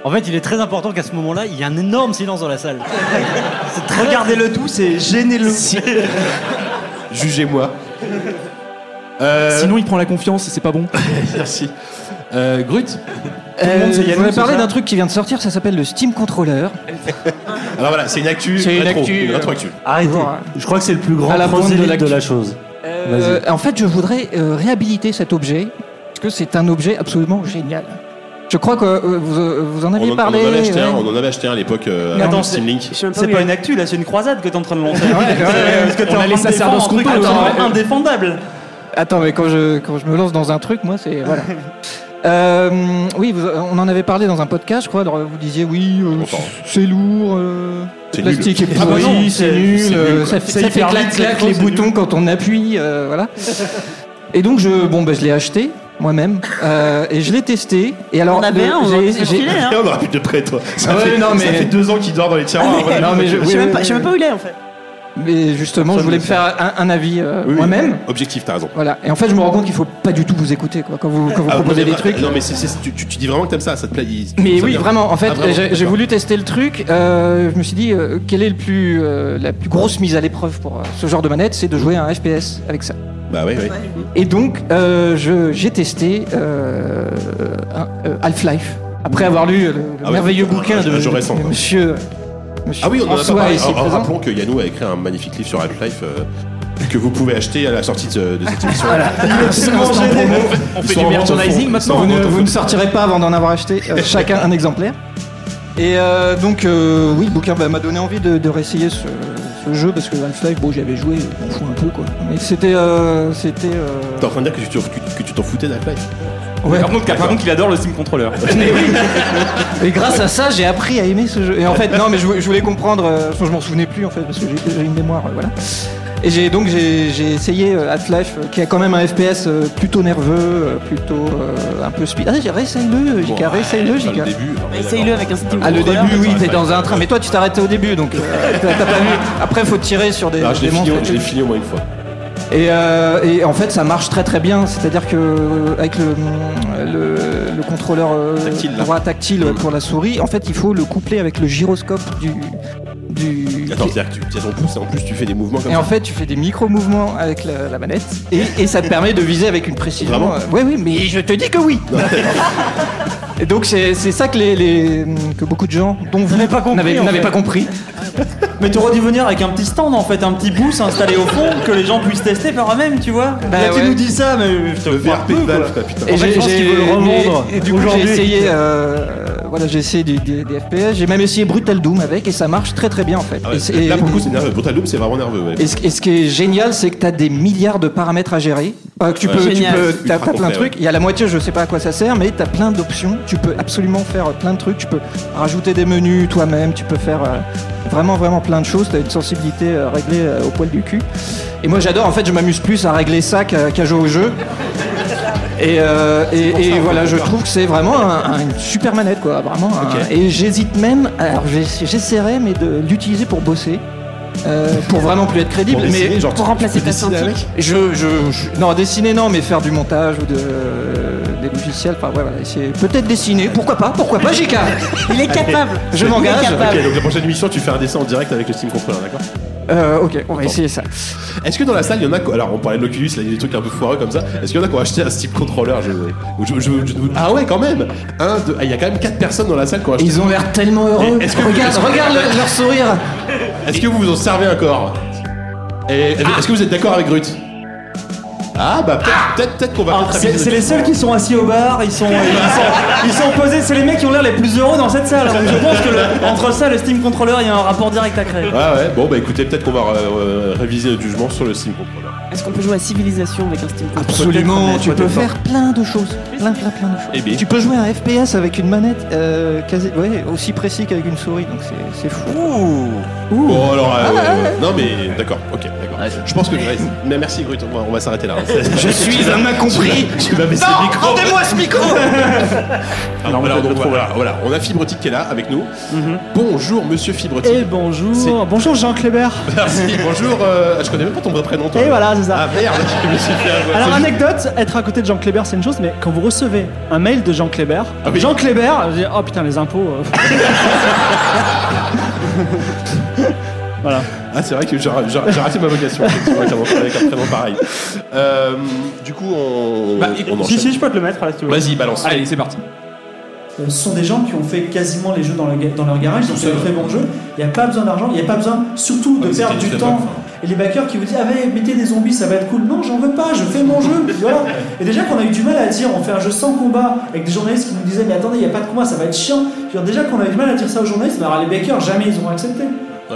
S7: En fait, il est très important qu'à ce moment-là, il y ait un énorme silence dans la salle.
S3: Regardez-le tout, c'est gênez-le.
S4: Jugez-moi. Euh,
S19: Sinon, il prend la confiance, c'est pas bon.
S4: merci. Euh, Grut
S3: monde, c'est
S19: je
S3: Yannou,
S19: voulais
S3: ce
S19: parler
S3: soir
S19: d'un truc qui vient de sortir, ça s'appelle le Steam Controller.
S4: Alors voilà, c'est une actu.
S19: C'est une
S4: rétro,
S19: actu, euh,
S4: rétroactu.
S9: Arrêtez. Je crois que c'est le plus grand
S19: À la bande de
S9: prosélyte
S19: l'actu.
S9: de la chose.
S19: Euh, en fait, je voudrais euh, réhabiliter cet objet, parce que c'est un objet absolument génial. Je crois que euh, vous, euh, vous
S4: On,
S19: en aviez
S4: en- on en
S19: parlé.
S4: avait acheté
S19: ouais.
S4: un, on en avait acheté un à l'époque euh,
S19: Attends,
S4: avec Steam Link.
S3: C'est pas une actu là, c'est une croisade que t'es en train de lancer. Ouais,
S19: ouais,
S3: Parce que
S19: on
S3: t'es en train
S19: a les
S3: de défendre
S19: sacerdoces
S3: un truc
S19: qu'on peut,
S3: absolument
S19: ouais.
S3: indéfendable.
S19: Attends, mais quand je, quand je me lance dans un truc, moi, c'est. Voilà. Euh, oui, vous- on en avait parlé dans un podcast, je crois. alors vous disiez, oui, euh,
S4: Longtemps.
S19: c'est lourd, euh,
S4: C'est
S19: le plastique est
S4: nul. Ah bah
S19: pourri,
S4: non,
S19: c'est
S4: c'est-
S19: nul,
S4: c'est nul,
S19: euh,
S4: quoi.
S19: ça fait,
S3: C'est
S19: ça fait
S3: hyper vite,
S19: clac clac
S3: c'est
S19: les
S3: nul.
S19: boutons quand on appuie, euh, voilà. Et donc, je, bon, bah, je l'ai acheté moi-même euh, et je l'ai testé. Et alors,
S5: On a bien, on
S19: j'ai-
S5: va- c'est
S19: j'ai-
S5: stylé, hein.
S4: Et on aura plus de près, toi. Ça,
S19: Ah ouais,
S4: fait,
S19: non,
S4: ça
S19: mais-
S4: fait deux ans qu'il dort dans les tiroirs.
S19: Non, Ah, mais je-
S5: Je
S19: oui,
S5: sais même
S19: oui,
S5: pas-
S19: oui,
S5: je sais même
S19: oui.
S5: pas où il est en fait.
S19: Mais justement,
S4: Personne
S19: je voulais
S4: ne
S19: me faire un, un avis euh,
S4: Oui, oui.
S19: moi-même.
S4: Objectif, t'as raison.
S19: Voilà. Et en fait, je me rends compte qu'il faut pas du tout vous écouter quoi. Quand vous, quand vous
S4: Ah,
S19: proposez
S4: non, mais
S19: des
S4: vra-
S19: trucs.
S4: Non, mais c'est- c'est- tu, tu- tu dis vraiment que t'aimes ça, ça te plaît. il-
S19: Mais
S4: ça
S19: oui,
S4: vient-
S19: vraiment. En fait,
S4: Ah, vraiment,
S19: j'ai- j'ai
S4: d'accord.
S19: voulu tester le truc. euh, je me suis dit, euh, quelle est le plus, euh, la plus grosse mise à l'épreuve pour euh, ce genre de manette C'est de jouer à un FPS avec ça.
S4: Bah ouais, ouais.
S19: Et donc, euh, je- j'ai testé euh, un- euh, Half-Life. Après avoir lu euh, le,
S4: Ah ouais,
S19: merveilleux
S4: un-
S19: bouquin
S4: un-
S19: de,
S4: un jeu
S19: de-
S4: récent,
S19: de
S4: quoi.
S19: monsieur, monsieur
S4: Ah oui, on en a pas
S19: François
S4: parlé.
S19: ici
S4: Alors,
S19: présent.
S4: Rappelons que Yannou a écrit un magnifique livre sur Half-Life euh, que vous pouvez acheter à la sortie de, de cette émission.
S19: Voilà.
S4: On fait du merchandising maintenant. hein,
S19: Vous ne, vous ne sortirez pas avant d'en avoir acheté euh, chacun un exemplaire. Et euh, donc, euh, oui, le bouquin bah, m'a donné envie de, de réessayer ce, ce jeu parce que Half-Life, bon, j'avais joué, je m'en fous un peu quoi. Mais c'était. euh, c'était euh,
S4: T'es en train de dire que tu t'en- que- que tu t'en foutais d'Half-Life
S19: Ouais.
S2: Par contre, par contre, il adore le Steam Controller.
S19: Et grâce à ça, j'ai appris à aimer ce jeu. Et en fait, non, mais je, vou- je voulais comprendre. euh, enfin, je m'en souvenais plus en fait parce que j'ai- j'ai une mémoire, euh, voilà. Et j'ai donc j'ai j'ai essayé euh, Half-Life, euh, qui a quand même un FPS euh, plutôt nerveux, euh, plutôt euh, un peu speed. Ah, j'ai réessaye-le, JK, réessaye-le, JK.
S9: Essaye-le avec un Steam
S19: Ah, le
S9: Controller.
S19: début, oui, t'es dans un train. Mais toi, tu t'arrêtais au début, donc euh, t'as t'as pas vu. Après, faut tirer sur des,
S4: Ah, je
S19: des
S4: l'ai fini,
S19: monstres et
S4: je
S19: tout.
S4: l'ai fini au moins une fois.
S19: Et, euh, et en fait, ça marche très très bien. C'est-à-dire que euh, avec le, le, le contrôleur euh,
S4: Tactile, là. Mm.
S19: droit tactile ouais, pour la souris, en fait, il faut le coupler avec le gyroscope du. du
S4: Attends, c'est-à-dire que tu tiens ton pouce et en plus tu fais des mouvements comme
S19: et en
S4: ça.
S19: fait, tu fais des micro-mouvements avec la, la manette et, et ça te permet de viser avec une précision.
S4: Vraiment
S19: euh, Oui, oui, mais je te dis que oui. et donc, c'est c'est ça que, les, les- que beaucoup de gens, dont vous, n'avez
S3: en
S19: n'avez
S3: fait.
S19: pas compris.
S3: Mais t'aurais dû venir avec un petit stand en fait, un petit booth installé au fond que les gens puissent tester par eux-mêmes, tu vois.
S19: Bah
S3: Là,
S19: ouais.
S3: tu nous dis ça, mais je te
S4: Le
S3: crois
S4: VRP
S3: peu,
S4: de Valve,
S3: quoi.
S4: quoi, putain.
S19: Et
S3: En fait,
S19: j'ai-
S3: je pense qu'ils
S19: j'ai-
S3: veulent le revendre.
S19: et- et du coup, j'ai
S3: aujourd'hui.
S19: essayé, euh, voilà, j'ai essayé des, des- des FPS. J'ai même essayé Brutal Doom avec et ça marche très très bien en fait.
S4: Ah
S19: et,
S4: ouais,
S19: c'est-
S4: là, pour le
S19: et-
S4: coup, c'est nerveux. Pour ta loupe, c'est vraiment nerveux. ouais.
S19: et ce, et ce qui est génial, c'est que tu as des milliards de paramètres à gérer. Euh, que tu
S4: Ouais.
S19: peux, tu
S4: Génial.
S19: peux-
S4: C'est ultra
S19: t'as- t'as plein de
S4: complet,
S19: trucs. Il y a la moitié, je sais pas à quoi ça sert, mais tu as plein d'options. Tu peux absolument faire euh, plein de trucs. Tu peux rajouter des menus toi-même. Tu peux faire euh, vraiment, vraiment plein de choses. Tu as une sensibilité euh, réglée euh, au poil du cul. Et moi, j'adore. En fait, je m'amuse plus à régler ça qu'à qu'à jouer au jeu. Et, euh, et- et voilà, je trouve que c'est vraiment un- un- une super manette, quoi, vraiment. un-
S4: Ok.
S19: et j'hésite même, alors j'ess- j'essaierai, mais de l'utiliser pour bosser. euh, pour vraiment plus être crédible,
S4: Pour dessiner,
S19: mais
S4: genre, Pour tu- remplacer tu peux ta dessiner synthique.
S19: je, je, je- non dessiner non, mais faire du montage ou de, euh, des logiciels, enfin ouais, voilà, essayer- peut-être dessiner, pourquoi pas, pourquoi pas, JK
S9: Il est capable.
S19: Je m'engage.
S4: Ok, donc la prochaine émission, tu fais un dessin en direct avec le Steam Controller, d'accord
S19: Euh, ok, on va essayer ça.
S4: Est-ce que dans la salle, il y en a. qui- Alors, on parlait de l'Oculus, là, il y a des trucs un peu foireux comme ça. Est-ce qu'il y en a qui ont acheté un Steam Controller je... je- je- je- Ah ouais, quand même Un, deux- ah, Il y a quand même 4 personnes dans la salle qui ont acheté.
S19: Ils ont l'air tellement heureux.
S4: Est-ce que vous-
S19: regarde,
S4: est-ce que-
S19: regarde le- leur sourire.
S4: Est-ce que vous vous en servez encore Et est-ce que vous êtes d'accord avec Ruth Ah bah peut-être peut-être- peut-être qu'on va
S3: Ah,
S4: peut-être
S3: C'est
S4: aviser-
S3: c'est les seuls qui sont assis au bar, ils sont, ils sont, ils sont posés, c'est les mecs qui ont l'air les plus heureux dans cette salle. Donc je pense que le- entre ça, le Steam Controller, il y a un rapport direct à créer.
S4: Ouais ouais, bon bah écoutez, peut-être qu'on va euh, euh, réviser le jugement sur le Steam Controller.
S9: Est-ce qu'on peut jouer à Civilisation avec un Steam Controller
S19: Absolument, tu peux
S4: peut-être pas.
S19: faire plein de choses, plein, plein, plein de choses.
S4: Eh bien.
S19: Tu peux jouer à un FPS avec une manette euh, quasi, ouais, aussi précis qu'avec une souris, donc c'est- c'est fou.
S4: Bon alors,
S19: Ah,
S4: euh, non mais d'accord, ok, d'accord. Je pense que... ouais, mais merci Grut, on va, on va s'arrêter là. hein.
S19: Je suis un incompris.
S4: Tu vas baisser le micro
S19: rendez-moi ce micro
S4: Alors, voilà, donc, voilà, voilà, on a Fibrotique qui est là avec nous.
S3: Mhm.
S4: Bonjour Monsieur Fibrotique.
S22: Eh
S9: Et bonjour, bonjour Jean Kleber.
S4: Merci, bonjour. euh, je connais même pas ton vrai prénom, toi.
S9: Et voilà, c'est ça.
S4: Ah merde, je me suis fait avoir.
S9: Alors
S4: C'est juste-
S9: anecdote, être à côté de Jean Kléber c'est une chose, mais quand vous recevez un mail de Jean Kléber,
S4: Ah oui.
S9: Jean Kléber, vous dites, oh putain les impôts. euh.
S4: Voilà. Ah, c'est vrai que j'ai j'ai- j'ai raté ma vocation, effectivement, avec un- avec un prénom pareil. Euh, du coup, on.
S3: Bah,
S4: on
S3: si,
S4: enchaîne.
S3: si, je peux te le mettre là si tu veux.
S4: Vas-y, balance. Allez, c'est parti.
S3: Euh, Ce sont des gens qui ont fait quasiment les jeux dans, le ga- dans leur garage, donc c'est des très bons jeux. Il n'y a pas besoin d'argent, il n'y a pas besoin surtout de perdre du temps. Et les backers qui vous disent, ah mais mettez des zombies, ça va être cool. Non, j'en veux pas, je fais mon jeu. voilà. Et déjà qu'on a eu du mal à dire, on fait un jeu sans combat, avec des journalistes qui nous disaient, mais attendez, il n'y a pas de combat, ça va être chiant. Je veux dire, déjà qu'on a eu du mal à dire ça aux journalistes, mais alors les backers, jamais ils ont accepté.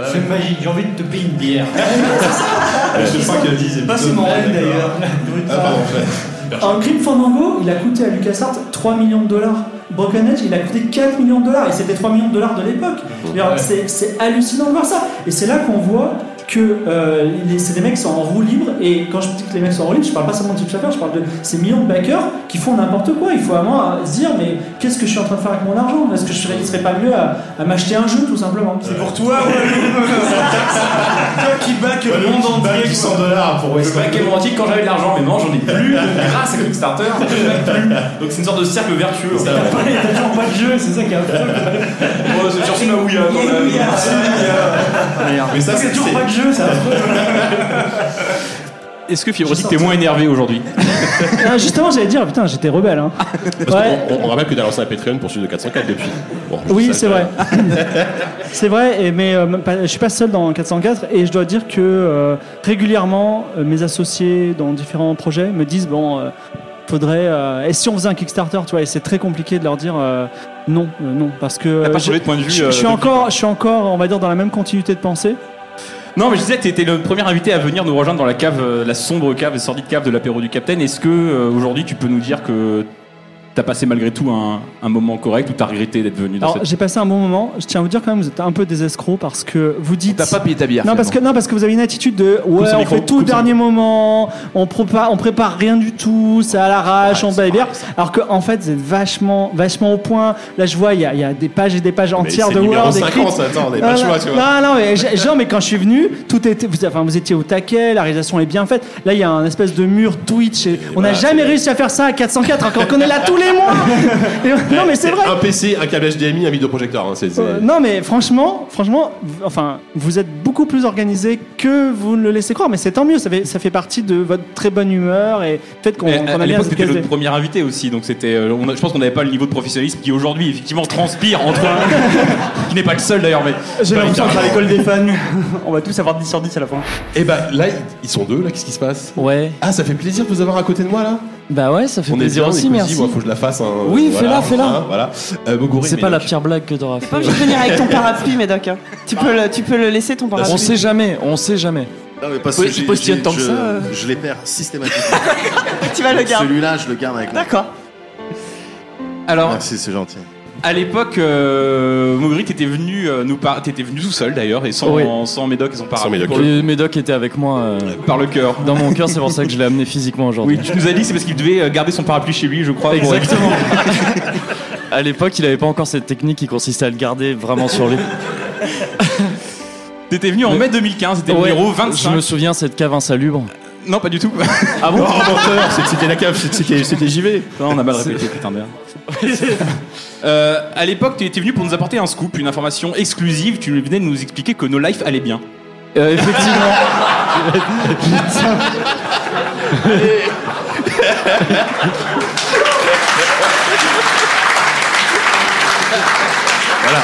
S23: C'est magique, j'ai envie de te payer une bière.
S4: Je crois qu'il y a dix
S3: Passez
S4: épisodes.
S3: mon rêve d'ailleurs.
S4: Ah, pardon, ouais.
S22: Ah.
S3: Un crime Fandango, il a coûté à LucasArts 3 millions de dollars. Broken Edge, il a coûté 4 millions de dollars. Et c'était 3 millions de dollars de l'époque. Alors, C'est c'est hallucinant de voir ça. Et c'est là qu'on voit
S22: que euh, les- c'est des mecs qui sont en roue libre et quand je dis que les mecs sont en roue libre je parle pas seulement de Tim Schafer je parle de ces millions de backers qui font n'importe quoi il faut vraiment euh, se dire mais qu'est-ce que je suis en train de faire avec mon argent est-ce que je serais, il serait pas mieux à, à m'acheter un jeu tout simplement c'est pour
S24: toi
S22: toi qui back
S24: le monde entier qui s'en dollars pour
S25: Je backais mon antique quand j'avais de l'argent, mais non, j'en ai plus. donc grâce à Kickstarter, je back plus. Donc c'est une sorte de cercle vertueux. en fait.
S22: t'as toujours pas de jeu c'est ça qui est un truc
S25: Oh, c'est surtout ma Ouya quand même.
S24: Mais ça,
S22: c'est
S24: c'est-
S22: toujours pas de jeu ça
S2: Est-ce que Fibrodic t'es moins énervé aujourd'hui
S22: Ah, justement j'allais dire putain j'étais rebelle hein. Ouais.
S4: On, on rappelle que t'as lancé un Patreon pour celui de 404 depuis. Bon, je
S22: Oui,
S4: sais
S22: c'est
S4: pas.
S22: vrai. c'est vrai, et- mais euh, même pas- je suis pas seul dans 404 et je dois dire que euh, régulièrement, euh, mes associés dans différents projets me disent bon. euh, Faudrait. euh, et si on faisait un Kickstarter, tu vois, et c'est très compliqué de leur dire euh, non, euh, non, parce que. euh,
S2: pas
S22: je-
S2: changé de point de vue,
S22: Je,
S2: euh,
S22: je suis
S2: depuis.
S22: encore, je suis encore, on va dire, dans la même continuité de pensée.
S2: Non, mais je disais, t'étais le premier invité à venir nous rejoindre dans la cave, euh, la sombre cave, la sordide cave de l'apéro du Capitaine. Est-ce que euh, aujourd'hui tu peux nous dire que t'as passé malgré tout un, un moment correct ou t'as regretté d'être venu dans
S22: Alors,
S2: cette.
S22: j'ai passé un bon moment. Je tiens à vous dire quand même, vous êtes un peu des escrocs parce que vous dites.
S2: T'as pas payé ta bière,
S22: Non, parce que, non, parce que vous avez une attitude de ouais,
S2: son
S22: on
S2: micro,
S22: fait tout au
S2: coupe son
S22: dernier moment, on prépare, on prépare rien du tout, c'est à l'arrache, on bat les bières. Alors que, en fait, vous êtes vachement, vachement au point. Là, je vois, il y a, il y a des pages et des pages entières
S4: c'est
S22: de
S4: le numéro
S22: Word.
S4: 50,
S22: écrites.
S4: ça, attends, on n'avait
S22: Non,
S4: pas le
S22: non,
S4: choix, tu vois.
S22: Non, non, mais j'ai- genre, mais quand je suis venu, tout était, vous, enfin, vous étiez au taquet, la réalisation est bien faite. Là, il y a un espèce de mur Twitch. et on n'a jamais réussi à faire ça à 404, alors qu'on est là tous les mois. Et on- non, mais c'est vrai.
S4: Un PC, un câble HDMI, un vidéoprojecteur. hein, c'est- c'est-
S22: Euh, non mais franchement, franchement, v- enfin, vous êtes beaucoup plus organisé que vous ne le laissez croire, mais c'est tant mieux. Ça fait, ça fait partie de votre très bonne humeur et le fait qu'on
S2: Mais
S22: qu'on
S2: à à
S22: a bien
S2: l'époque,
S22: se
S2: t'étais le
S22: caser.
S2: premier invité aussi, donc c'était. euh, on a- je pense qu'on n'avait pas le niveau de professionnalisme qui aujourd'hui, effectivement, transpire entre. qui n'est pas le seul d'ailleurs, mais.
S3: J'ai
S2: Bah,
S3: l'impression d'être à
S2: carrément.
S3: l'école des fans. On va tous avoir 10 sur 10 à la fin.
S4: Eh ben là, ils sont deux, là, qu'est-ce qui se passe
S26: Ouais.
S4: Ah, ça fait plaisir de vous avoir à côté de moi là
S26: Bah ouais, ça fait
S4: On est
S26: plaisir
S4: bien, on est
S26: aussi,
S4: cosy,
S26: merci.
S4: moi, faut que je la fasse. hein,
S26: Oui,
S4: voilà,
S26: fais-la, fais-la.
S4: hein, voilà. Euh, Moguri,
S26: C'est
S4: mais
S26: pas
S4: non.
S26: la pire blague que t'auras fait.
S5: Pas obligé de venir avec ton parapluie, Médoc. hein. Tu peux le, tu peux le laisser ton parapluie.
S26: On sait jamais, on sait jamais.
S27: Non, mais parce
S26: Faut-
S27: que j'ai-
S26: faut se tirer
S27: j'ai-
S26: tant que
S27: je,
S26: ça, euh.
S27: je les perds systématiquement.
S5: Tu vas le garder.
S27: Celui-là, je le garde avec moi.
S5: D'accord.
S2: Alors.
S27: Merci, c'est gentil.
S2: À l'époque, euh, Mogri, t'étais venu, euh, nous par... t'étais venu tout seul d'ailleurs, et sans,
S26: Oui.
S2: sans Médoc et son parapluie.
S26: Médoc.
S2: pour le-
S26: Médoc était avec moi. euh,
S2: Par le cœur.
S26: Dans mon cœur, c'est pour ça que je l'ai amené physiquement aujourd'hui.
S2: Oui, tu nous as dit c'est parce qu'il devait euh, garder son parapluie chez lui, je crois. pour éviter-
S26: Exactement. à l'époque, il avait pas encore cette technique qui consistait à le garder vraiment sur lui.
S2: T'étais venu en mai 2015, c'était le
S26: Ouais,
S2: numéro 25.
S26: Je me souviens, cette cave insalubre.
S2: Non, pas du tout.
S26: Ah bon
S2: Oh, menteur, c'est-
S26: c'était la cave, c'était JV.
S2: Non, on a mal répété, putain de merde. Euh, à l'époque, tu étais venu pour nous apporter un scoop, une information exclusive. Tu venais de nous expliquer que No Life allait bien. Euh,
S26: effectivement.
S2: Voilà.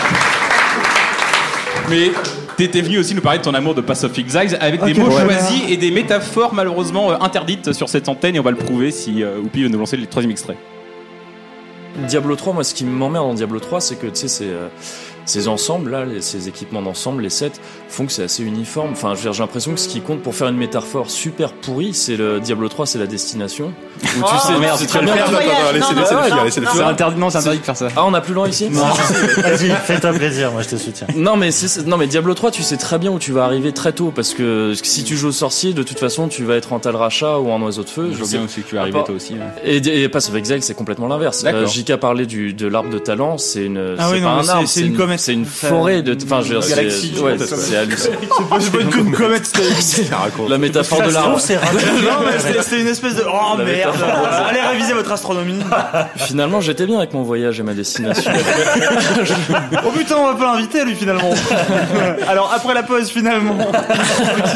S2: Mais t'étais venu aussi nous parler de ton amour de Pass of Exiles avec
S22: Ok,
S2: des mots
S22: ouais.
S2: choisis et des métaphores malheureusement euh, interdites sur cette antenne et on va le prouver si euh, Oupi veut nous lancer le troisième extrait.
S28: Diablo 3, moi, ce qui m'emmerde en Diablo 3, c'est que, tu sais, ces, euh, ces ensembles, là, les- ces équipements d'ensemble, les sets, font que c'est assez uniforme. Enfin, je veux dire, j'ai l'impression que ce qui compte pour faire une métaphore super pourrie, c'est le Diablo 3, c'est la destination. Où tu
S2: Oh,
S28: sais,
S2: merde,
S28: c'est
S2: tu vas le faire, attends, attends, laissez- laissez le faire, laissez le faire. Non, c'est interdit de faire ça.
S28: Ah, on a plus loin ici
S2: Non.
S28: Si, si, si.
S13: Vas-y, fais-toi plaisir, moi je te soutiens.
S28: Non mais c'est- c'est- non mais Diablo 3 tu sais très bien où tu vas arriver très tôt parce que si tu joues au sorcier de toute façon tu vas être en Talracha ou en oiseau de feu.
S2: Je vois
S28: sais-
S2: bien aussi que tu
S28: à
S2: arrives
S28: part-
S2: toi aussi, ouais.
S28: Et, et Pass of Exile c'est complètement l'inverse.
S2: D'accord.
S28: Euh, JK parlait du de l'arbre de talent c'est une
S3: Ah
S28: Euh, c'est
S3: oui,
S28: pas
S3: non, mais
S28: un
S3: c'est-
S28: arbre
S3: c'est une comète.
S28: c'est une
S3: Ça-
S28: forêt de enfin je veux dire,
S3: Galaxie,
S28: c'est ouais,
S3: je pense.
S28: c'est hallucinant.
S3: C'est pas- c'est pas une com- comète,
S28: La métaphore de
S3: Ça se trouve,
S28: l'arbre.
S3: c'est rapide. Non, mais c'était- c'était une espèce de. Oh
S28: La
S3: merde
S28: métaphore.
S3: Allez réviser votre astronomie
S28: Finalement j'étais bien avec mon voyage et ma destination.
S3: Oh putain, on va pas l'inviter lui finalement Alors après la pause finalement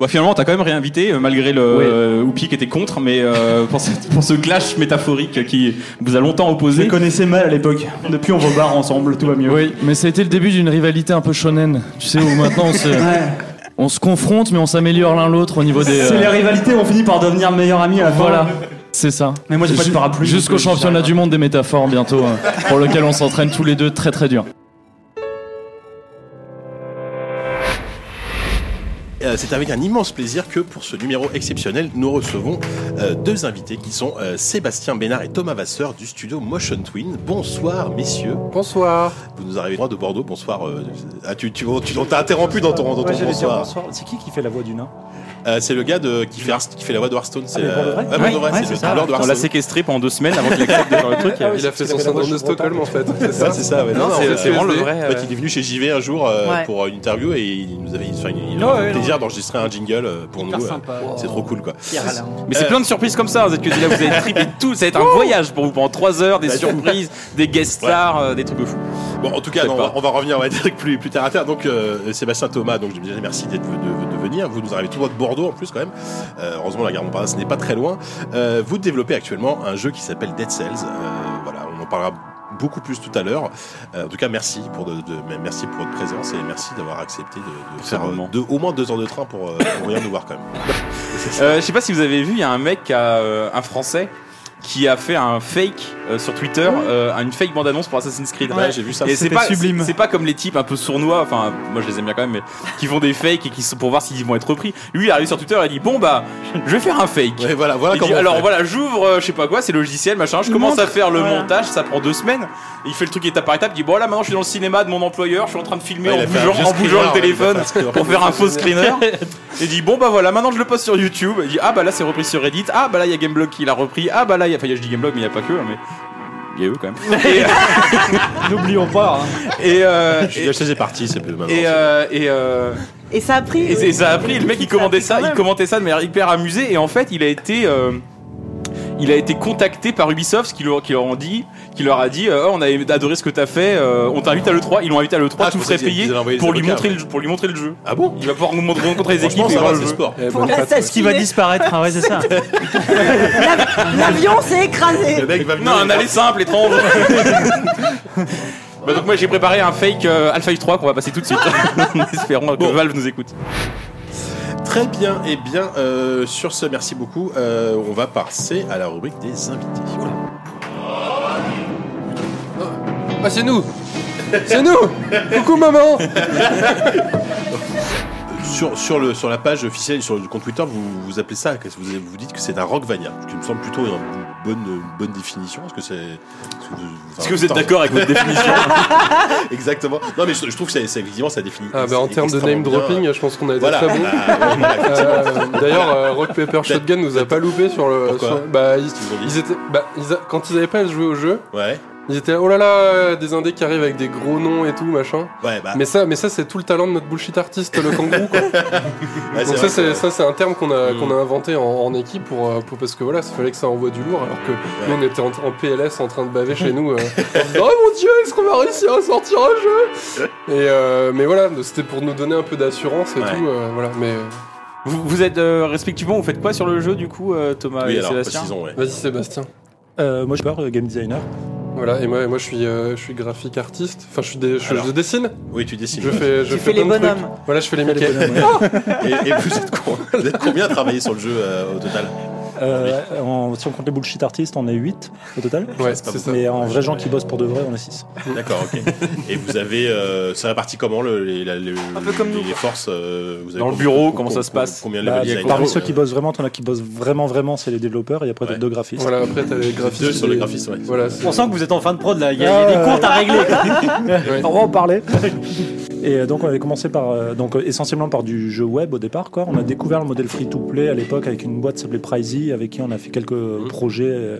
S2: Bah, finalement, t'as quand même réinvité euh, malgré le euh, Oupi qui était contre, mais euh, pour, ce, pour ce clash métaphorique qui vous a longtemps opposé.
S3: Je connaissais mal à l'époque. Depuis, on va au bar ensemble, tout va mieux.
S26: Oui, mais ça a été le début d'une rivalité un peu shonen. Tu sais, où maintenant on se,
S3: Ouais.
S26: on se confronte, mais on s'améliore l'un l'autre au niveau des.
S3: C'est
S26: euh,
S3: les rivalités où on finit par devenir meilleurs amis à la fin.
S26: Voilà. C'est ça.
S3: Mais moi, j'ai pas de
S26: Ju-
S3: parapluie,
S26: Jusqu'au
S3: donc, euh,
S26: championnat du monde des métaphores bientôt, euh, pour lequel on s'entraîne tous les deux très très dur.
S4: Euh, euh, c'est avec un immense plaisir que pour ce numéro exceptionnel, nous recevons euh, deux invités qui sont euh, Sébastien Bénard et Thomas Vasseur du studio Motion Twin. Bonsoir, messieurs.
S7: Bonsoir.
S4: Vous nous arrivez droit de Bordeaux. Bonsoir. euh, ah, tu, tu, tu- on t'a interrompu dans ton, dans ton
S13: Ouais, j'allais dire
S4: bonsoir.
S13: bonsoir. C'est qui qui fait la voix du nain
S4: Euh, c'est le gars de, qui, fait, Hearth- qui fait la voix de Hearthstone. C'est
S13: mais pour de
S4: euh,
S13: vrai
S4: ouais, pour
S13: Ouais,
S4: de vrai,
S13: ouais,
S4: c'est
S13: c'est
S4: le
S13: ça.
S4: parleur de
S2: On l'a
S4: Hearthstone.
S2: séquestré pendant deux semaines avant qu'il accepte de faire le truc.
S4: Ah
S14: Il a fait son syndrome de Stockholm en fait.
S4: Ouais, c'est ça, ouais. Non, non,
S2: c'est
S4: en fait,
S2: vraiment le
S4: c'est-
S2: vrai.
S4: en fait,
S2: euh,
S4: il est venu chez JV un jour euh,
S2: Ouais.
S4: pour une interview et il nous avait enfin, il- il a
S2: Ouais,
S4: eu
S2: ouais,
S4: le plaisir d'enregistrer un jingle euh, pour nous. euh, C'est trop cool quoi. Euh,
S2: Mais c'est plein de surprises comme ça. Vous êtes que là, vous avez tripé tout. Ça va être un voyage pour vous pendant 3 heures, des surprises, des guest stars, euh, des trucs de fou.
S4: Bah, Bon, en tout cas,
S2: Peut-être
S4: non, on, va,
S2: pas.
S4: on va revenir, on va dire plus, plus tard à terre. Donc, euh, Sébastien Thomas, donc je vous dis merci d'être de, de venir. Vous nous arrivez tout droit de Bordeaux en plus quand même. Euh, heureusement, la gare Montparnasse n'est pas très loin. Euh, vous développez actuellement un jeu qui s'appelle Dead Cells. Euh, voilà, on en parlera beaucoup plus tout à l'heure. Euh, en tout cas, merci pour de, de- merci pour votre présence et merci d'avoir accepté de, de faire euh, deux- au moins deux heures de train pour, euh, pour venir nous voir quand même.
S2: Euh, je sais pas si vous avez vu, il y a un mec, qui a, euh, un français, qui a fait un fake euh, sur Twitter, euh, une fake bande-annonce pour Assassin's Creed.
S4: Ouais, j'ai vu ça.
S2: Et c'est
S4: C'était
S2: pas,
S4: sublime.
S2: c'est- c'est pas comme les types un peu sournois, enfin, moi je les aime bien quand même, mais qui font des fakes et qui sont pour voir s'ils vont être repris. Lui, il arrive sur Twitter, il dit Bon bah, je vais faire un fake.
S4: voilà, voilà
S2: Il
S4: comment
S2: dit,
S4: on
S2: alors
S4: fait.
S2: voilà, j'ouvre, euh, je sais pas quoi, c'est logiciel, machin, je
S4: Il
S2: commence
S4: montre,
S2: à faire le
S4: voilà.
S2: montage, ça prend deux semaines. Et il fait le truc étape par étape, il dit Bon là maintenant je suis dans le cinéma de mon employeur, je suis en train de filmer
S4: Ouais, il
S2: en
S4: a fait un
S2: bougeant,
S4: vieux
S2: en bougeant
S4: screener, ouais,
S2: le
S4: il a
S2: téléphone
S4: fait un screener.
S2: pour faire un faux screener. Et dit bon bah voilà maintenant je le poste sur YouTube. Il dit ah bah là c'est repris sur Reddit. Ah bah là il y a Gameblog qui l'a repris. Ah bah là il y a enfin il y a- je dis Gameblog mais il n'y a pas que hein, mais il y a eux quand même.
S22: N'oublions pas.
S2: Et euh,
S4: Je suis c'est parti, c'est plus maintenant.
S2: et euh, et euh,
S5: Et ça a pris.
S2: et, c'est- ça a pris. Le mec il commandait ça, il commentait ça de manière hyper amusée et en fait il a été euh, il a été contacté par Ubisoft qui leur, qui leur ont dit qui leur a dit euh, Oh, on a adoré ce que t'as fait euh, on t'invite à l'E3 ils l'ont invité à l'E3 tout frais
S4: Ah, pensais qu'ils
S2: payé
S4: avaient envoyé des
S2: pour lui
S4: avocats,
S2: montrer
S4: ouais.
S2: le jeu- pour lui montrer le jeu
S4: ah bon
S2: il va pouvoir nous rencontrer les
S4: Franchement,
S2: équipes et
S4: ça va,
S2: voir le
S4: c'est
S2: jeu.
S4: sport. Eh,
S5: bonne patte,
S3: Ce qui va disparaître, hein, ouais, c'est ça.
S5: L'avion s'est écrasé.
S2: Non, un aller simple, étrange. Bah donc moi j'ai préparé un fake euh, Alpha 3 qu'on va passer tout de suite. en espérant que Valve nous écoute.
S4: euh, Très bien, et bien euh, sur ce, merci beaucoup. Euh, on va passer à la rubrique des invités. Voilà.
S14: Ah, c'est nous C'est nous Coucou maman
S4: Sur, sur, le, sur la page officielle, sur le compte Twitter, vous, vous appelez ça, qu'est-ce que vous, vous dites que c'est un Rockvania, ce qui me semble plutôt une bonne, une bonne définition. Est-ce que c'est. Est-ce que vous,
S2: Est-ce que vous êtes d'accord avec votre définition
S4: Exactement. Non, mais je, je trouve que c'est, c'est- effectivement, ça définit.
S14: Ah, bah, en termes de name dropping, je pense qu'on a été
S4: Voilà.
S14: très bon.
S4: Ah, ouais, voilà, effectivement.
S14: D'ailleurs, euh, Rock Paper Shotgun nous a pas loupé sur le.
S4: Pourquoi
S14: sur- bah, ils,
S4: qu'ils ont dit
S14: ils étaient, bah, ils a- quand ils avaient pas joué au jeu,
S4: Ouais.
S14: ils étaient là, oh là là, euh, des indés qui arrivent avec des gros noms et tout machin.
S4: Ouais, bah.
S14: Mais ça, mais ça c'est tout le talent de notre bullshit artiste, le kangourou. Quoi.
S4: Ouais,
S14: Donc
S4: c'est
S14: ça,
S4: vrai,
S14: c'est
S4: c'est Hmm.
S14: ça, c'est un terme qu'on a qu'on a inventé en, en équipe pour, euh, pour- parce que voilà, ça fallait que ça envoie du lourd, alors que nous on était en, en PLS en train de baver chez nous. euh, en disant, oh mon dieu, est-ce qu'on va réussir à sortir un jeu Et euh, mais voilà, c'était pour nous donner un peu d'assurance et tout. euh, voilà, mais. euh,
S2: Vous, vous êtes euh, respectivement, vous faites quoi sur le jeu du coup, euh, Thomas
S14: Oui,
S2: et
S14: alors,
S2: Sébastien
S14: précisons, ouais. Vas-y, Sébastien.
S13: Euh, moi je parle game designer.
S14: Voilà, et moi, et moi je, suis, euh, je suis graphique artiste. Enfin, je, suis des, je,
S4: Alors.
S14: je dessine.
S4: Oui, tu dessines.
S14: Je fais, je
S4: Tu fais
S14: fais
S4: les
S14: plein de trucs.
S4: bonhommes.
S14: Voilà, je fais les
S4: Ok.
S14: Mickey.
S4: et, et vous, êtes con- vous êtes combien à travailler sur le jeu euh, au total
S13: Euh, en- si on compte les bullshit artistes, on est 8 au total.
S14: Ouais, c'est ça.
S13: Mais en vrai gens qui bossent pour de vrai, on est 6.
S4: D'accord, ok. Et vous avez. Euh, ça répartit comment le, les, la- les- les forces euh, vous avez
S2: Dans le
S4: combien-
S2: bureau,
S4: com-
S2: comment ça se passe
S4: Combien de
S13: Bah,
S4: level design
S13: parmi ceux qui bossent vraiment, t'en as qui bossent vraiment, vraiment, c'est les développeurs, et après t'as deux graphistes.
S14: Voilà, après, t'as les graphistes.
S4: Deux sur les
S14: et-
S4: graphistes, ouais.
S14: Voilà, Ah,
S13: On
S14: sent que
S7: vous êtes en fin de prod là, il
S13: y a- il y a des comptes à régler.
S14: Ouais.
S13: On va en parler. Et euh, donc on avait commencé par euh, donc euh, essentiellement par du jeu web au départ quoi. On a découvert le modèle free to play à l'époque avec une boîte qui s'appelait Pricey avec qui on a fait quelques projets euh,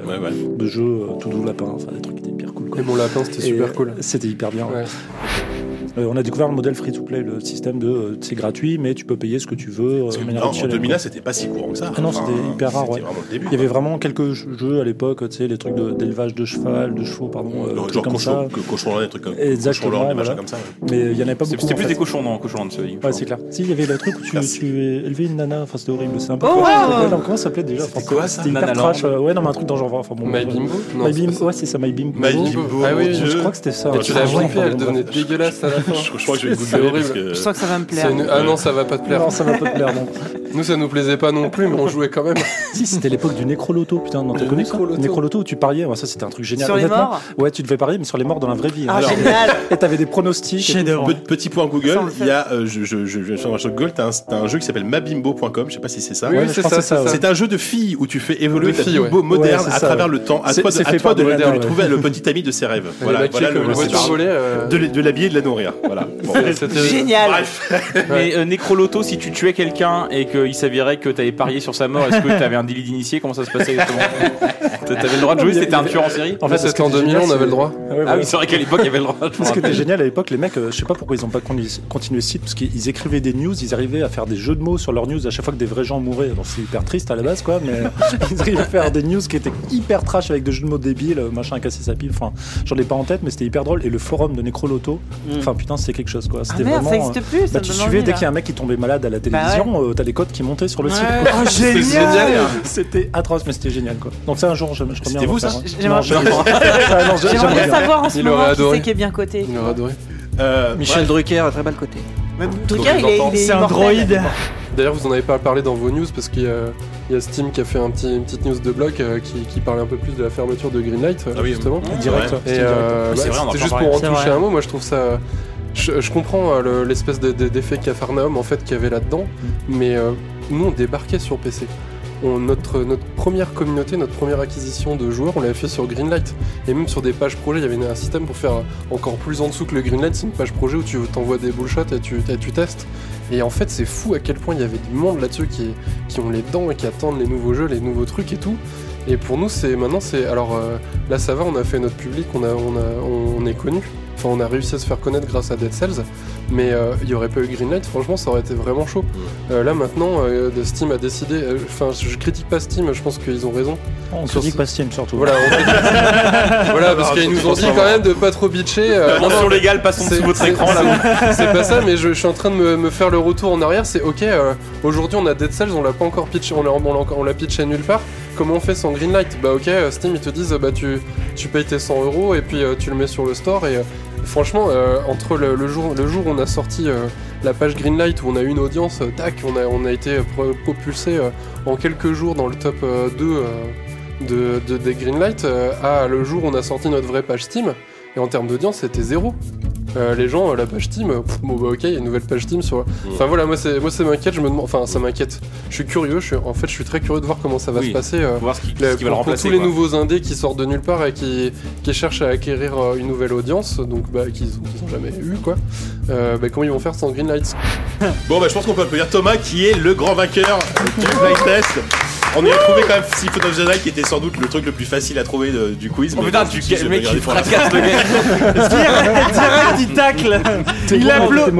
S13: de jeux euh, tout doux lapin, enfin des trucs qui étaient hyper cool. Quoi.
S14: Et mon lapin, c'était
S13: Et,
S14: super cool.
S13: euh, C'était hyper bien. ouais. Euh, on a découvert le modèle free to play, le système de euh, c'est gratuit mais tu peux payer ce que tu veux.
S4: Parce que
S13: euh, de
S4: non,
S13: manière
S4: en
S13: optionnelle,
S4: 2000
S13: quoi.
S4: c'était pas si courant que ça.
S13: Ah non,
S4: Enfin,
S13: c'était hyper rare.
S4: c'était
S13: ouais.
S4: vraiment le début,
S13: Il y avait vraiment quelques jeux à l'époque, tu sais, les trucs de- d'élevage de, cheval, de chevaux, pardon, euh,
S4: Genre,
S13: trucs
S4: genre
S13: comme
S4: cochon,
S13: ça.
S4: que cochon des trucs comme
S13: Exactement,
S4: cochon des
S13: voilà.
S4: machins comme ça. ouais.
S13: Mais
S14: euh,
S13: il y en avait pas beaucoup.
S2: C'était
S13: en
S2: plus
S13: fait.
S2: des cochons non, cochons de ce livre.
S13: Ouais, c'est clair. Si, il y avait le truc où tu, tu élevais une nana, enfin c'était horrible, c'est un peu.
S2: Oh,
S13: quoi,
S2: ouais,
S13: ouais,
S2: ouais.
S13: non, comment ça s'appelait déjà Enfin,
S2: quoi, ça
S13: C'était hyper
S2: Nana
S13: trash.
S2: Land
S13: euh, ouais, non, mais un truc dans genre. Enfin, bon,
S14: My
S13: bref.
S14: Bimbo Non,
S13: My
S14: c'est
S13: Bimbo, ouais, c'est ça, My Bimbo.
S4: My Bimbo,
S13: Ah
S14: mon
S13: oui,
S14: Dieu.
S13: je crois que c'était ça.
S14: Et
S13: ouais.
S14: tu l'as
S13: Enfin,
S14: bouffée,
S13: bon,
S14: elle
S13: bref.
S14: devenait dégueulasse à la fin.
S4: Je crois que je vais
S14: C'est
S4: googler parce
S14: horrible.
S4: que-
S14: Je
S4: sens que ça va me plaire.
S14: C'est une- Ah non, ça va pas te plaire.
S13: Non, ça va pas te plaire, non.
S14: Nous, ça nous plaisait pas non plus, mais on jouait quand même.
S13: Si, c'était l'époque du Nécroloto, putain, non, t'as
S14: Le
S13: connu ça
S14: Nécroloto.
S13: Nécroloto où tu pariais, ouais, ça c'était un truc génial.
S14: Sur les
S13: Honnêtement,
S14: morts
S13: Ouais, tu devais parier, mais sur les morts dans la vraie vie.
S4: Ah, génial
S13: Et t'avais des pronostics. et tout.
S4: Pe- Petit point Google, il y a, euh, je, je, je, je- sur Google, t'as un, t'as un jeu qui s'appelle mabimbo.com, je sais pas si c'est ça.
S14: Oui, oui, Ouais, c'est je pense ça, que c'est c'est ça. ça.
S4: C'est un jeu de filles où tu fais évoluer
S14: De
S4: ta
S14: filles,
S4: bimbo
S14: ouais.
S4: moderne
S14: Ouais, c'est
S4: à
S14: ça,
S4: travers
S14: ouais.
S4: le temps. À
S14: C'est-
S4: toi de,
S14: c'est
S4: à
S14: fait
S4: toi
S14: par
S4: de,
S14: des
S4: la- de
S14: modernes,
S4: lui
S14: ouais.
S4: trouver le petit ami de ses rêves.
S14: Et
S4: Voilà,
S14: la
S4: voilà
S14: chick,
S4: le,
S14: euh,
S4: le
S14: voiture
S4: séparé.
S14: volée, euh.
S4: De, l- de l'habiller et de la nourrir. Voilà. Bon.
S14: Génial.
S4: Bref.
S2: Mais euh, Nécroloto, si tu tuais quelqu'un et qu'il s'avérait que t'avais parié sur sa mort, est-ce que t'avais un délit d'initié Comment ça se passait exactement T'avais le droit de jouer C'était un tueur en série
S14: En fait,
S13: ce qui
S14: en
S13: était
S14: 2000,
S13: génial,
S14: on avait
S13: c'est-
S14: le droit.
S13: Ah, ouais,
S2: Ah
S13: voilà.
S2: oui, c'est vrai qu'à l'époque, il y avait le droit. je me
S13: Ce qui était
S2: rappelle.
S13: génial à l'époque, les mecs, euh, je sais pas pourquoi ils ont pas conduit- continué ce site, parce qu'ils écrivaient des news, ils arrivaient à faire des jeux de mots sur leurs news à chaque fois que des vrais gens mouraient. Alors c'est hyper triste à la base, quoi, mais ils arrivaient à faire des news qui étaient hyper trash avec des jeux de mots débiles, euh, machin, casser sa pile. Enfin, j'en ai pas en tête, mais c'était hyper drôle. Et le forum de Necroloto, enfin putain, c'était quelque chose, quoi. C'était
S9: Mm. Ah, merde, ça
S13: vraiment. euh,
S9: existe plus, ça
S13: bah,
S9: me
S13: tu
S9: donne
S13: suivais
S9: envie,
S13: dès
S9: là.
S13: qu'il y a un mec qui tombait malade à la télévision, euh, t'as les codes qui montaient sur le
S9: Ouais.
S13: site. quoi.
S9: Oh, C'est génial. génial.
S13: Ah, C'était atroce, mais c'était génial, quoi. Donc ça, un jour, je, je reviens.
S4: C'était vous, ça
S13: Non,
S4: J'aimerais-
S13: je- Ah, non, je-
S4: J'aimerais
S9: J'aimerais bien
S4: bien.
S9: savoir en ce
S4: Il aurait
S9: moment qui
S4: adoré.
S9: c'est qui est bien coté.
S14: Il aurait adoré.
S19: Michel Drucker a très mal côté.
S9: Même Drucker, il est, il est immortel.
S14: D'ailleurs, vous en avez pas parlé dans vos news parce qu'il y a, il y a Steam qui a fait un petit, une petite news de bloc euh, qui, qui parlait un peu plus de la fermeture de Greenlight, euh,
S4: Ah oui,
S14: justement.
S4: mmh. Direct, ouais.
S14: Et
S4: Steam direct.
S14: euh,
S4: Oui, c'est
S14: bah,
S4: vrai, on en parle
S14: c'était juste
S4: pas.
S14: pour en
S4: C'est
S14: toucher
S4: vrai.
S14: un mot. Moi, je trouve ça. Je, je comprends euh, le- l'espèce de- de- d'effet Capharnaüm en fait qu'il y avait là-dedans, mais euh, nous, on débarquait sur PC. On- notre, notre première communauté, notre première acquisition de joueurs, on l'avait fait sur Greenlight. Et même sur des pages projet, il y avait une- un système pour faire encore plus en dessous que le Greenlight. C'est une page projet où tu t'envoies des bullshots et tu, et tu testes. Et en fait, c'est fou à quel point il y avait du monde là-dessus qui, qui ont les dents et qui attendent les nouveaux jeux, les nouveaux trucs et tout. Et pour nous, c'est maintenant, c'est. Alors euh, là, ça va, on a fait notre public, on, a, on, a- on- on est connu. Enfin, on a réussi à se faire connaître grâce à Dead Cells. Mais euh, il y n'y aurait pas eu Greenlight, franchement, ça aurait été vraiment chaud. Euh, là, maintenant, euh, de Steam a décidé. euh, Enfin, je critique pas Steam, je pense qu'ils ont raison.
S13: On se
S14: Sur
S13: dit
S14: ce-
S13: pas Steam surtout.
S14: Voilà, on critique- voilà parce
S13: Alors,
S14: qu'ils nous ont dit
S13: surtout,
S14: quand même de pas trop bitcher. euh,
S2: Mention légale, passons
S14: c'est-
S2: sous votre
S14: c'est-
S2: écran, là.
S14: c'est- C'est pas ça, mais je, je suis en train de me, me faire le retour en arrière. C'est ok, euh, aujourd'hui on a Dead Cells, on l'a pas encore pitché, on l'a on l'a encore- on l'a pitché nulle part. Comment on fait sans Greenlight Bah ok, euh, Steam ils te disent, euh, bah tu, tu payes tes 100 euros et puis euh, tu le mets sur le store. Et euh, franchement, euh, entre le, le jour, le jour où on a sorti euh, la page Greenlight, où on a eu une audience, euh, tac, on a, on a été euh, pro- propulsé euh, en quelques jours dans le top euh, 2. euh, de, de- des Greenlight euh, à le jour où on a sorti notre vraie page Steam, et en termes d'audience, c'était zéro. Euh, les gens, euh, la page Steam, euh, pff, bon bah ok, il y a une nouvelle page Steam
S2: Mm.
S14: sur. Enfin voilà, moi, c'est, moi ça m'inquiète, je me demande. Enfin, ça m'inquiète. Je suis curieux, je suis- en fait, je suis très curieux de voir comment ça va
S2: Oui.
S14: se passer. euh,
S2: Voir ce qui- ce qui
S14: la-
S2: va le
S14: pour, pour
S2: remplacer,
S14: tous les
S2: quoi.
S14: nouveaux indés qui sortent de nulle part et qui, qui cherchent à acquérir euh, une nouvelle audience, donc bah, qu'ils ont, qu'ils ont jamais eu, quoi. Euh, bah, comment ils vont faire sans Greenlight
S4: Bon, bah, je pense qu'on peut applaudir Thomas qui est le grand vainqueur du blind test. On y a trouvé quand même Seafood of the Night qui était sans doute le truc le plus facile à trouver de- du quiz.
S2: Oh
S4: mais
S2: putain,
S4: bon,
S2: tu
S4: si, je
S2: le
S4: vais
S2: mec qui
S4: regarder pour la-
S2: fracasse le
S22: Direct, direct, il tacle. Il applaudit.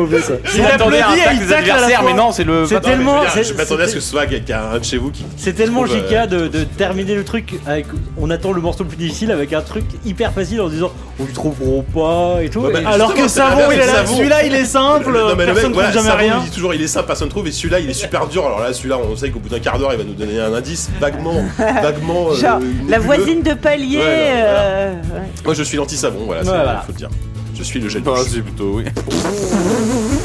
S22: Il
S4: Ah,
S2: attendait un
S22: applaudit et
S2: tacle
S22: il
S2: des
S22: tacle à la
S2: adversaires,
S22: fois.
S2: mais non, c'est le-
S22: C'est
S4: Non, mais je veux
S22: tellement.
S4: dire,
S22: c'est-
S4: Je m'attendais à ce
S22: c'est-
S4: que ce soit quelqu'un un de chez vous qui.
S22: C'est tellement
S4: trouve, euh,
S22: giga de, de terminer le truc avec. On attend le morceau le plus difficile avec un truc hyper facile en disant on le trouveront pas et tout.
S4: Ouais, bah,
S22: Et- alors
S4: justement,
S22: que
S4: c'est la
S22: Savon,
S4: merde,
S22: il est là.
S4: Savon.
S22: Celui-là, il est simple.
S4: Non, mais le mec,
S22: personne ne
S4: voilà,
S22: trouve jamais
S4: Savon,
S22: rien.
S4: il dit toujours il est simple, personne ne trouve. Et celui-là, il est super dur. Alors là, celui-là, on sait qu'au bout d'un quart d'heure, il va nous donner un indice vaguement. vaguement euh,
S9: Genre, la
S4: nébuleux.
S9: voisine de palier.
S4: Ouais, non,
S9: euh, ouais.
S4: Moi, je suis l'anti-savon, voilà, c'est-
S9: Voilà.
S4: faut le dire. Je suis le jet de
S2: Bah,
S4: douche.
S2: c'est plutôt, oui.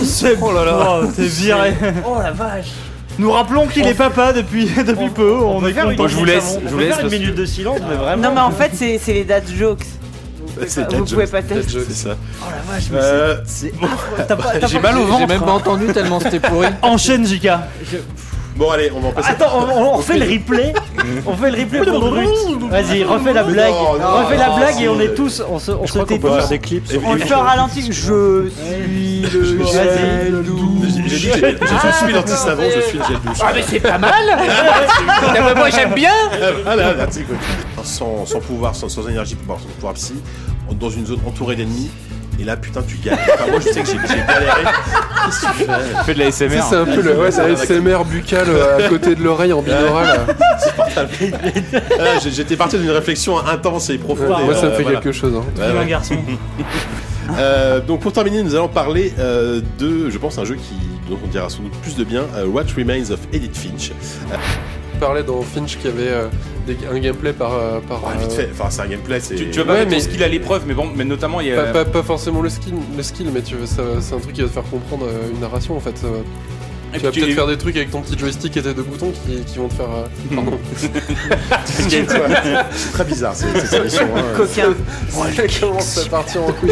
S22: C'est oh là là, c'est viré.
S9: Oh la vache.
S22: Nous rappelons qu'il est
S3: Oh.
S22: papa depuis depuis peu. On, est
S2: une
S22: content.
S2: Bon, je vous minute laisse, de Savon. je
S22: On
S2: vous
S22: peut
S2: laisse
S22: faire une
S2: parce que-
S22: minute de silence, mais vraiment.
S9: Non mais en fait c'est c'est les dad jokes.
S4: C'est
S9: Vous
S4: Dead
S9: pouvez
S4: Jokes,
S9: pas
S4: Dead
S9: tester.
S4: Jokes, C'est ça.
S9: Oh la vache. mais
S4: Euh,
S9: c'est-
S4: bon.
S9: T'as pas- t'as
S4: J'ai
S9: pas-
S4: mal au ventre, hein.
S19: tellement c'était
S4: pourri.
S22: Enchaîne, Jika.
S4: Bon, allez, on va en passer.
S22: Attends, on, on- on fait le replay. On fait le replay pour Brut. Vas-y, refais la blague.
S4: Non, non,
S22: refais la
S4: non,
S22: blague
S4: c'est-
S22: et on est tous. On se, on se tait
S4: peut
S22: tous.
S4: faire des clips sur-
S22: On le fait en ralenti. Je suis le
S4: Vas-y.
S22: gel doux.
S4: J'ai dit, j'ai- je suis l'anti-savon, je suis le jet de douche.
S9: Ah mais c'est pas mal. Non, mais Moi j'aime bien.
S4: Ah, bah, Voilà, là, tu sais, quoi. Sans, sans pouvoir, sans, sans énergie, pouvoir, sans pouvoir psy, dans une zone entourée d'ennemis, et là putain tu gagnes. Enfin, moi je sais que j'ai j'ai galéré. Qu'est-ce que tu fais
S2: Fais de la
S14: Tu sais,
S2: SMR.
S14: c'est un peu le ouais, c'est la SMR buccal euh, à côté de l'oreille en binaural. euh.
S4: Ah, j'ai- J'étais parti d'une réflexion intense et profonde.
S14: Moi,
S4: et,
S14: ça me
S4: euh,
S14: fait
S4: voilà.
S14: quelque chose. hein.
S4: Ouais, ouais. Euh, donc pour terminer, nous allons parler euh, de, je pense, un jeu qui, dont on dira sans doute plus de bien, euh, What Remains of Edith Finch. Euh,
S14: parlait dans Finch qu'il y avait euh, des- un gameplay par. euh, par
S4: Ah, vite fait. Enfin, c'est un gameplay, c'est.
S14: Tu-
S4: Tu,
S14: tu vas pas Ouais, mettre ton mais-
S4: skill
S14: skill
S4: à l'épreuve, mais bon, mais notamment, il y
S14: Pas, pas- pas forcément le skill, le skill mais tu veux, ça- c'est un truc qui va te faire comprendre euh, une narration en fait. ça va-
S2: Et
S14: tu vas
S2: puis tu-
S14: peut-être faire des trucs avec ton petit joystick et tes deux boutons qui, qui vont te faire. euh, Pardon.
S4: C'est très bizarre, cette- cette émission, hein.
S14: Coquin. Ça commence à partir en couille.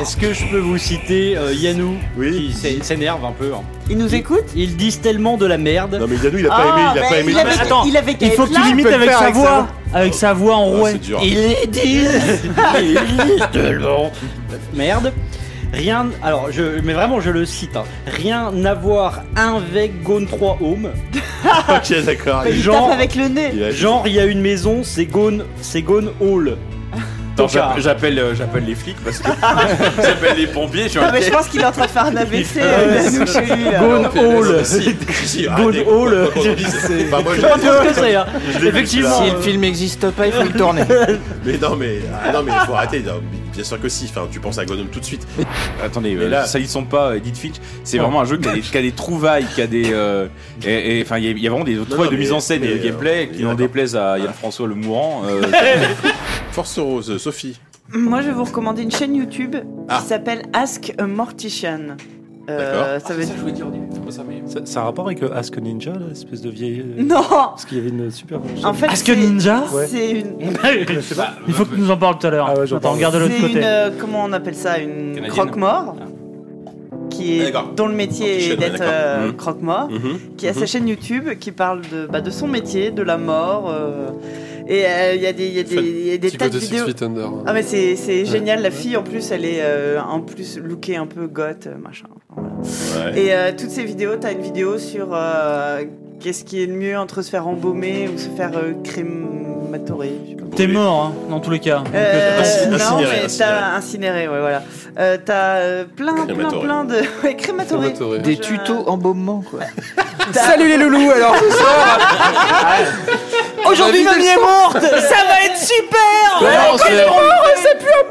S7: Est-ce que je peux vous citer euh, Yanou Oui. Qui s'é- s'énerve un peu. hein.
S5: Il nous écoute
S7: Ils disent tellement de la merde. Non,
S4: mais Yanou,
S5: il a pas Ah, aimé- il a mais pas aimé il du avait- tout.
S7: Attends,
S5: il avait qu'à
S3: Il faut
S5: être
S3: que
S5: là,
S3: tu
S5: il
S3: limites
S5: peut le
S3: avec
S5: faire
S3: sa
S5: avec
S3: voix. Avec sa voix en
S7: Ah,
S3: rouet.
S7: c'est dur. Il est dit. Il est tellement de merde. Rien, alors je, mais vraiment je le cite, hein. rien à voir avec Gone 3 Home.
S4: ok, d'accord.
S5: Il tape avec le nez. Il a-
S7: Genre il y a une maison, c'est Gone, c'est Gone ah. Hall.
S2: Attends, j'appelle- j'appelle euh, j'appelle les flics parce que j'appelle les pompiers. je suis
S5: Non,
S2: en-
S5: mais je pense qu'il est en train de faire un AVC.
S2: Ouais,
S5: euh, Yanou,
S2: c'est-
S5: chez lui, là.
S2: Gone
S5: Hall.
S4: Gone
S5: Oh,
S7: Hall.
S4: Enfin, moi,
S5: Je
S4: l'ai-
S5: sais pas ce que c'est, hein.
S4: Je l'ai vu,
S5: Effectivement.
S4: celui-là.
S5: Si le film n'existe pas, il faut le tourner.
S4: mais non, mais ah, non, mais faut arrêter. non, bien sûr que si. Enfin, tu penses à Gonom tout de suite.
S2: Attendez,
S4: Mais
S2: euh,
S4: là-
S2: ça ils sont pas, Edith Finch. C'est
S4: Non.
S2: vraiment un jeu qui a des, qui a des trouvailles, qui a des. euh, et- et, Enfin, il y, a- il y a vraiment des trouvailles
S4: non,
S2: de
S4: mais-
S2: mise en scène et de
S4: mais, euh, Ah.
S2: gameplay qui n'en déplaisent à Yann François le mourant. euh,
S4: Force Rose, Sophie.
S5: Moi, je vais vous recommander une chaîne YouTube
S4: Ah.
S5: qui s'appelle Ask a Mortician. Euh, Ça veut dire.
S13: Ça, ça a rapport avec euh, Ask Ninja, là, l'espèce de vieille. euh,
S5: Non.
S13: Parce qu'il y avait une super.
S5: En fait,
S3: Ask a
S5: c'est-
S3: Ninja
S13: Ouais.
S5: C'est une.
S13: Je sais pas.
S3: Il faut que tu nous en parles tout à l'heure. Attends, regarde de l'autre
S5: C'est
S3: côté.
S5: une, euh, comment on appelle ça Une
S3: Canadienne.
S5: croque-mort qui est dont le métier est
S3: Morticienne, ouais,
S5: d'être
S3: d'accord.
S5: euh,
S3: Mhm.
S5: croque-mort,
S3: Mhm.
S5: qui a sa
S3: Mhm.
S5: chaîne YouTube qui parle de, bah, de son métier, de la mort. euh, et euh, il y a des, il y a des, il y a des
S14: Petit
S5: tas de
S14: côté Six
S5: vidéos.
S14: Feet Under.
S3: hein.
S14: hein.
S5: Ah mais c'est c'est
S14: Ouais.
S5: génial, la fille en plus elle est euh, en plus lookée un peu goth, euh, machin. voilà.
S4: Ouais.
S5: Et euh, toutes ces vidéos, t'as une vidéo sur euh, qu'est-ce qui est le mieux entre se faire embaumer ou se faire euh, crématorer. je sais pas.
S3: T'es mort, hein, dans tous les cas. Donc,
S5: Euh,
S3: euh,
S5: non, mais t'as incinéré, ouais, voilà. Euh, t'as euh, plein, plein,
S3: Crématoré.
S5: plein de. Ouais, crématoré.
S19: Des
S5: Je-
S19: tutos embaumement, quoi.
S5: Salut les loulous, alors ce soir
S9: Aujourd'hui,
S5: Ma vie
S9: mamie
S5: de
S9: est
S5: sang.
S9: morte Ça va être super
S29: Ouais,
S9: Ouais,
S29: on
S9: qu'est-ce
S29: se-
S9: qu'on
S5: Ah
S9: meurt, ça pue un
S3: hein.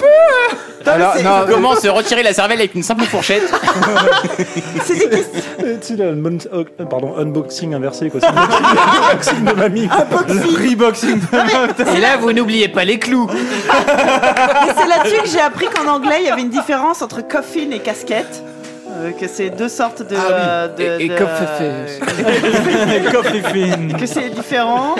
S9: peu
S29: Alors,
S9: mais c'est-
S29: non, comment se retirer la cervelle avec une simple fourchette
S13: Euh, Tu sais, là, le mon- euh, pardon, unboxing inversé, quoi. C'est le unboxing de mamie. Unboxing Reboxing
S29: Et là, vous n'oubliez pas les clous.
S5: Mais c'est là-dessus que j'ai appris qu'en anglais, il y avait une différence entre coffin et casquette. euh, que c'est deux sortes de. euh, de-
S29: Et- et
S5: de- euh,
S3: coffee-fish. Coffee-fin.
S5: que c'est différent.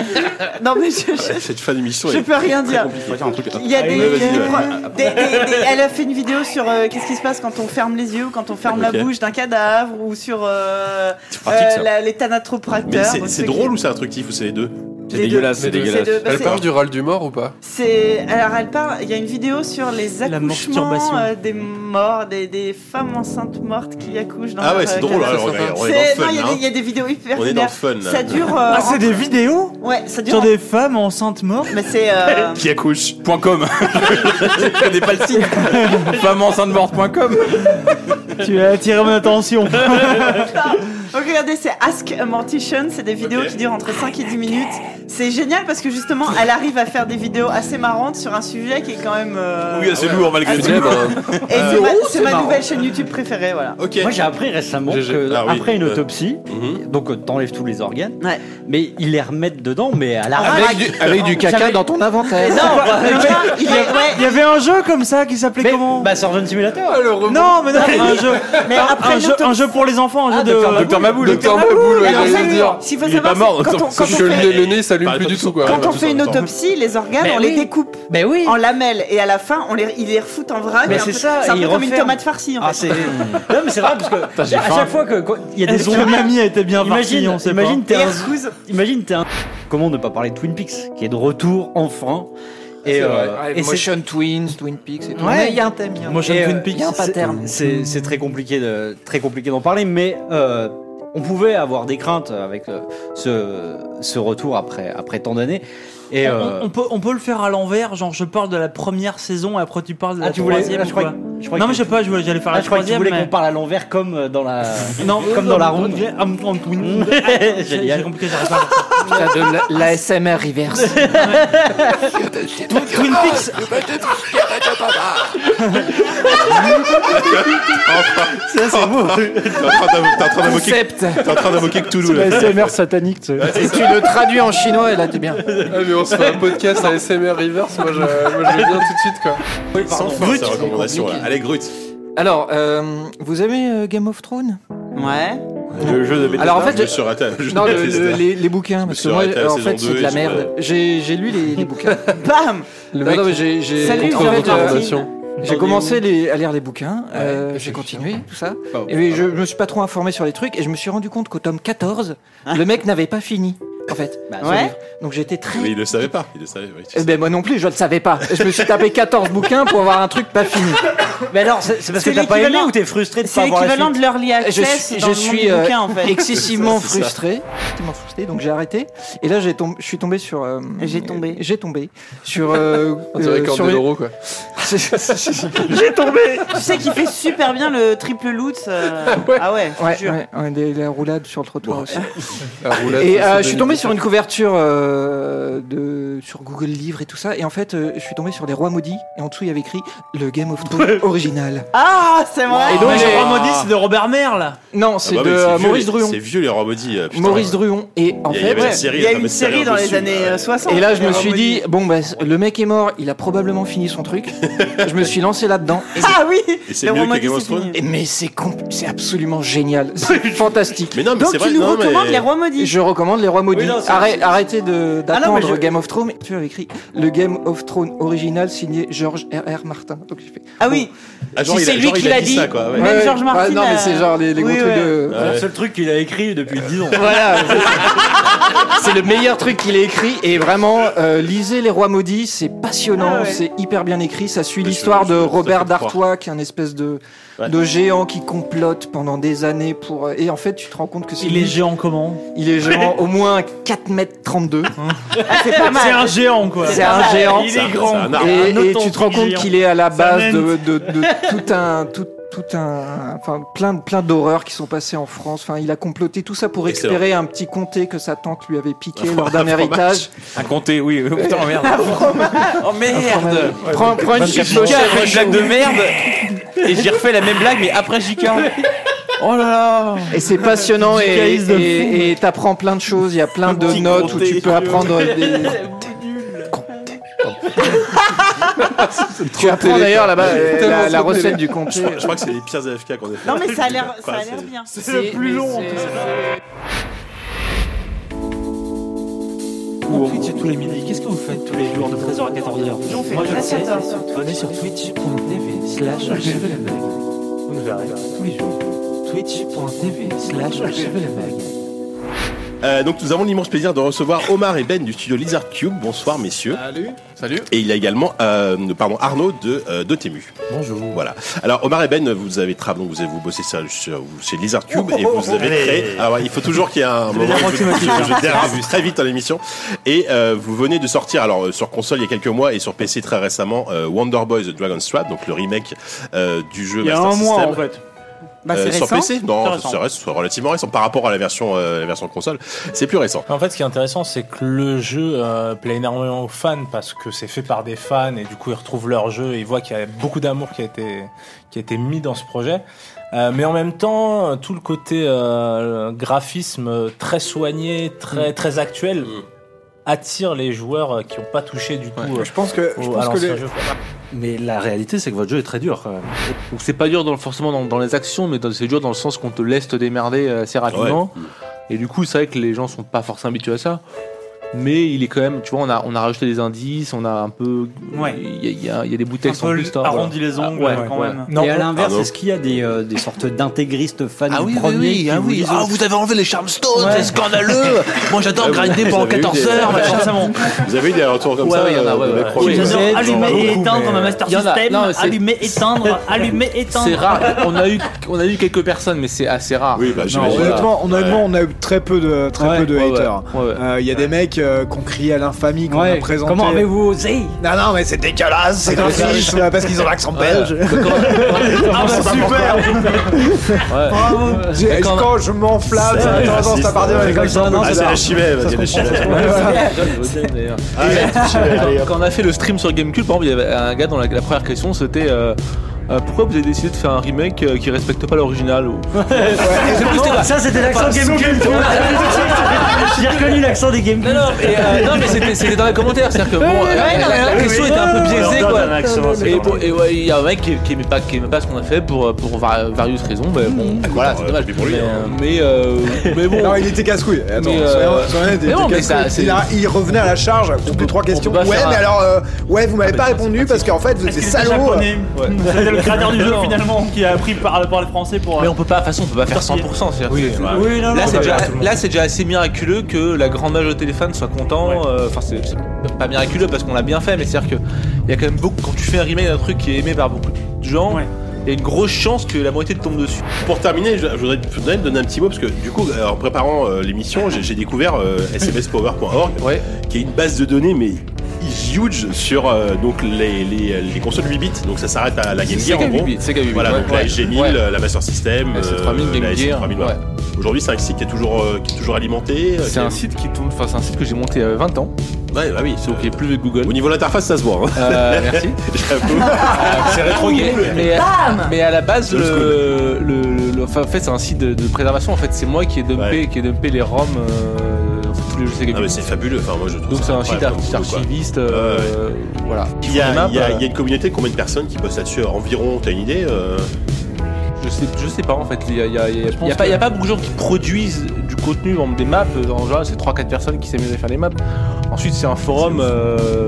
S5: Non, mais je. je-
S4: Cette fin d'émission.
S5: Je
S4: est
S5: peux rien
S4: très
S5: dire.
S4: compliquée.
S5: Il y a des,
S4: Ouais, Ah vas-y,
S5: des-
S4: ouais.
S5: des- des- des- Elle a fait une vidéo sur euh, qu'est-ce qui se passe quand on ferme les yeux ou quand on ferme
S4: Ok.
S5: la bouche d'un cadavre ou sur euh,
S4: pratique,
S5: euh,
S4: ça.
S5: la- les
S4: Mais
S5: thanatopracteurs.
S4: c'est-
S5: donc
S4: c'est
S5: ceux qui-
S4: drôle ou c'est instructif ou c'est les deux
S5: C'est Les deux. dégueulasse, c'est Les deux. dégueulasse. C'est deux, bah,
S14: Elle
S5: c'est-
S14: parle du râle du mort ou pas
S5: C'est alors elle parle. Il y a une vidéo sur les
S14: La
S5: accouchements
S14: masturbation.
S5: euh, des morts, des, des femmes enceintes mortes qui accouchent. Dans
S4: Ah
S5: leur,
S4: ouais, c'est
S5: euh,
S4: drôle,
S5: cadavre.
S4: alors, on est- on est
S5: C'est-
S4: dans le
S5: non, il y a
S4: fun,
S5: des-
S4: là.
S5: il y, a des vidéos hyper
S4: On est dans
S5: vénères.
S4: le fun, là.
S5: Ça dure. euh,
S3: Ah, c'est
S5: en-
S3: des vidéos
S5: Ouais, ça dure.
S3: Sur
S5: en-
S3: des femmes enceintes mortes
S5: Mais c'est. euh,
S2: Qui accouche Point .com. Je connais pas le site. Femme enceinte morte.com.
S3: Tu as attiré mon attention.
S5: Donc regardez, c'est Ask a Mortician, c'est des vidéos qui durent entre 5 et 10 minutes. C'est génial parce que justement, elle arrive à faire des vidéos assez marrantes sur un sujet qui est quand même. euh,
S2: Oui, assez lourd malgré
S5: assez
S2: tout.
S5: lourd. Et c'est
S2: Euh,
S5: ma,
S2: oh,
S5: c'est
S2: c'est
S5: ma
S2: marrant.
S5: nouvelle chaîne YouTube préférée, voilà.
S7: Moi j'ai appris récemment
S5: GG.
S7: que
S5: Ah oui.
S7: après une
S5: Euh.
S7: autopsie, donc euh, t'enlèves tous les organes,
S5: Ouais.
S7: mais ils les remettent dedans, mais à la
S19: Avec
S7: ramasse.
S19: du- avec du caca
S7: Ah, J'avais-
S19: dans ton inventaire.
S7: Mais
S19: C'est
S7: Non,
S19: quoi
S7: bah,
S19: Le
S7: mais-
S19: gars,
S7: il y avait-
S3: Il y avait un jeu comme ça qui s'appelait comment
S7: Bah Surgeon Simulator.
S3: Non, mais non, un jeu.
S7: Mais
S3: un,
S7: après Ah,
S3: un jeu, un jeu pour les enfants, un jeu de.
S2: Docteur Maboul.
S14: Docteur
S3: Maboul,
S14: Maboul, ouais,
S3: alors
S14: j'allais
S3: ça,
S14: le
S3: il-
S14: dire.
S5: s'il faut savoir, c'est quand on- quand
S14: Sauf
S5: on
S14: que
S5: fait-
S14: le nez s'allume plus du tout quoi.
S5: Quand on fait une autopsie, les organes,
S14: Mais
S5: on les
S14: oui.
S5: découpe en lamelles et à la fin, on les, ils les refoutent en vrac.
S7: Mais
S5: et un
S7: c'est
S5: peu-
S7: ça,
S5: c'est un
S7: ils
S5: peu comme une
S7: referment.
S5: tomate farcie en
S7: Ah,
S5: fait.
S7: c'est- non mais c'est vrai parce que
S3: j'ai
S7: à
S3: faim.
S7: chaque fois que quand il y a des
S3: Est-ce que mamie a été bien farcie, on sait pas.
S7: imagine t'es un,
S5: Hercouze.
S7: imagine t'es un comment ne pas parler de Twin Peaks qui est de retour enfin et, euh, et c'est-
S19: Motion Twins, Twin Peaks et tout.
S7: Ouais.
S19: Mais Il y a un thème. il y a un-
S7: Et, euh,
S19: Il y a un
S7: c'est-
S19: pattern.
S7: C'est c'est très compliqué de très compliqué d'en parler, mais euh, on pouvait avoir des craintes avec euh, ce, ce retour après après tant d'années. Et
S3: on,
S7: euh,
S3: on peut, on peut le faire à l'envers, genre je parle de la première saison et après tu parles de la
S7: ah, tu voulais,
S3: troisième.
S7: ah, je croyais,
S3: ou quoi.
S7: Je crois
S22: Non,
S7: que-
S22: mais je sais pas, je voulais- j'allais faire
S7: Ah,
S22: la
S7: je crois que tu
S22: troisième.
S7: voulais
S22: mais-
S7: qu'on parle à l'envers comme euh, dans la
S22: Non, Ah,
S7: comme dans la ronde. Mm.
S22: J'ai
S7: Génial.
S22: compris que j'arrive pas.
S19: Putain, de l- l'ASMR reverse.
S22: Twin Peaks
S4: Ça, c'est beau. T'es en train d'invoquer-
S19: Concept.
S4: t'es en train d'invoquer Cthulhu.
S13: C'est
S4: là.
S13: l'ASMR satanique. tu sais.
S19: Et tu le traduis en chinois et là t'es bien.
S14: Ah, mais on se fait un podcast à SMR Reverse, moi je, moi, je veux bien tout de suite quoi.
S4: Sans force, ces recommandations, là. Allez, Grut.
S19: Alors, euh, vous aimez euh, Game of Thrones Ouais.
S4: Le jeu de Bethesda.
S19: Alors en fait,
S4: je me
S19: je-
S4: suis raté à- je
S19: non,
S4: me
S19: le-
S4: suis
S19: le-
S4: raté.
S19: les, les bouquins,
S4: Je me
S19: parce
S4: suis
S19: que moi,
S4: raté à la
S19: en
S4: saison
S19: fait, c'est
S4: deux
S19: de
S4: et
S19: la
S4: je-
S19: merde. J'ai j'ai lu les, les bouquins.
S5: Bam
S14: Le
S19: Non,
S14: mec
S19: non, mais j'ai j'ai-
S14: Salut,
S19: en fait,
S14: Jean-Marc
S19: euh,
S14: Recommandation.
S19: j'ai commencé les- à lire les bouquins, euh, j'ai continué, tout ça.
S14: Pardon.
S19: Et je, je me suis pas trop informé sur les trucs et je me suis rendu compte qu'au tome 14, le mec n'avait pas fini, en fait. son
S5: Ah. Bah ouais.
S19: livre. Donc j'étais très
S4: Mais il le savait pas. Il le savait. oui, Ah tu
S19: Eh
S4: sais.
S19: ben moi non plus, je le savais pas. Je me suis tapé 14 bouquins pour avoir un truc pas fini.
S7: Mais alors, c'est c'est parce que
S19: C'est
S7: t'as pas aimé
S19: l'équivalent-
S7: ou t'es frustré de
S19: c'est
S7: pas avoir la
S19: l'équivalent
S7: suite
S19: de
S5: l'early
S19: Je
S5: access
S19: suis,
S5: dans
S19: je
S5: le monde
S19: suis,
S5: des
S19: euh,
S5: bouquins, en fait.
S19: excessivement
S5: C'est ça, c'est ça.
S19: frustré, excessivement frustré, donc j'ai arrêté. Et là j'ai tombé, je suis tombé sur. euh,
S5: J'ai tombé.
S19: J'ai tombé sur. euh,
S14: On dirait
S19: euh, sur
S14: Cordeloro, quoi.
S19: J'ai
S5: tombé Tu sais qu'il fait super bien le triple loot. euh, Ah ouais, je te
S19: Ouais,
S5: jure.
S19: ouais, ouais, des- la roulade sur le trottoir aussi.
S14: La roulade,
S19: et
S14: ça,
S19: euh,
S14: c'est
S19: je suis
S14: Denis
S19: tombé
S14: Villeneuve.
S19: sur une couverture euh, de sur Google Livres et tout ça. Et en fait, euh, je suis tombé sur les rois maudits. Et en dessous, il y avait écrit le Game of Thrones original.
S5: Ah, c'est vrai
S19: Et donc,
S22: Mais
S19: j'ai-
S22: Jean Maudit, c'est de Robert Merle là
S19: Non,
S4: Ah
S19: c'est
S4: bah
S19: de
S4: oui,
S19: euh,
S4: vieux,
S19: Maurice
S4: les-
S19: Druon.
S4: C'est vieux les rois maudits. euh, putain,
S19: Maurice
S4: ouais.
S19: Druon. Et en
S4: Il y
S19: fait,
S4: avait la série,
S5: Il y a
S4: la
S5: une
S4: fameuse
S5: série dans les
S4: dessus.
S5: années euh, 60.
S19: Et là, je me suis
S5: Robodie.
S19: dit, bon, bah, le mec est mort, il a probablement fini son truc. je me suis lancé là-dedans.
S5: Ah oui
S4: Et c'est mieux que Game of Thrones
S19: Et- Mais c'est compl- c'est absolument génial, c'est fantastique.
S4: Mais non, mais
S19: Donc
S4: c'est
S19: tu
S4: vrai,
S19: nous
S4: non,
S19: recommandes
S4: mais-
S19: les Rois Maudits Je recommande les Rois Maudits.
S7: non, c'est-
S19: Arrête- arrêtez de-
S7: Ah non,
S19: d'attendre
S7: mais je-
S19: Game of Thrones. Tu avais écrit le Game of Thrones original signé George R.R. Martin. Donc j'ai fait.
S5: Ah oui
S4: Ah, genre,
S19: Si
S4: il a-
S19: c'est lui
S4: genre,
S19: qui
S4: il a
S19: l'a
S4: dit
S19: dit,
S4: ça, quoi. ouais.
S19: Ouais,
S5: Même
S19: ouais.
S5: George Martin.
S19: Ouais, non, mais
S5: euh,
S19: c'est genre les, les gros
S5: oui,
S19: trucs
S5: ouais.
S19: de.
S7: C'est le seul truc qu'il a écrit depuis 10 ans.
S19: Voilà, c'est- c'est le meilleur truc qu'il ait écrit et vraiment euh, lisez Les Rois Maudits, c'est passionnant,
S5: Ah ouais.
S19: c'est hyper bien écrit, ça suit
S4: je-
S19: l'histoire
S4: je-
S19: de
S4: ça
S19: Robert
S4: fait croire.
S19: d'Artois qui est un espèce de,
S4: Ouais.
S19: de géant qui complote pendant des années pour euh, et en fait tu te rends compte que c'est
S22: Il
S19: lui.
S22: est géant comment
S19: il est géant au moins 4 mètres 32
S5: Ah, c'est pas
S22: C'est un
S5: mal.
S22: géant quoi.
S19: c'est un géant
S4: C'est un- c'est un arbre.
S19: et,
S22: Un
S19: et
S22: autant
S19: tu te rends compte
S22: géant.
S19: qu'il est à la
S22: Ça
S19: base
S22: mène.
S19: de, de- de tout un tout, tout un enfin plein plein d'horreurs qui sont passées en France. Enfin, il a comploté tout ça pour
S4: Excellent.
S19: récupérer un petit comté que sa tante lui avait piqué lors d'un héritage.
S27: À compter, oui. euh, Putain, merde. Oh merde.
S19: Prends, prends une
S27: J'ai
S19: chiffre
S27: fait une blague de merde et j'ai refait la même blague mais après Jika. Oh là là.
S19: Et c'est passionnant et-
S27: Caïs de fou.
S19: et et t'apprends plein de choses. Il y a plein de
S27: petit
S19: notes où tu
S27: comté.
S19: peux
S5: euh,
S19: apprendre euh, des, Tu apprends d'ailleurs là-bas euh,
S14: Tellement
S19: la, la
S14: trop
S19: recette
S14: délire.
S19: du
S4: Je
S19: comté.
S4: crois- je crois que c'est les pires AFK qu'on a fait.
S5: Non, mais ça a l'air ça
S4: Enfin,
S5: a l'air bien.
S22: C'est le plus long en plus.
S3: Mon Twitch est tous les midis. Qu'est-ce que vous faites tous les jours de 13h à 14h Moi je le sais. Venez sur twitch.tv slash je veux la mag. On nous arrive tous les jours. Twitch.tv slash je veux la mag.
S4: Euh, donc nous avons l'immense plaisir de recevoir Omar et Ben du studio Lizard Cube. Bonsoir messieurs.
S14: Salut. Salut.
S4: Et il y a également euh, pardon, Arnaud de, euh, de Tému.
S30: Bonjour.
S4: Voilà. Alors Omar et Ben, vous avez travaillé, vous, avez- vous bossez sur- sur- chez Lizard Cube et vous avez
S30: Allez.
S4: créé. Alors il faut toujours qu'il y ait un moment où je,
S30: aventures
S4: je- je dérive très vite dans l'émission. Et euh, vous venez de sortir, alors euh, sur console il y a quelques mois et sur PC très récemment, euh, Wonder Boys The Dragon's Trap, donc le remake euh, du jeu
S22: Il y a
S4: Master
S22: un mois
S4: System.
S22: en fait.
S9: Bah,
S4: Euh, sur PC
S22: C'est
S4: Non,
S22: récent.
S4: ça reste relativement récent par rapport à la version, euh, la version console. C'est plus récent.
S2: En fait, ce qui est intéressant, c'est que le jeu euh, plaît énormément aux fans parce que c'est fait par des fans et du coup, ils retrouvent leur jeu et ils voient qu'il y a beaucoup d'amour qui, a été- qui a été mis dans ce projet. Euh, mais en même temps, euh, tout le côté euh, graphisme euh, très soigné,
S27: Mm.
S2: très, très actuel attire les joueurs euh, qui n'ont pas touché du tout. euh,
S9: Je pense que- Oh, je pense que les- Mais la réalité, c'est que votre jeu est très dur quand même. Donc c'est pas dur dans, forcément dans, dans les actions, mais dans- c'est dur dans le sens qu'on te laisse te démerder euh, assez rapidement. Et du coup, c'est vrai que les gens sont
S4: Bah,
S9: pas forcément habitués à ça. Mais il est quand même, tu vois, on a, on a rajouté des indices, on a un peu.
S22: Ouais.
S9: Il y, a- il y a- il y a des bouts de texte
S22: Un
S9: en
S22: peu
S9: plus. là,
S22: arrondi
S9: voilà.
S22: les ongles,
S9: Ah,
S22: quand même.
S7: et à l'inverse,
S9: Pardon.
S7: est-ce qu'il y a des, euh, des sortes d'intégristes fans
S9: Ah oui,
S7: du
S9: oui,
S7: premier
S9: oui,
S7: qui
S9: ah
S7: vous
S9: oui.
S7: disent,
S9: Ah, vous avez enlevé les Charmstones,
S7: Ouais.
S9: c'est scandaleux. Moi, j'adore
S4: Ah, vous-
S9: grinder
S4: vous
S9: pendant
S4: avez eu
S9: 14
S4: des-
S9: heures,
S4: Ouais.
S9: machin.
S4: Vous avez eu des retours comme
S9: Ouais,
S4: ça
S9: ouais, il y en a,
S4: euh,
S9: ouais,
S4: de
S9: ouais,
S4: mes
S9: ouais.
S4: premiers
S9: J'adore
S4: jeux
S9: allumer
S4: Beaucoup,
S9: et éteindre
S4: mais-
S9: ma master
S4: Il y en a-
S9: system.
S4: non, mais c'est-
S9: Allumer,
S22: éteindre, allumer, éteindre.
S9: C'est rare. On a eu, on a eu quelques personnes, mais c'est assez rare.
S4: Oui, bah
S9: Non,
S4: j'imagine.
S9: voilà.
S8: Honnêtement, honnêtement,
S4: Ouais.
S8: on a eu très peu de, très
S9: Ouais.
S8: peu de
S9: Ouais, ouais.
S8: haters. Euh, Il y a des mecs mecs euh, qu'on crie à l'infamie, qu'on
S7: Ouais,
S8: a présenté.
S7: comment avez-vous osé
S8: Non, non, mais c'est dégueulasse, c'est raciste, euh, parce qu'ils ont l'accent belge.
S7: Ah bah super
S8: Bravo J'ai-
S7: Mais quand-
S8: Quand je m'enflamme,
S7: C'est
S8: j'ai tendance
S7: raciste,
S8: à partir
S7: ouais.
S8: avec l'accent
S7: Ah, c'est
S8: bizarre.
S7: la chimère,
S8: Ça
S7: vas-y,
S8: se
S7: la
S8: comprend.
S7: chimère.
S8: Ouais, voilà.
S4: Ah,
S2: Quand- Quand on a fait le stream sur Gamecube, par exemple, il y avait un gars dans la, la première question, c'était euh, euh, pourquoi vous avez décidé de faire un remake euh, qui respecte pas l'original ou...
S9: Ça, c'était l'accent GameCube.
S7: J'ai reconnu l'accent des GameCube.
S2: Non, non, mais, euh, non, mais c'était- c'était dans les commentaires, c'est-à-dire que bon,
S9: Ouais,
S2: euh,
S9: ouais, non,
S2: la
S9: mais-
S2: question
S9: oui,
S2: était un peu
S9: oui.
S2: biaisée
S9: On leur
S2: quoi.
S9: donne un accent, c'est
S2: et
S9: normal.
S2: bon, et ouais, il y a un mec qui, qui aimait pas, qui aimait pas ce qu'on a fait pour euh, pour var- various raisons, mais bon, voilà, c'est dommage. mais, euh, mais, euh, mais bon,
S8: Non, il était casse-couille. Attends,
S2: Mais, euh,
S8: soyons- soyons honnêtes, il
S2: mais
S8: était
S2: non, mais
S8: casse-couille.
S2: ça, c'est-
S8: Il a- Il revenait à la charge toutes les trois questions.
S2: pas
S8: Ouais,
S2: faire un-
S8: mais alors, euh, ouais, vous m'avez
S2: Ah,
S8: pas
S2: mais
S8: répondu parce qu'en fait, vous euh. êtes des
S3: hein.
S8: salauds.
S2: japonais Ouais.
S31: C'était le créateur du jeu
S2: Non.
S31: finalement qui a appris par, par les Français pour.
S2: Mais on peut pas, de toute façon, on peut pas faire 100%. c'est-à-dire
S31: Oui,
S2: que-
S31: bah, oui, non, non,
S2: là, c'est
S31: bah,
S2: déjà,
S31: bah, tout le monde.
S2: là, c'est déjà assez miraculeux que la grande majorité des fans soient contents. euh, Enfin, c'est- c'est pas miraculeux parce qu'on l'a bien fait, mais c'est-à-dire que il y a quand même beaucoup. Quand tu fais un remake d'un truc qui est aimé par beaucoup de gens, il y a une grosse chance que la moitié te tombe dessus.
S4: Pour terminer, je je voudrais, je voudrais te donner un petit mot parce que du coup, euh, en préparant euh, l'émission, j'ai j'ai découvert euh, sbspower.org, qui est une base de données mais huge sur euh, donc les, les- euh, les consoles 8 bits. Donc ça s'arrête à la Game
S32: Sega
S4: Gear en
S32: 8
S4: gros.
S32: bits, Sega 8 bits,
S4: voilà,
S32: ouais,
S4: donc la
S32: ouais.
S4: SG1000,
S32: Ouais.
S4: euh, la Master System,
S32: SC3000, Game
S4: la
S32: Gear,
S4: SC3000, voilà.
S32: ouais.
S4: Aujourd'hui, c'est un site qui est toujours euh, qui est toujours alimenté. euh, qui
S2: C'est
S4: est-
S2: un site qui tourne, enfin c'est un site que j'ai monté à 20 ans.
S4: Ouais, bah oui,
S2: donc il est plus vieux que Google.
S4: Au niveau de l'interface, ça se voit. hein.
S2: Euh, merci.
S4: J'avoue.
S2: Ah, c'est rétro gay. Mais, euh,
S4: Bam
S2: mais à la base,
S4: Old school.
S2: le, le- le- enfin, en fait, c'est un site de, de préservation. En fait, c'est moi qui ai dumpé, qui ai dumpé les ROM. euh, enfin, tous les jeux Sega
S4: Ah, mais c'est fabuleux. Enfin, moi, je trouve
S2: Donc c'est un
S4: incroyable
S2: site
S4: comme truc,
S2: archi-
S4: quoi.
S2: archiviste. euh, voilà.
S4: Il y,
S2: Ils font
S4: a,
S2: des maps,
S4: il y a- il y a
S2: euh,
S4: une communauté, combien de personnes qui bossent là-dessus euh, environ T'as une idée euh
S2: je, sais, je sais pas en fait. Il y a, il y a- il y a- il y a
S4: pense
S2: pas, il y a
S4: que-
S2: pas beaucoup de gens qui produisent du contenu, en des maps. En général, c'est 3-4 personnes qui s'amusent à faire les maps. Ensuite, c'est un forum. euh,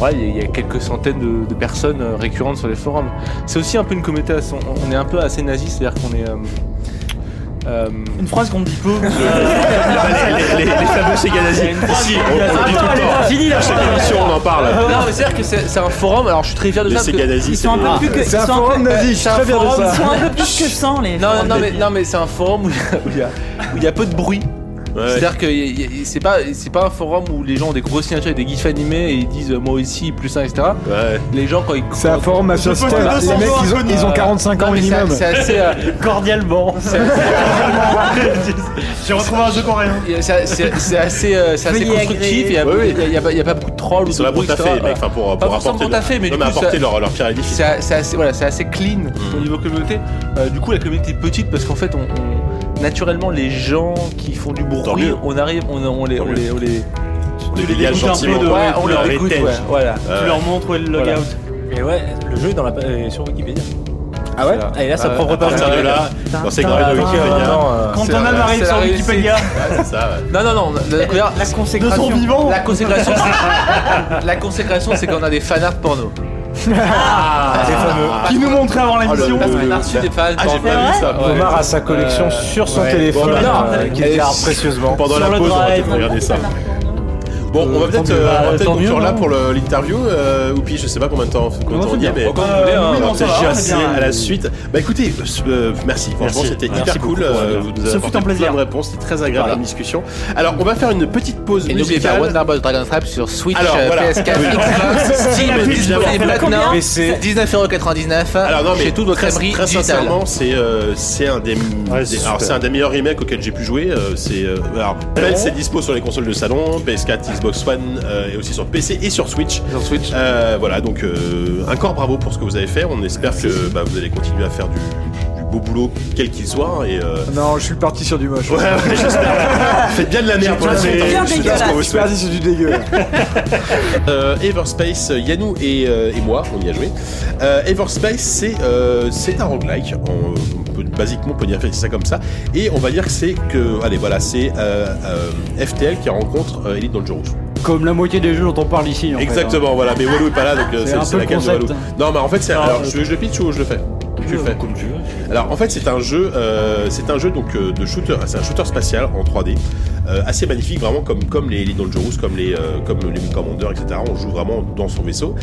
S2: Ouais, il y a- il y, a quelques centaines de, de personnes euh, récurrentes sur les forums. C'est aussi un peu une communauté. à son- On est un peu assez nazi, c'est-à-dire qu'on est. euh, euh,
S31: Une phrase qu'on dit peu.
S4: les, les- les fameux Sega nazis. Si, on, on dit tout le temps. À chaque émission, on en parle.
S2: Non, mais c'est-à-dire que c'est c'est un forum, alors je suis très fier de
S4: Les
S2: ça. parce que
S4: Sega nazis,
S2: ils sont un
S4: c'est
S2: peu
S4: des-
S2: plus que.
S4: Ah, c'est
S2: ils
S4: un
S2: sont
S4: forum
S2: peu-
S4: nazi,
S2: euh,
S4: je suis
S2: c'est un
S4: très fier de
S2: forum-
S4: ça.
S2: ils sont un peu plus-
S33: plus que 100 les.
S2: Non, non, mais, non, mais c'est un forum où il y a- où il y, a- où il y a peu de bruit. C'est-à-dire que y- y- c'est pas, c'est pas un forum où les gens ont des grosses signatures et des gifs animés et ils disent euh, moi aussi, plus 1, etc. Les gens, quand ils.
S8: C'est un forum à
S2: Je
S8: système.
S2: peux te
S8: Les mecs, ils ont,
S2: donner
S8: ils ont 45 ans
S2: Non, mais c'est-
S8: minimum.
S2: C'est assez. euh,
S7: Cordialement.
S2: J'ai retrouvé un jeu coréen. C'est assez, euh, c'est assez
S4: Veuillez
S2: constructif. Il y a,
S4: agréer.
S2: il y a- il y a pas- il y a pas beaucoup de trolls.
S4: Ils
S2: ou
S4: sont
S2: de euh,
S4: là pour
S2: bruit,
S4: taffer,
S2: etc.
S4: les mecs, enfin, pour-
S2: Pas
S4: pour
S2: forcément
S4: apporter
S2: pour taffer,
S4: leur-
S2: mais
S4: non,
S2: du
S4: mais
S2: coup,
S4: apporter
S2: ça-
S4: leur- leur pierre à l'édifice. Mm.
S2: C'est a- c'est assez, voilà, c'est assez clean au niveau communauté. Euh, du coup, la communauté est petite parce qu'en fait, on, on- naturellement, les gens qui font du
S4: Tant
S2: bruit,
S4: mieux.
S2: on arrive, on, on les, on les, on les,
S4: On les dégage
S2: dégoûte un peu
S4: gentiment.
S2: de- ouais, on
S4: Tu
S2: leur
S4: leur
S2: écoute,
S4: éteiges.
S2: ouais, voilà.
S4: Ouais. Tu leur montres
S2: où est le
S3: Voilà. Et ouais, le jeu est dans la, est sur Wikipédia.
S2: Ah ouais
S3: Et là, sa propre
S4: À partir
S3: page.
S4: de là, dans ces gradés de Wikipédia.
S3: Quand
S2: euh, c'est
S3: on a
S2: la-
S3: Marie
S2: c'est
S3: sur
S2: la réussite.
S3: Wikipédia.
S4: Ouais, c'est ça, ouais.
S2: Non, non, non, la, la- regarde, la consécration. La consécration, c'est- la consécration, c'est qu'on a des fanarts porno.
S3: Ah, Oh,
S2: c'est fameux.
S3: Qui nous montrait avant l'émission.
S2: Parce qu'on a reçu des fans
S3: Ah, j'ai
S2: porno.
S3: pas vu ça.
S2: Ouais.
S3: Omar a sa collection sur son téléphone, euh, qu'il garde précieusement.
S4: Pendant
S3: Sur
S4: la
S3: le
S4: pause, on va
S3: drive.
S4: peut-être regarder ça. Bon, on va peut-être
S3: mieux.
S4: euh, on va
S3: Bah,
S4: peut-être
S3: tant
S4: conclure
S3: mieux,
S4: là
S3: non
S4: pour le- l'interview. euh, Ou puis je sais pas combien de temps combien de temps
S3: c'est
S4: on y est,
S3: bien.
S4: mais
S3: Encore une Euh, heure, oui,
S4: on
S3: non,
S4: va
S3: ça va, on
S4: peut-être
S3: est
S4: chasser
S3: bien. hein.
S4: à la suite. Bah écoutez, euh, merci. Franchement,
S3: Merci.
S4: c'était
S3: Merci
S4: hyper
S3: beaucoup
S4: cool.
S3: pour,
S4: euh,
S3: euh,
S4: Vous
S3: ce
S4: nous
S3: fut un
S4: avez
S3: plaisir.
S4: plein de réponses. C'était très agréable
S3: Voilà.
S4: la discussion. Alors, on va faire une petite pause
S2: Et n'oubliez pas
S4: musicale.
S2: Wonderboy Dragon Trap sur Switch,
S4: Alors,
S2: euh,
S4: voilà.
S2: PS4,
S4: Oui.
S2: Xbox,
S4: La
S2: Steam,
S4: pub,
S2: disponible
S4: évidemment.
S2: maintenant,
S4: Mais c'est-
S2: 19,99€
S4: Alors non mais
S2: chez toutes vos
S4: très,
S2: crèmeries
S4: très
S2: digitales.
S4: sincèrement c'est euh, c'est un des, des-
S2: super.
S4: alors c'est un des meilleurs remakes auxquels j'ai pu jouer euh, c'est euh, alors PES c'est dispo sur les consoles de salon PS4 Xbox One euh, et aussi sur PC et sur Switch Euh, voilà donc euh, encore bravo pour ce que vous avez fait on espère que bah, vous allez continuer à faire du, du beau boulot quel qu'il soit et euh,
S8: Non, je suis parti sur du moche.
S4: Ouais, ouais, j'espère. Faites bien de la merde pour la série.
S8: Bien
S4: C'est ce qu'on vous
S8: dégueulasse. Je suis
S4: souhaite.
S8: parti sur du dégueu.
S4: Euh, Everspace, euh, Yanou et, euh, et moi, on y a joué. Euh, Everspace, c'est euh, c'est un roguelike. On, on peut- basiquement, on peut dire ça comme ça. Et on va dire que c'est que, allez, voilà, c'est euh, euh, FTL qui rencontre euh, Elite Dangerous.
S7: Comme la moitié des jeux dont on parle ici. en fait,
S4: Exactement,
S7: hein.
S4: voilà. Mais Walou est pas là, donc euh,
S7: C'est un
S4: c'est
S7: peu
S4: c'est
S7: le
S4: la cage de Walou.
S7: concept.
S4: Non, mais en fait, c'est.
S7: Ah,
S4: Alors,
S7: euh,
S4: tu veux que je le pitch ou je le fais tu le fais. Alors en fait c'est un jeu, euh, c'est un jeu donc euh, de shooter, c'est un shooter spatial en 3D, euh, assez magnifique vraiment comme comme les Elite Dangerous, comme les euh, comme les Commanders, etc. On joue vraiment dans son vaisseau.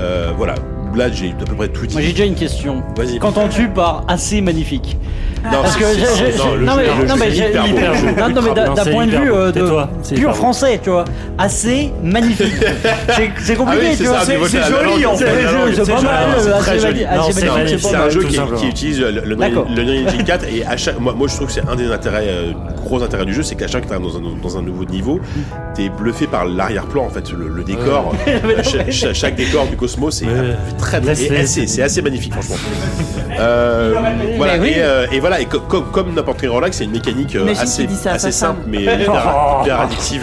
S4: Euh, voilà, Là, j'ai à peu près tout dit.
S7: Moi j'ai déjà une question.
S4: Vas-y.
S7: Qu'entends-tu par assez magnifique
S4: Non,
S7: parce
S4: c'est-
S7: que
S4: Ah. c'est-
S7: j'ai-
S4: c'est-
S7: j'ai-
S4: non, le
S7: non,
S4: jeu-
S7: mais-
S4: le jeu
S7: non, mais
S4: est
S7: j'ai-
S4: hyper beau.
S7: non, non, mais d'un-
S4: Non,
S7: d'un
S4: c'est
S7: point de
S4: hyper
S7: vue
S4: beau.
S7: euh, de-
S4: Tais-toi, c'est hyper
S7: pur
S4: beau.
S7: français, tu vois, assez magnifique. C'est- C'est compliqué,
S4: Ah oui, c'est
S7: tu vois,
S4: ça, niveau de la- la langue,
S7: en
S4: c'est-
S7: fait.
S4: la langue,
S7: C'est pas
S4: joli.
S7: mal,
S4: Non,
S7: euh,
S4: c'est
S7: assez
S4: très joli.
S7: magnifique, assez
S4: Non, c'est
S7: magnifique,
S4: magnifique.
S7: pas
S4: C'est un
S7: mal,
S4: jeu
S7: tout
S4: qui, qui
S7: simplement.
S4: utilise le, le,
S7: D'accord.
S4: le Unreal Engine 4 et à chaque, moi, moi, je trouve que c'est un des intérêts, euh, gros intérêts du jeu, c'est qu'à chaque fois que tu dans un, dans un nouveau niveau, t'es bluffé par l'arrière-plan en fait, le, le décor.
S7: Ouais.
S4: Euh, cha- cha- chaque décor du Cosmos, c'est très
S7: Là,
S4: très
S7: c'est-
S4: et assez, c'est assez magnifique franchement. Euh, voilà,
S7: Mais oui.
S4: et, euh, et voilà, et co- co- comme n'importe quel roguelike, c'est une mécanique euh,
S7: Mais je
S4: assez,
S7: me suis dit ça à
S4: assez
S7: sa
S4: simple
S7: femme.
S4: mais hyper, hyper addictive.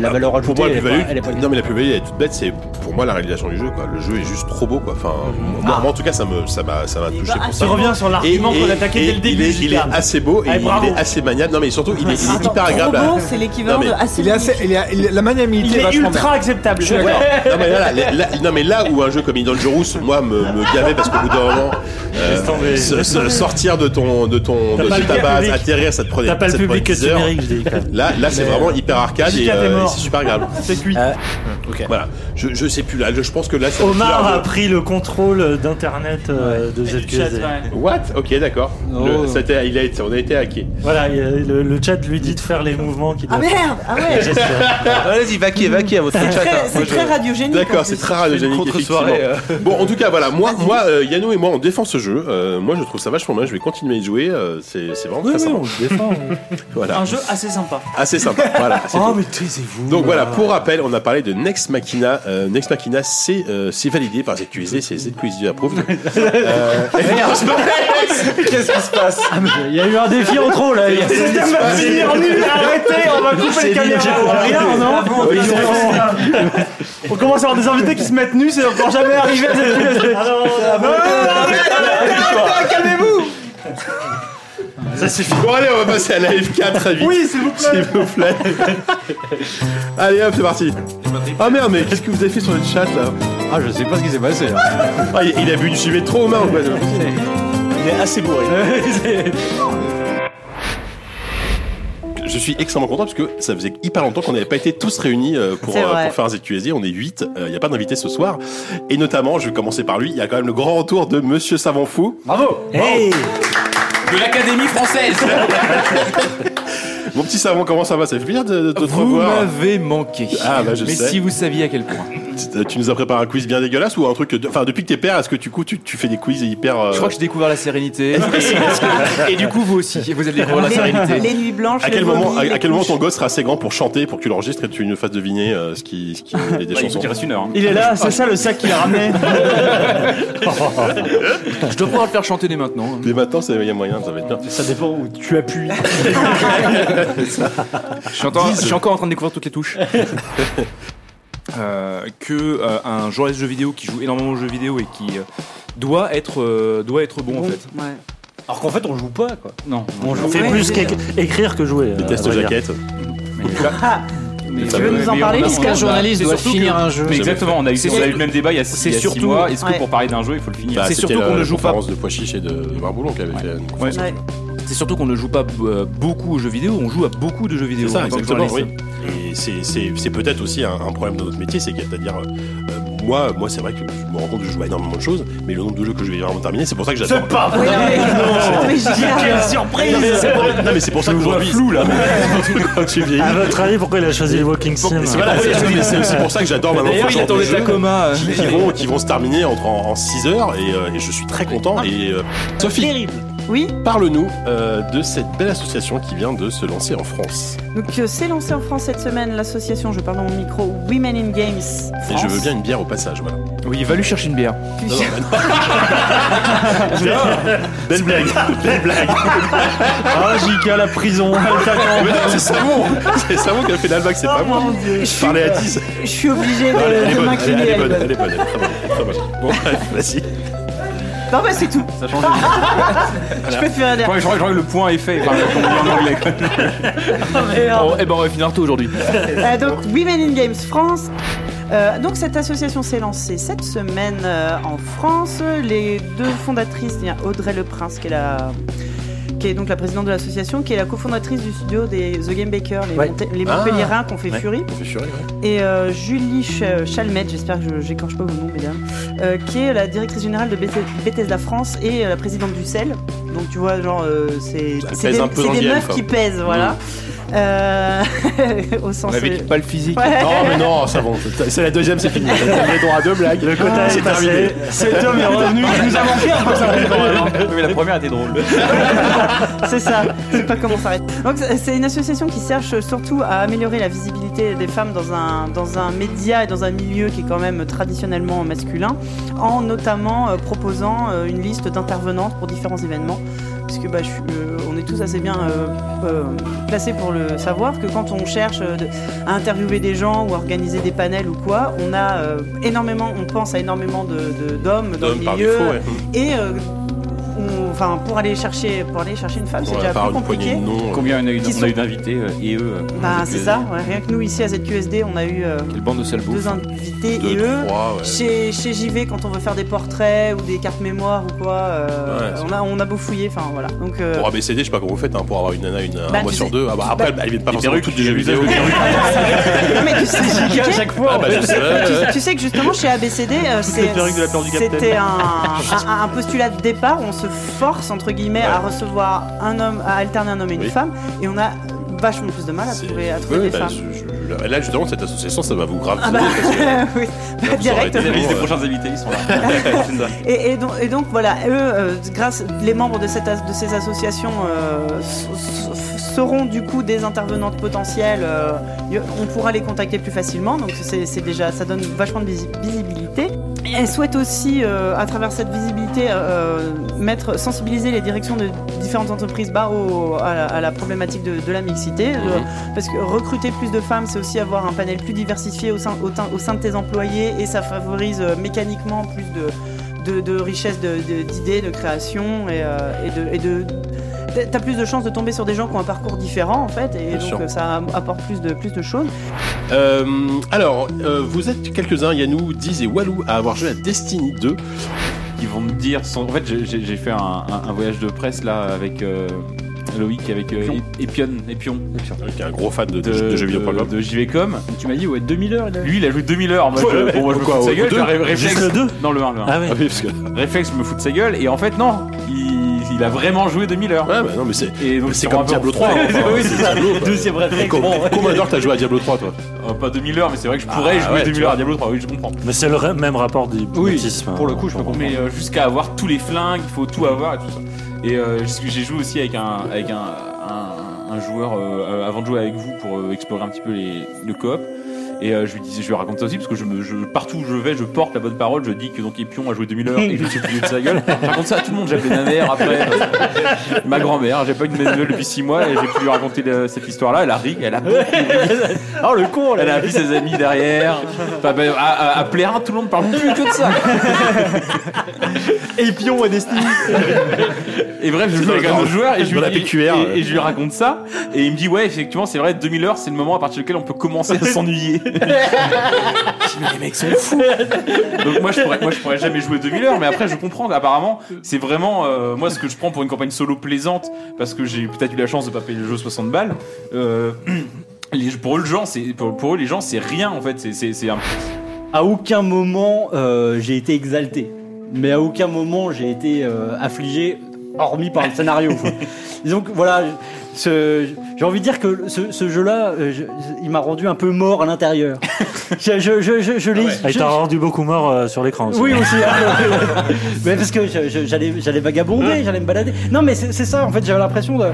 S7: La valeur ajoutée,
S4: Ah, Pour moi, la
S7: elle est
S4: plus-value,
S7: pas- elle est pas-
S4: non mais la plus-value, elle est toute bête, c'est pour moi la réalisation du jeu. Quoi. Le jeu est juste trop beau. Quoi. Enfin,
S9: Mhm.
S4: moi,
S9: Ah.
S4: moi, en tout cas, ça me, ça m'a, ça m'a touché
S7: bah,
S4: pour
S7: tu
S4: ça.
S7: reviens sur l'argument
S4: Et- et-
S7: qu'on attaquait dès le
S4: et Il
S7: début,
S4: est,
S7: Gilles
S4: il est
S7: Carme.
S4: assez beau et
S7: Allez, bravo.
S4: il est assez maniable. Non mais surtout, il est, il est
S5: Attends,
S4: hyper agréable. à-
S5: trop beau, c'est l'équivalent
S4: Non, mais-
S5: de assez
S9: Il est assez, il est, il est- la maniabilité
S5: Il est
S9: vachement
S5: ultra
S9: bien.
S5: acceptable.
S4: Je suis d'accord. non, mais voilà, là, là- non mais là où un jeu comme Idolgerous, moi me, me gavait parce qu'au bout d'un moment, euh,
S9: Laisse tomber,
S4: se-
S9: laisse
S4: se-
S9: tomber.
S4: sortir de ton de ton
S9: T'as
S4: de,
S9: pas
S4: de
S9: le
S4: ta
S9: public.
S4: base, atterrir, ça te prenait.
S9: T'as pas le
S4: ça te
S9: public
S4: prenait
S9: que
S4: 10
S9: tu
S4: heures.
S9: mérites, je dis, quand même.
S4: Là, là c'est
S9: Mais,
S4: vraiment hyper arcade et,
S9: J4 est
S4: euh, et
S9: mort.
S4: c'est super agréable.
S9: C'est cuit.
S4: Voilà, je, je sais plus là, je, je pense que là. ça va plus
S9: Omar
S4: leur-
S9: a pris le contrôle d'internet euh, de ZQSD.
S4: What Ok, d'accord.
S9: Non.
S4: Le- c'était- il a été, on a été hacké.
S9: Voilà, il y a- le, le chat lui dit de faire les mouvements qu'il
S5: Ah
S9: doit faire.
S5: merde Ah ouais
S4: Vas-y, vaquez, vaquez à votre
S5: C'est chat, très- hein. c'est Moi, je- très radiogénique, en
S4: D'accord,
S5: plus.
S4: c'est très radiogénique.
S5: C'est une
S4: effectivement.
S5: contre-soirée,
S4: Bon, en tout cas, voilà, moi, moi euh, Yano et moi, on défend ce jeu. Euh, moi, je trouve ça vachement bien. Je vais continuer à y jouer. euh, c'est c'est vraiment
S3: Oui,
S4: très
S3: oui,
S4: sympa.
S3: on le défend.
S4: voilà.
S3: Un jeu assez sympa.
S4: Assez sympa, voilà. c'est tout.
S3: bah, Oh, mais taisez-vous.
S4: Donc voilà, pour rappel, on a parlé de Next Machina. Euh, Next Machina, c'est euh, c'est validé par ZQSD, c'est ZQSD approved. Euh,
S9: Qu'est-ce qui se passe
S7: Il y a eu
S9: Ah,
S7: un défi en trop là.
S9: C'est
S7: Il y a-
S9: va finir nul, arrêtez, on va couper les caméras. Rien, non
S7: Oui, ils ont-
S9: On commence à avoir des invités qui se mettent nus, c'est encore jamais arrivé à cette
S7: Ah non, non, non, non,
S3: Ah,
S9: calmez-vous
S4: Ça suffit. Bon, allez, on va passer à la F4 très vite.
S9: Oui, s'il vous plaît.
S4: S'il vous plaît. allez, hop, c'est parti. Ah merde, mais qu'est-ce que vous avez fait sur le chat là Ah, je sais pas ce qui s'est passé là. Ah, il, il a bu du civet trop aux mains ou quoi c'est pas possible.
S9: Il est assez bourré.
S4: Je suis extrêmement content parce que ça faisait hyper longtemps qu'on n'avait pas été tous réunis euh, pour,
S9: C'est
S4: euh,
S9: vrai.
S4: pour faire un ZQSD. On est 8, il n'y a pas d'invité ce soir. Et notamment, je vais commencer par lui, il y a quand même le grand retour de Monsieur Savant Fou.
S9: Bravo
S2: De l'Académie française
S4: Mon petit savant, comment ça va Ça fait plaisir de, de te
S2: Vous
S4: revoir.
S2: m'avez manqué.
S4: Ah, bah, je
S2: Mais
S4: sais.
S2: si vous saviez à quel point.
S4: Tu- Tu nous as préparé un quiz bien dégueulasse ou un truc. que de- Enfin, depuis que t'es père, est-ce que du coup tu, tu fais des quiz hyper. euh,
S2: Je crois que j'ai découvert la sérénité. et du coup, vous aussi, vous allez découvrir la sérénité.
S5: Les nuits blanches,
S4: À
S5: le
S4: quel
S5: vomi,
S4: moment, à,
S5: les
S4: à quel moment
S5: couches.
S4: ton gosse sera assez grand pour chanter, pour que tu l'enregistres et que tu nous fasses deviner euh, ce qui, ce qui est des
S2: Bah, il
S4: chansons
S2: faut qu'il reste une heure, hein.
S9: Il est là, c'est ça le sac qu'il a ramené.
S2: Je te prends à le faire chanter dès maintenant. hein.
S4: Dès maintenant, c'est- il y a moyen, ça va être bien.
S9: Ça dépend où tu appuies.
S2: Je suis, encore,
S4: Dix.
S2: je suis encore en train de découvrir toutes les touches. Euh, que euh, un journaliste de jeux vidéo qui joue énormément aux jeux vidéo et qui euh, doit être euh, doit être bon, en fait.
S9: Alors qu'en fait, on joue pas quoi.
S2: Non,
S9: On fait plus qu'écrire que jouer. euh,
S4: Des tests jaquettes.
S2: Mais
S4: Tu veux nous en
S2: mais
S4: parler
S2: on a-
S4: Est-ce
S2: on a-
S4: qu'un
S2: on a-
S4: journaliste
S2: c'est
S4: doit
S2: surtout
S4: finir
S2: que-
S4: un jeu
S2: Mais exactement, on a eu,
S4: C'est-
S2: on a eu le même débat il y a,
S4: c'est
S2: il y a six
S4: surtout-
S2: mois. Est-ce que
S4: ouais.
S2: pour parler d'un jeu, il faut le finir
S4: Bah,
S2: C'est
S4: c'était
S2: surtout
S4: la-
S2: qu'on ne
S4: la
S2: joue pas.
S4: conférence de Pois Chiche et de, de Barboulon qui avait fait une conférence.
S2: Ouais. C'est surtout qu'on ne joue pas euh, beaucoup aux jeux vidéo, on joue à beaucoup de jeux vidéo.
S4: C'est ça,
S2: en tant que
S4: exactement. Oui.
S2: journaliste.
S4: Et c'est- c'est c'est peut-être aussi un, un problème de notre métier, c'est c'est-à-dire, euh, euh, moi, moi c'est vrai que je me rends compte que je joue à énormément de choses, mais le nombre de jeux que je vais vraiment terminer, c'est pour ça que j'adore.
S9: C'est pas vrai. Oui, mais non. Mais je dis, quelle surprise.
S4: Non, mais c'est pour, non, mais c'est pour ça qu'aujourd'hui, flou là. quand tu vieillis.
S9: Ah, À votre avis, pourquoi il a choisi les Walking Sim
S4: C'est voilà, c'est- mais c'est aussi pour ça que j'adore maintenant
S2: D'ailleurs,
S4: ce
S2: il
S4: genre
S2: attendait
S4: de jeu
S2: ta coma, euh.
S4: Qui, qui vont, qui vont se terminer entre, en 6 heures et, euh, et je suis très content. Et, euh, Sophie,
S5: oui
S4: parle-nous euh, de cette belle association qui vient de se lancer en France.
S5: Donc euh, c'est lancé en France cette semaine l'association, je parle dans mon micro, Women in Games France.
S4: Et je veux bien une bière au passage, voilà.
S2: Oui, va lui chercher une bière.
S4: Non, non, bah, Belle blague, belle blague.
S9: Ah, JK, la prison.
S4: Mais non, c'est Savon C'est Savon qui a fait l'albac, c'est pas moi. Je parlais à 10.
S5: Je suis obligée de,
S4: Non, elle
S5: de
S4: est bonne, elle
S5: m'incliner.
S4: est- elle est
S5: à
S4: bonne,
S5: l'autre.
S4: elle est bonne, elle est très bonne, très bonne. Bon, bref, vas-y.
S5: Non bah c'est tout.
S2: Ça change.
S5: je peux plus rien
S2: Je
S5: dire.
S2: crois, je crois- je crois que le point est fait par le en anglais. quoi.
S5: Oh,
S2: Bon, eh ben, on va finir tout aujourd'hui.
S5: Euh, donc Women in Games France. Euh, donc cette association s'est lancée cette semaine euh, en France. Les deux fondatrices, il y a Audrey Le Prince qui est la qui est donc la présidente de l'association, qui est la cofondatrice du studio des The Game Baker, les,
S27: Ouais.
S5: Monte- les
S27: Ah.
S5: Montpellierins qu'on fait
S27: Ouais,
S5: Fury.
S27: qu'on fait Fury, ouais.
S5: Et euh, Julie Ch- Chalmette, j'espère que je- j'écorche pas vos noms, mesdames, euh, qui est la directrice générale de Bethe- Bethesda France et euh, la présidente du CEL. Donc tu vois, genre, euh, c'est
S4: Ça Mm.
S5: c'est
S4: pèse
S5: des,
S4: un peu
S5: c'est
S4: dans le
S5: des
S4: game,
S5: meufs
S4: quoi.
S5: qui pèsent, voilà. Euh, au sens. euh,
S4: pas le physique.
S5: Ouais.
S4: Non, mais non, ça va. C'est la deuxième, c'est fini. T'as le droit à deux blagues. Le
S2: Ah,
S5: quota est
S4: c'est
S5: passé.
S4: terminé.
S5: Cet homme est revenu, il nous a manqué un peu, ça.
S2: mais la première était drôle.
S5: C'est ça, je sais pas comment s'arrêter. Donc c'est- c'est une association qui cherche surtout à améliorer la visibilité des femmes dans un, dans un média et dans un milieu qui est quand même traditionnellement masculin, en notamment euh, proposant euh, une liste d'intervenantes pour différents événements. Puisque bah, je suis- euh, on est tous assez bien euh, euh, placés pour le savoir que quand on cherche euh, de- à interviewer des gens ou à organiser des panels ou quoi, on a euh, énormément, on pense à énormément de- de- d'hommes dans le
S4: D'hommes par
S5: milieu
S4: défaut, ouais.
S5: et euh, on- enfin pour aller chercher pour aller chercher une femme c'est
S2: Ouais,
S5: déjà
S2: par
S5: plus
S2: une
S5: compliqué
S2: Combien on a eu,
S5: Qui
S2: on a eu
S5: sont-
S2: d'invités euh, et eux euh,
S5: bah
S2: de
S5: c'est
S2: QSD.
S5: ça ouais. rien que nous ici à ZQSD on a eu euh,
S2: Quelle bande de sales
S5: deux
S2: bouffes.
S5: invités
S2: Deux,
S5: et eux
S2: trois, ouais.
S5: chez, chez JV quand on veut faire des portraits ou des cartes mémoire ou quoi euh,
S4: Ouais,
S5: on a on a beau fouiller enfin voilà donc euh,
S4: Pour ABCD, je sais pas comment vous faites, hein, pour avoir une nana une,
S5: Bah,
S4: un mois
S5: tu
S4: sur
S5: sais-
S4: deux. Ah bah, après, elles viennent pas forcément toutes des jeux vidéo.
S5: non mais tu sais c'est compliqué.
S4: fois. Ah bah, je sais, ouais,
S5: Tu- tu sais que justement chez ABCD, euh,
S4: Toutes les
S5: c'est-
S4: perruques de la peur du capitaine.
S5: c'était un, un- un postulat de départ. On se force entre guillemets à recevoir un homme, à alterner un homme et une
S4: Oui.
S5: femme, et on a vachement plus de mal à trouver, à trouver
S4: Ouais,
S5: des
S4: bah,
S5: femmes.
S4: je- je- Là, justement, cette association, ça va vous grave.
S5: Ah bah, oui, Bah,
S4: vous aurez
S5: direct.
S4: été
S2: La liste des
S4: bon, euh,
S2: prochains invités, ils sont là.
S5: Et, et donc, et donc, voilà, eux, euh, grâce les membres de, cette as- de ces associations euh, s- s- seront du coup des intervenantes potentielles. euh, y- on pourra les contacter plus facilement, donc c'est c'est déjà ça donne vachement de visi- visibilité. Elles souhaitent aussi, euh, à travers cette visibilité, euh, mettre, sensibiliser les directions de différentes entreprises bah, au- à, la, à la problématique de, de la mixité. euh, parce que recruter plus de femmes, c'est aussi avoir un panel plus diversifié au sein, au tein- au sein de tes employés et ça favorise euh, mécaniquement plus de, de, de richesse de- de- d'idées, de, création et, euh, et de. Et de t'as- T'as plus de chances de tomber sur des gens qui ont un parcours différent en fait, et
S4: Bien
S5: donc
S4: sûr.
S5: euh, ça apporte plus de, plus de choses.
S4: Euh, alors, euh, vous êtes quelques-uns, Yannou, Diz et Walou, à avoir joué à Destiny 2.
S2: Ils vont me dire. sans- En fait, j'ai- j'ai j'ai fait un, un- un voyage de presse là avec euh, Loïc, avec euh, Epion. Epion.
S4: Qui est un gros fan de, de, de jeux vidéo.
S2: de, de JVcom.
S26: Tu m'as dit, ouais, 2000 heures. il a-
S2: Lui, il a joué 2000 heures. Moi,
S4: Ouais,
S2: je,
S4: ouais,
S2: bon, moi, je me
S4: pourquoi,
S2: fous de sa
S4: au
S2: gueule.
S4: deux
S2: je ré-
S4: Juste
S2: réflexe.
S4: le deux
S2: Non, le 1, le 1.
S4: Ah oui. Ah oui, parce que-
S2: Réflexe, je me fous de sa gueule. Et en fait, non, il, il a vraiment joué 2000 heures.
S4: Ouais, bah non, mais c'est
S2: Et donc,
S4: c'est
S2: vraiment
S4: comme Diablo
S2: un peu-
S4: 3. hein, enfin,
S2: oui,
S4: c'est
S2: c'est ça.
S4: Diablo, quoi.
S2: Deuxième réflexe.
S4: Com-
S2: Bon, ouais.
S4: Combien d'heures t'as joué à Diablo 3, toi
S2: Euh, Pas 2000 heures, mais c'est vrai que je pourrais
S4: Ah,
S2: jouer
S4: ouais,
S2: 2000
S4: tu
S2: heures
S4: vois.
S2: à Diablo 3. Oui, je comprends.
S8: Mais c'est le ré- même rapport
S9: hein.
S8: d'hypnotisme.
S2: Pour le coup, je peux
S8: Bon,
S2: comprendre. Mais euh, jusqu'à avoir tous les flingues, il faut tout avoir et tout ça. Et euh, j'ai j'ai joué aussi avec un, avec un, un- un joueur euh, euh, avant de jouer avec vous pour euh, explorer un petit peu les, le coop. Et euh, je lui disais, je lui raconte ça aussi parce que je me, je, partout où je vais, je porte la bonne parole. Je dis que donc Epion a joué 2000 heures et que je me suis foutu de sa gueule. Je raconte ça à tout le monde. J'appelais ma mère après, euh, ma grand-mère. J'ai pas eu de mes nouvelles depuis 6 mois et j'ai pu lui raconter euh, cette histoire-là. Elle a ri, elle a beaucoup ri.
S26: Oh le con
S2: Elle a appelé ses amis derrière. Enfin, ben, à, à, à Plérin, tout le monde parle plus que de ça.
S26: Et pion à Destiny.
S2: Et bref, je
S26: C'est
S2: joue
S26: dans
S2: avec
S26: la
S2: un
S26: grande-
S2: autre joueur et je,
S26: dans
S2: lui,
S26: la PQR,
S2: et-
S26: ouais.
S2: et je lui raconte ça. Et il me dit, ouais, effectivement, c'est vrai, 2000 heures, c'est le moment à partir duquel on peut commencer à s'ennuyer. Je dis, mais les mecs sont fous. Donc moi je, pourrais, moi, je pourrais jamais jouer 2000 heures, mais après, je comprends qu'apparemment, c'est vraiment, euh, moi, ce que je prends pour une campagne solo plaisante, parce que j'ai peut-être eu la chance de pas payer le jeu 60 balles. euh, les- pour, eux, le gens, c'est- pour, pour eux, les gens, c'est rien en fait. C'est- C'est c'est un.
S7: À aucun moment euh, j'ai été exalté, mais à aucun moment j'ai été euh, affligé, hormis par le scénario. quoi. Disons que voilà, ce- j'ai envie de dire que ce, ce jeu-là, euh, je- il m'a rendu un peu mort à l'intérieur. je je, je, je, je l'ai-
S8: Il
S7: je-
S8: t'a rendu beaucoup mort euh, sur l'écran.
S7: oui aussi. hein, mais parce que je- je- j'allais j'allais vagabonder, j'allais me balader. Non mais c'est c'est ça en fait, j'avais l'impression de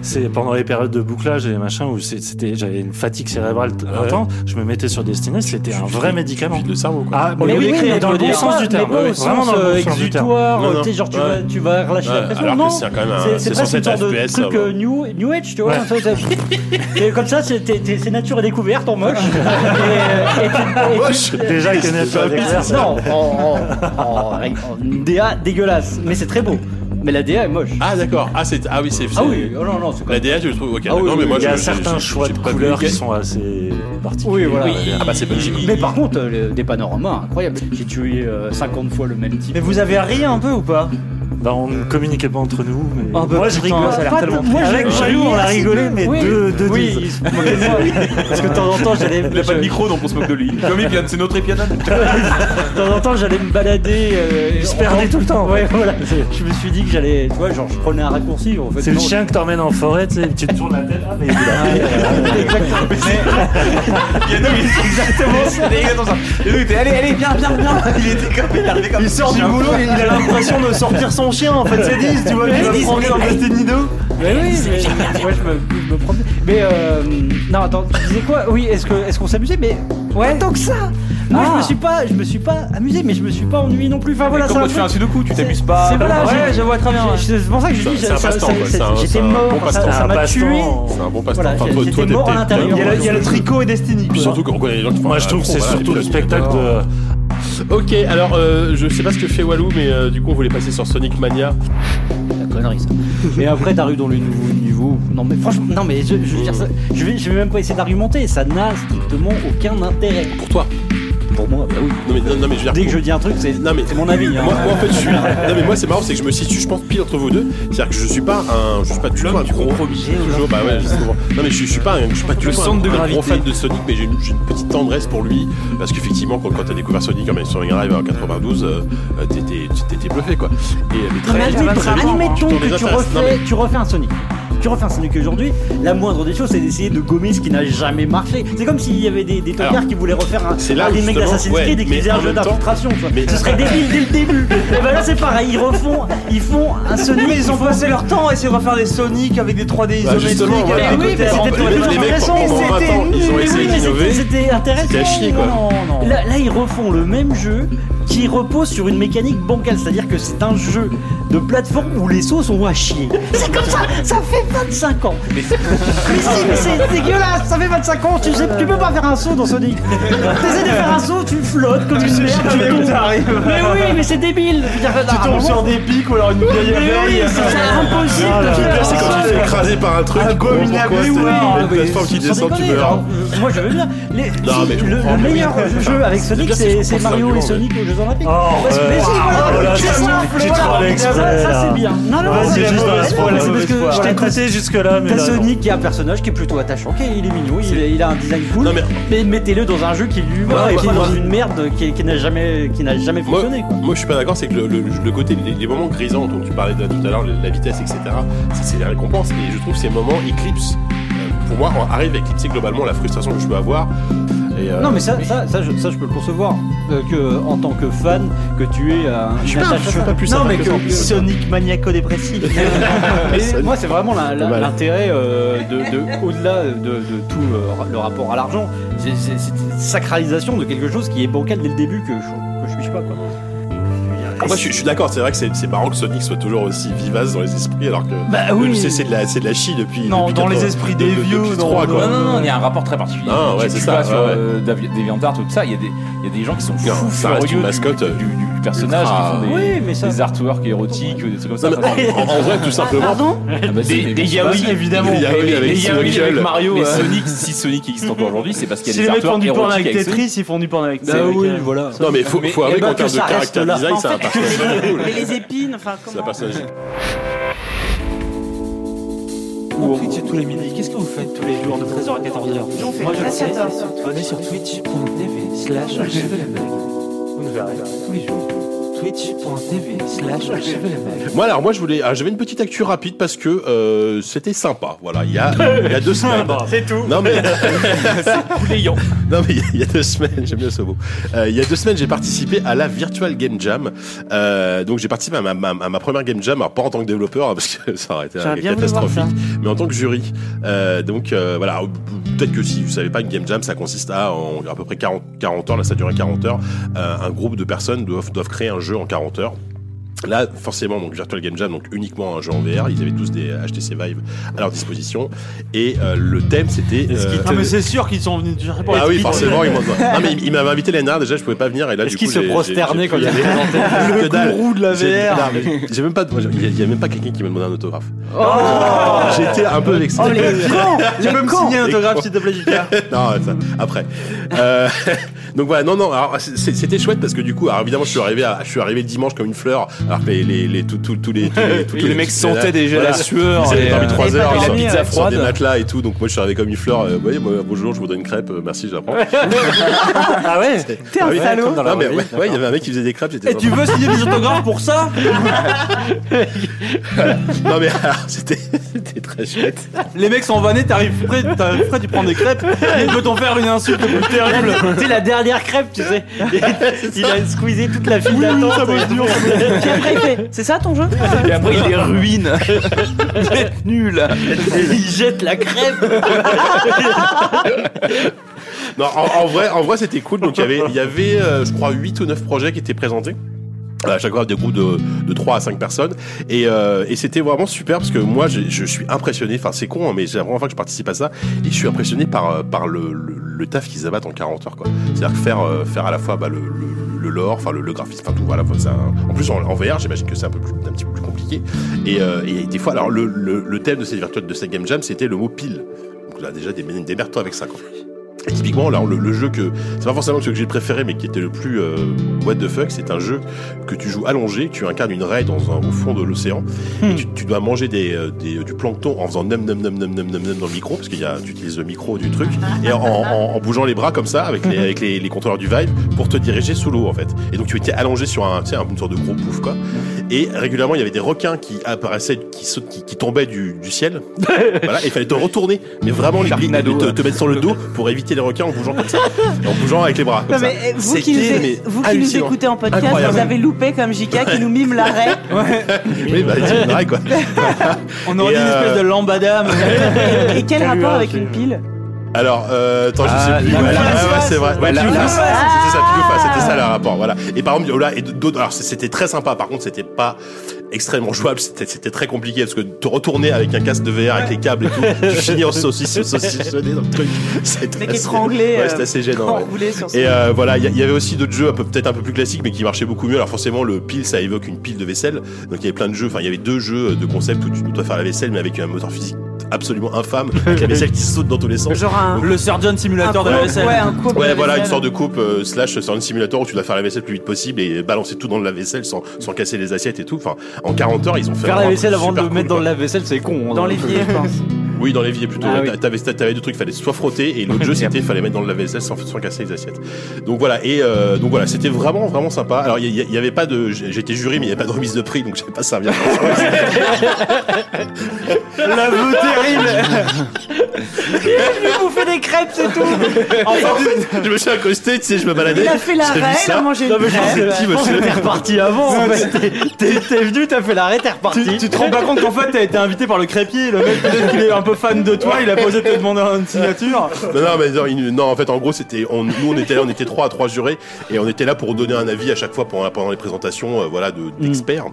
S8: C'est pendant les périodes de bouclage et machin où c'est- c'était, j'avais une fatigue cérébrale t- intense. Je me mettais sur Destiny, c'était un vrai médicament.
S4: Le cerveau.
S8: Quoi. Ah, mais
S7: Mais
S8: oui,
S7: oui,
S8: mais
S7: mais
S8: dans le
S7: tu
S8: bon
S7: vois,
S8: sens
S7: mais
S8: du terme.
S7: pas au
S8: ouais,
S7: sens,
S8: Vraiment dans le
S7: euh,
S8: bon sens du terme.
S7: exutoire, Non, euh, non. t'es genre, tu Ouais. vas- tu vas relâcher la pression.
S4: Alors
S7: Non,
S4: que c'est quand même
S7: c'est-
S4: un.
S7: c'est pas
S4: censé
S7: ce
S4: être
S7: genre de
S4: FPS. ça,
S7: truc
S4: bon.
S7: euh, new, new Age, tu vois.
S4: Ouais.
S7: ça, ça- Et comme ça, c'est t'es- t'es- c'est nature et découverte en moche. Et, et tu- et tu-
S8: Moche. Déjà, il connaît pas découverte.
S7: Non, en, en- en- en- une DA dégueulasse, mais c'est très beau. Mais la DA est moche.
S4: Ah d'accord. Ah c'est ah oui c'est.
S7: Ah oui, oh non non, c'est
S4: La DA, je le trouve. Ok.
S7: Ah oui,
S4: non, mais
S7: oui,
S4: moi,
S7: il y a
S4: je- je-
S7: certains
S4: je-
S7: choix
S4: j'ai
S7: de
S4: pas vu
S7: couleurs
S4: lequel.
S7: qui sont
S8: assez
S7: Oui,
S8: particuliers.
S7: voilà.
S4: Ah bah c'est pas
S7: Mais par contre, le- des panoramas incroyables. J'ai tué euh, 50 euh, fois le même type.
S9: Mais vous avez ri un peu ou pas
S8: Bah, on ne communiquait pas entre nous. Mais...
S7: Ah,
S3: Oh, bah,
S8: Moi,
S3: putain,
S8: je rigole,
S3: ça a l'air tellement
S8: Moi,
S3: clair.
S8: je-
S3: Avec
S8: je-
S3: Mario, on a rigolé, mais
S8: Oui.
S3: deux- deux
S8: Oui,
S3: dises.
S8: il se moquait de moi.
S3: Parce que de temps en temps, j'allais-
S2: Il a pas de micro, donc on se moque de lui. Comme il vient de- c'est notre épianade.
S7: De temps en temps, j'allais me balader. euh,
S8: Il se
S7: en-
S8: perdait tout le temps.
S7: Ouais, voilà. Je me suis dit que j'allais. Tu vois, genre, je prenais un raccourci. En fait,
S8: C'est le
S7: Non,
S8: chien que t'emmènes en forêt, tu sais, tu te tournes la tête. Ah, mais il est
S5: Exactement ça.
S2: Et nous, il était, allez, allez, viens, viens, viens. Il était comme, il arrivait comme
S7: Il sort du boulot et il a l'impression de sortir son chien en fait, c'est 10, tu vois,
S5: Mais
S7: il va
S5: dix,
S7: prendre
S5: mais
S7: un
S5: dix.
S7: petit nido. Mais oui, mais ouais, je me, je me promenais. Mais euh, non, attends, tu disais quoi Oui, est-ce que est-ce qu'on s'amusait Mais ouais, tant que ça. Moi, je me suis pas, je me suis pas amusé, mais je me suis pas ennuyé non plus. Enfin voilà,
S2: Comme
S7: c'est un
S2: quand tu fais un
S7: truc-
S2: sudoku, tu t'amuses pas.
S7: C'est voilà,
S2: Ouais,
S7: j'ai-
S2: je vois très bien,
S7: j'ai- C'est pour ça que je
S2: C'est
S7: dis, ça-
S2: un- c'est un
S7: ça-
S2: passe-temps,
S7: ça-
S2: quoi.
S7: ça-
S2: C'est un- c'est
S7: j'étais
S2: un bon
S7: mort,
S2: passe-temps.
S7: ça
S2: C'est un
S7: m'a tué.
S2: passe-temps. C'est un bon passe-temps.
S7: Voilà,
S2: Enfin, toi- toi,
S7: J'étais
S2: t'es-
S7: mort à
S2: t'es-
S7: l'intérieur.
S2: Il y a le- il y a le
S7: tricot et Destiny.
S4: Puis surtout qu'on connaît les gens qui font
S8: Moi,
S4: un
S8: je trouve que c'est
S4: combat,
S8: surtout
S4: puis
S8: le
S4: là,
S8: spectacle de.
S4: Ok, alors euh, je sais pas ce que fait Walou, mais euh, du coup on voulait passer sur Sonic Mania.
S7: La connerie ça. Mais après, t'arrives dans le nouveau niveau. Non, mais franchement, non, mais je, je veux dire ça. Je vais, je vais même pas essayer d'argumenter. Ça n'a strictement aucun intérêt.
S4: Pour toi
S7: Pour moi, bah oui.
S4: Non mais, non, non, mais je veux dire,
S7: Dès que je dis un truc, c'est
S4: Non, mais-
S7: c'est mon avis. hein.
S4: Moi, moi, en fait je suis. Non mais moi c'est marrant c'est que je me situe je pense pile entre vous deux. C'est-à-dire que je suis pas un. Je suis pas du tout un gros. Toujours, bah ouais, je sais comment. Non mais je, je suis pas un. Je suis pas du
S8: hein. Le
S4: tout un-
S8: centre de
S4: un
S8: gravité.
S4: gros fan de Sonic mais j'ai une, j'ai une petite tendresse pour lui. Parce qu'effectivement quand, quand t'as découvert Sonic en- sur Mega Drive en 92, euh, euh, t'étais t'étais bluffé quoi. Et euh, mais
S7: Non, mais admettons, admettons
S4: tu tournes
S7: que
S4: les
S7: tu
S4: intéresses. Non, mais-
S7: refais, tu refais un Sonic. Tu refais un Sonic aujourd'hui, la moindre des choses c'est d'essayer de gommer ce qui n'a jamais marché. C'est comme s'il y avait des, des tocards
S4: Alors,
S7: qui voulaient refaire un,
S4: c'est là
S7: un
S4: où
S7: remake
S4: justement,
S7: d'Assassin's
S4: ouais,
S7: Creed et qu'ils
S4: mais
S7: faisaient un
S4: en
S7: jeu
S4: même temps-
S7: d'infiltration. quoi.
S4: mais-
S7: Ce serait débile dès le début. et ben là c'est pareil, ils refont, ils font un Sonic.
S5: Mais ils ont
S7: font-
S5: passé leur temps à essayer de refaire des Sonic avec des 3D
S4: Bah,
S5: isométriques.
S4: justement, voilà.
S5: avec des
S4: Oui, mais
S5: côtés-
S4: c'était
S5: Mais
S4: pour les
S5: c'était
S4: mecs, pendant
S5: nul.
S4: 20 ans, ils ont
S5: Mais
S4: essayé
S5: oui,
S7: mais c'était-
S4: d'innover.
S7: C'était intéressant.
S4: C'était à chier, quoi.
S7: Non, non. Là, là, ils refont le même jeu qui repose sur une mécanique bancale, c'est-à-dire que c'est un jeu de plateforme où les sauts sont à chier. C'est comme ça, ça fait 25 ans. Mais, si, mais c'est dégueulasse, ça fait 25 ans, tu, sais, tu peux pas faire un saut dans Sonic. T'essaies de faire un saut, tu flottes comme une merde, tu tombes. Mais oui, mais c'est débile. Tu tombes sur
S5: des
S7: pics ou alors une vieille
S5: oui,
S7: C'est impossible.
S4: Ah,
S7: de
S4: le pire, c'est
S7: faire un
S4: quand tu te
S7: saut.
S4: fais écraser par un truc.
S7: Abominable,
S4: Pourquoi
S7: oui,
S4: c'est
S7: ouais.
S4: une plateforme qui
S7: Sans
S4: descend, tu
S7: déconner,
S4: meurs.
S7: hein. Euh, Moi je veux bien. Les-
S4: Non,
S7: si,
S4: mais je
S7: le,
S4: comprends,
S7: le
S4: Oh, mais oui.
S7: meilleur jeu avec Sonic,
S4: bien, c'est- je
S7: c'est
S4: comprends
S7: c'est
S4: cet
S7: Mario
S4: argument,
S7: et
S4: mais-
S7: Sonic aux Jeux Olympiques.
S8: Oh,
S7: Parce que-
S8: ouais.
S7: mais si, voilà,
S8: Oh là,
S7: c'est
S8: tu
S7: ça,
S8: trolles- tu
S7: voilà,
S8: trolles exprès,
S7: ça,
S8: là.
S7: c'est bien. Non, non,
S8: Vas-y,
S7: non, c'est
S8: juste dans la
S7: c'est
S8: foi,
S7: parce
S8: la mauvaise
S7: que
S8: foi.
S7: je
S8: Je
S7: t'ai
S8: t'écoutais jusque-là, mais
S7: T'as
S8: là, non.
S7: Sonic qui est un personnage qui est plutôt attachant, qui est- il est mignon, il, est- il a un design cool. Mais mettez-le dans un jeu qui lui
S4: Ouais,
S7: va et
S4: ouais,
S7: qui est
S4: ouais.
S7: dans une merde qui qui n'a jamais qui n'a jamais
S4: Moi,
S7: fonctionné.
S4: moi, je suis pas d'accord, c'est que le, le- le côté, les, les moments grisants dont tu parlais de- tout à l'heure, la vitesse, etc., c'est, c'est les récompenses. Et je trouve que ces moments éclipsent, euh, pour moi, arrivent à éclipser globalement la frustration que je peux avoir. Et, euh,
S7: Non mais ça, ça, ça, je, ça je peux le concevoir euh, que euh, en tant que fan que tu es euh, un
S4: Je suis pas- je suis pas plus
S7: non
S4: sympa
S7: mais
S4: que
S7: que
S4: ça, en plus.
S7: Sonic maniaco dépressif. moi c'est vraiment la- la- l'intérêt euh, de, de- au-delà de, de tout euh, le rapport à l'argent, c'est c'est- c'est une sacralisation de quelque chose qui est bancal dès le début que je que je fiche pas quoi.
S4: Ah, moi, je, suis- je suis d'accord, c'est vrai que c'est, c'est marrant que Sonic soit toujours aussi vivace dans les esprits, alors que
S7: Bah oui.
S4: le- c'est, c'est de la, c'est de la chie depuis.
S2: Non,
S4: depuis
S2: dans les
S4: 80,
S2: esprits
S4: de-
S2: des
S4: de-
S2: vieux,
S4: depuis
S2: dans-
S4: 3,
S2: non,
S4: quoi.
S2: non, non, il y a un rapport très particulier.
S4: Ah, ouais,
S2: Tu-
S4: c'est
S2: tu
S4: ça,
S2: vas sur
S4: ouais, ouais.
S2: euh, Davi- DeviantArt, tout ça, il y, a des- il y a des gens qui sont
S4: Non,
S2: fous
S4: ça reste
S2: furieux
S4: une mascotte,
S2: du, du- du personnage,
S4: ultra-
S2: qui font des,
S4: Oui, mais ça-
S2: des artworks érotiques, des trucs comme ça.
S4: Non, mais en- en vrai, tout simplement. Pardon
S2: Ah bah si,
S4: Des-
S2: mais
S4: des
S2: bon, c'est
S4: yaoi,
S2: pas ça.
S4: évidemment. Des yaoi
S2: Mais-
S4: avec
S2: mais
S4: Sonic
S2: yaoi avec
S4: Gueule.
S2: Mario.
S4: Mais
S2: euh,
S4: Sonic-
S2: si Sonic existe encore aujourd'hui, c'est parce qu'il y
S5: Si
S2: a des
S5: les mecs font
S2: artworks
S5: du porno
S2: érotiques
S5: avec
S2: avec Sonic.
S5: Tetris, ils font du porno avec
S2: Bah
S5: Sonic.
S2: oui,
S5: euh.
S2: voilà.
S4: Non, mais faut,
S2: Mais-
S4: faut
S2: eh
S4: avouer
S3: bah,
S4: qu'en
S2: ben, que
S4: termes de
S2: ça reste
S4: character
S2: là.
S4: design,
S2: En
S4: c'est un
S2: fait,
S4: personnage cool.
S5: Mais les épines, enfin
S4: C'est un
S5: comment
S4: personnage
S17: Ou Twitch tous les midis, qu'est-ce que vous faites tous les jours de 13h à 14h Moi je le sais, venez sur twitch.tv slash je veux la mag. Vous nous verrez tous les jours. twitch.tv slash je veux la mag.
S4: Moi alors moi je voulais ah, j'avais une petite actu rapide parce que euh, c'était sympa voilà il y a il y a deux semaines
S5: C'est tout.
S4: non mais non mais il y a- il y a deux semaines j'aime bien ce mot Euh, il y a deux semaines j'ai participé à la Virtual Game Jam Euh, donc j'ai participé à ma, ma- à ma première Game Jam alors pas en tant que développeur hein, parce que ça aurait été
S5: J'aurais bien voulu voir
S4: catastrophique mais en tant que jury Euh, donc euh, voilà peut-être que si vous savez pas une Game Jam ça consiste à en, à peu près 40 40 heures là ça durait 40 heures Euh, un groupe de personnes doivent doivent créer un jeu en 40 heures Là, forcément, donc Virtual Game Jam, donc uniquement un jeu en VR. Ils avaient tous des HTC Vive à leur disposition. Et euh, le thème, c'était. euh,
S5: Ah mais c'est sûr qu'ils sont venus du Japon.
S4: ah oui, forcément, ils m'ont- Non, mais il- il m'avait invité l'année dernière, déjà, je pouvais pas venir. Et là,
S5: Est-ce
S4: du
S5: qu'il
S4: coup,
S5: se
S4: j'ai- j'ai-
S5: prosternait
S4: j'ai
S5: quand
S4: pu y
S5: il
S4: aller.
S5: présentait
S4: Que dalle.
S5: Le gourou de la
S4: J'ai-
S5: VR.
S4: non, mais J'ai même pas. Il y a- il y a même pas quelqu'un qui m'a demandé un autographe.
S5: Oh
S4: J'étais un peu vexé.
S5: Oh, les cons
S4: Tu peux me signer un autographe,
S5: s'il te plaît, Jika
S4: non, ça, après. Euh, donc voilà, non, non. Alors c'est- c'était chouette parce que du coup, alors évidemment, je suis arrivé, à- je suis arrivé le dimanche comme une fleur Alors que les, les, les, tous- tous- tous les, tous les, tous
S15: Les mecs sentaient déjà la sueur
S4: Ils avaient
S15: et,
S4: dormi
S15: euh,
S4: 3
S15: et
S4: heures.
S15: la
S4: sur-
S15: pizza
S4: sur
S15: froide.
S4: Des matelas et tout. Donc moi je suis arrivé comme une fleur. euh, ouais, moi, bonjour, je voudrais une crêpe. euh, merci, je la prends.
S9: ah ouais T'es un
S4: Ah oui,
S9: salaud
S4: comme dans la Non, mais ouais, ouais, il y avait un mec qui faisait des crêpes. j'étais
S9: Et tu
S4: sympa.
S9: veux signer des autographes pour ça
S4: Non mais alors c'était c'était très chouette.
S15: Les mecs sont vannés, t'arrives près, t'arrives près, tu prends des crêpes. Et peut-on faire une insulte plus terrible
S9: C'est la dernière crêpe, tu sais. Il a squeezé toute la file d'attente. Ça bosse dur.
S5: Puis après, il fait C'est ça ton jeu
S15: Et après, il les ruine. Vous êtes nuls.
S9: Il jette la crêpe.
S4: Non, en, en vrai, en vrai, c'était cool. Donc, il y avait, il y avait euh, je crois, 8 ou 9 projets qui étaient présentés. À chaque fois, des groupes de, de 3 à 5 personnes. Et, euh, et c'était vraiment super parce que moi, j'ai- je, suis impressionné. Enfin, c'est con, hein, mais c'est la première fois que je participe à ça. Et je suis impressionné par, euh, par le, le- le taf qu'ils abattent en 40 heures. quoi. C'est-à-dire que faire, euh, faire à la fois bah, le, le- le lore, enfin, le, le graphisme, enfin, tout. Voilà, faut que ça- En plus, en, en VR, j'imagine que c'est un, peu plus, un petit peu plus compliqué. Et, euh, et des fois, alors, le, le- le thème de cette, virtuelle- de cette Game Jam, c'était le mot pile. Donc là, déjà, des, des merdes avec ça. Quoi. Et typiquement, alors, le, le jeu que. C'est pas forcément celui que j'ai préféré, mais qui était le plus euh, what the fuck, c'est un jeu que tu joues allongé, tu incarnes une raie dans un, au fond de l'océan, et tu, tu dois manger des, euh, des- du plancton en faisant num num num num num num num dans le micro, parce qu'il y a, tu utilises le micro du truc, et en, en- en bougeant les bras comme ça, avec les, avec les, les contrôleurs du Vive, pour te diriger sous l'eau, en fait. Et donc, tu étais allongé sur un, tu sais, un- une sorte de gros pouf, quoi. Et régulièrement, il y avait des requins qui apparaissaient, qui, saut- qui, qui tombaient du, du ciel. voilà, et il fallait te retourner, mais vraiment, les, te, te mettre sur le dos pour éviter les requins en bougeant comme ça, en bougeant avec les bras. Comme
S5: Non, mais
S4: ça.
S5: euh, vous qui,
S4: C'était,
S5: nous,
S4: mais,
S5: vous qui nous
S4: hallucinant.
S5: écoutez en podcast,
S4: Incroyable.
S5: vous avez loupé comme JK qui nous mime l'arrêt.
S4: Oui, bah, c'est vrai, quoi.
S3: On aurait
S4: Et,
S3: dit une espèce
S4: euh,
S3: de lambada. mais-
S5: Et quel rapport avec une pile
S4: Alors, euh, attends, je sais plus.
S3: Ah, la
S4: Ouais, ouais,
S3: face.
S4: ouais, c'est vrai.
S3: La Ah.
S4: Ouais, la
S3: pile ou
S4: face.
S3: face.
S4: C'était ça, pile ou face. C'était ça le rapport. Voilà. Et par exemple, là, et d'autres. Alors, c'est- c'était très sympa. Par contre, c'était pas extrêmement jouable. C'était, c'était très compliqué parce que te retourner avec un casque de VR avec les câbles et tout, tu finis en saucisse, saucissonné dans le truc. C'était
S5: Mec
S4: assez-
S5: étranglé,
S4: Ouais,
S5: euh,
S4: c'était assez gênant. ouais.
S5: étranglé sur son-
S4: Et euh, voilà, il y, il y avait aussi d'autres jeux un peu- peut-être un peu plus classiques, mais qui marchaient beaucoup mieux. Alors forcément, le pile, ça évoque une pile de vaisselle. Donc il y avait plein de jeux. Enfin, il y avait deux jeux de concept où tu dois faire la vaisselle, mais avec un moteur physique absolument infâme, avec la vaisselle qui saute dans tous les sens.
S5: Genre un-
S4: le Surgeon Simulator
S5: un de la coupe, vaisselle. ouais, un coupe de
S4: Ouais,
S5: la
S4: voilà, une
S5: vaisselle.
S4: sorte de coupe euh, slash sur un simulator où tu dois faire la vaisselle le plus vite possible et balancer tout dans le lave-vaisselle sans, sans casser les assiettes et tout. Enfin, en 40 heures, ils ont fait
S26: Faire
S4: vraiment
S26: la
S4: un
S26: vaisselle
S4: truc
S26: avant de
S4: super
S26: le
S4: cool,
S26: mettre
S4: quoi.
S26: dans le lave-vaisselle, c'est con. hein.
S5: Dans l'évier, je pense.
S4: Oui, dans l'évier plutôt.
S26: Ah
S4: Ouais,
S26: oui.
S4: T'avais t'avais deux trucs, fallait soit frotter et l'autre jeu c'était fallait mettre dans le lave-vaisselle sans, sans casser les assiettes. Donc voilà et euh, donc voilà, c'était vraiment vraiment sympa. Alors il y, il y avait pas de, j'étais juré mais il y avait pas de remise de prix donc j'ai pas servi. À
S9: L'aveu terrible.
S5: Il est venu bouffer des crêpes, c'est tout
S4: Enfin, en fait, je me suis accosté, tu sais, je me baladais.
S5: Il a fait la
S4: j'ai vu
S5: reine,
S4: ça.
S5: il a mangé une
S4: Non, mais
S3: Ah,
S4: je pensais petit,
S5: crêpe.
S4: monsieur.
S5: T'es
S26: reparti avant, en fait.
S7: T'es t'es venu, t'as fait l'arrêt, t'es reparti.
S26: Tu te rends pas compte qu'en fait t'as été invité par le crépier, le mec peut-être qu'il est un peu fan de toi, il a posé te demander une signature.
S4: Non, non, mais non, il- non, en fait, en gros, c'était, on, nous, on était là, on était trois à trois jurés, et on était là pour donner un avis à chaque fois pendant, pendant les présentations, euh, voilà, de, d'experts.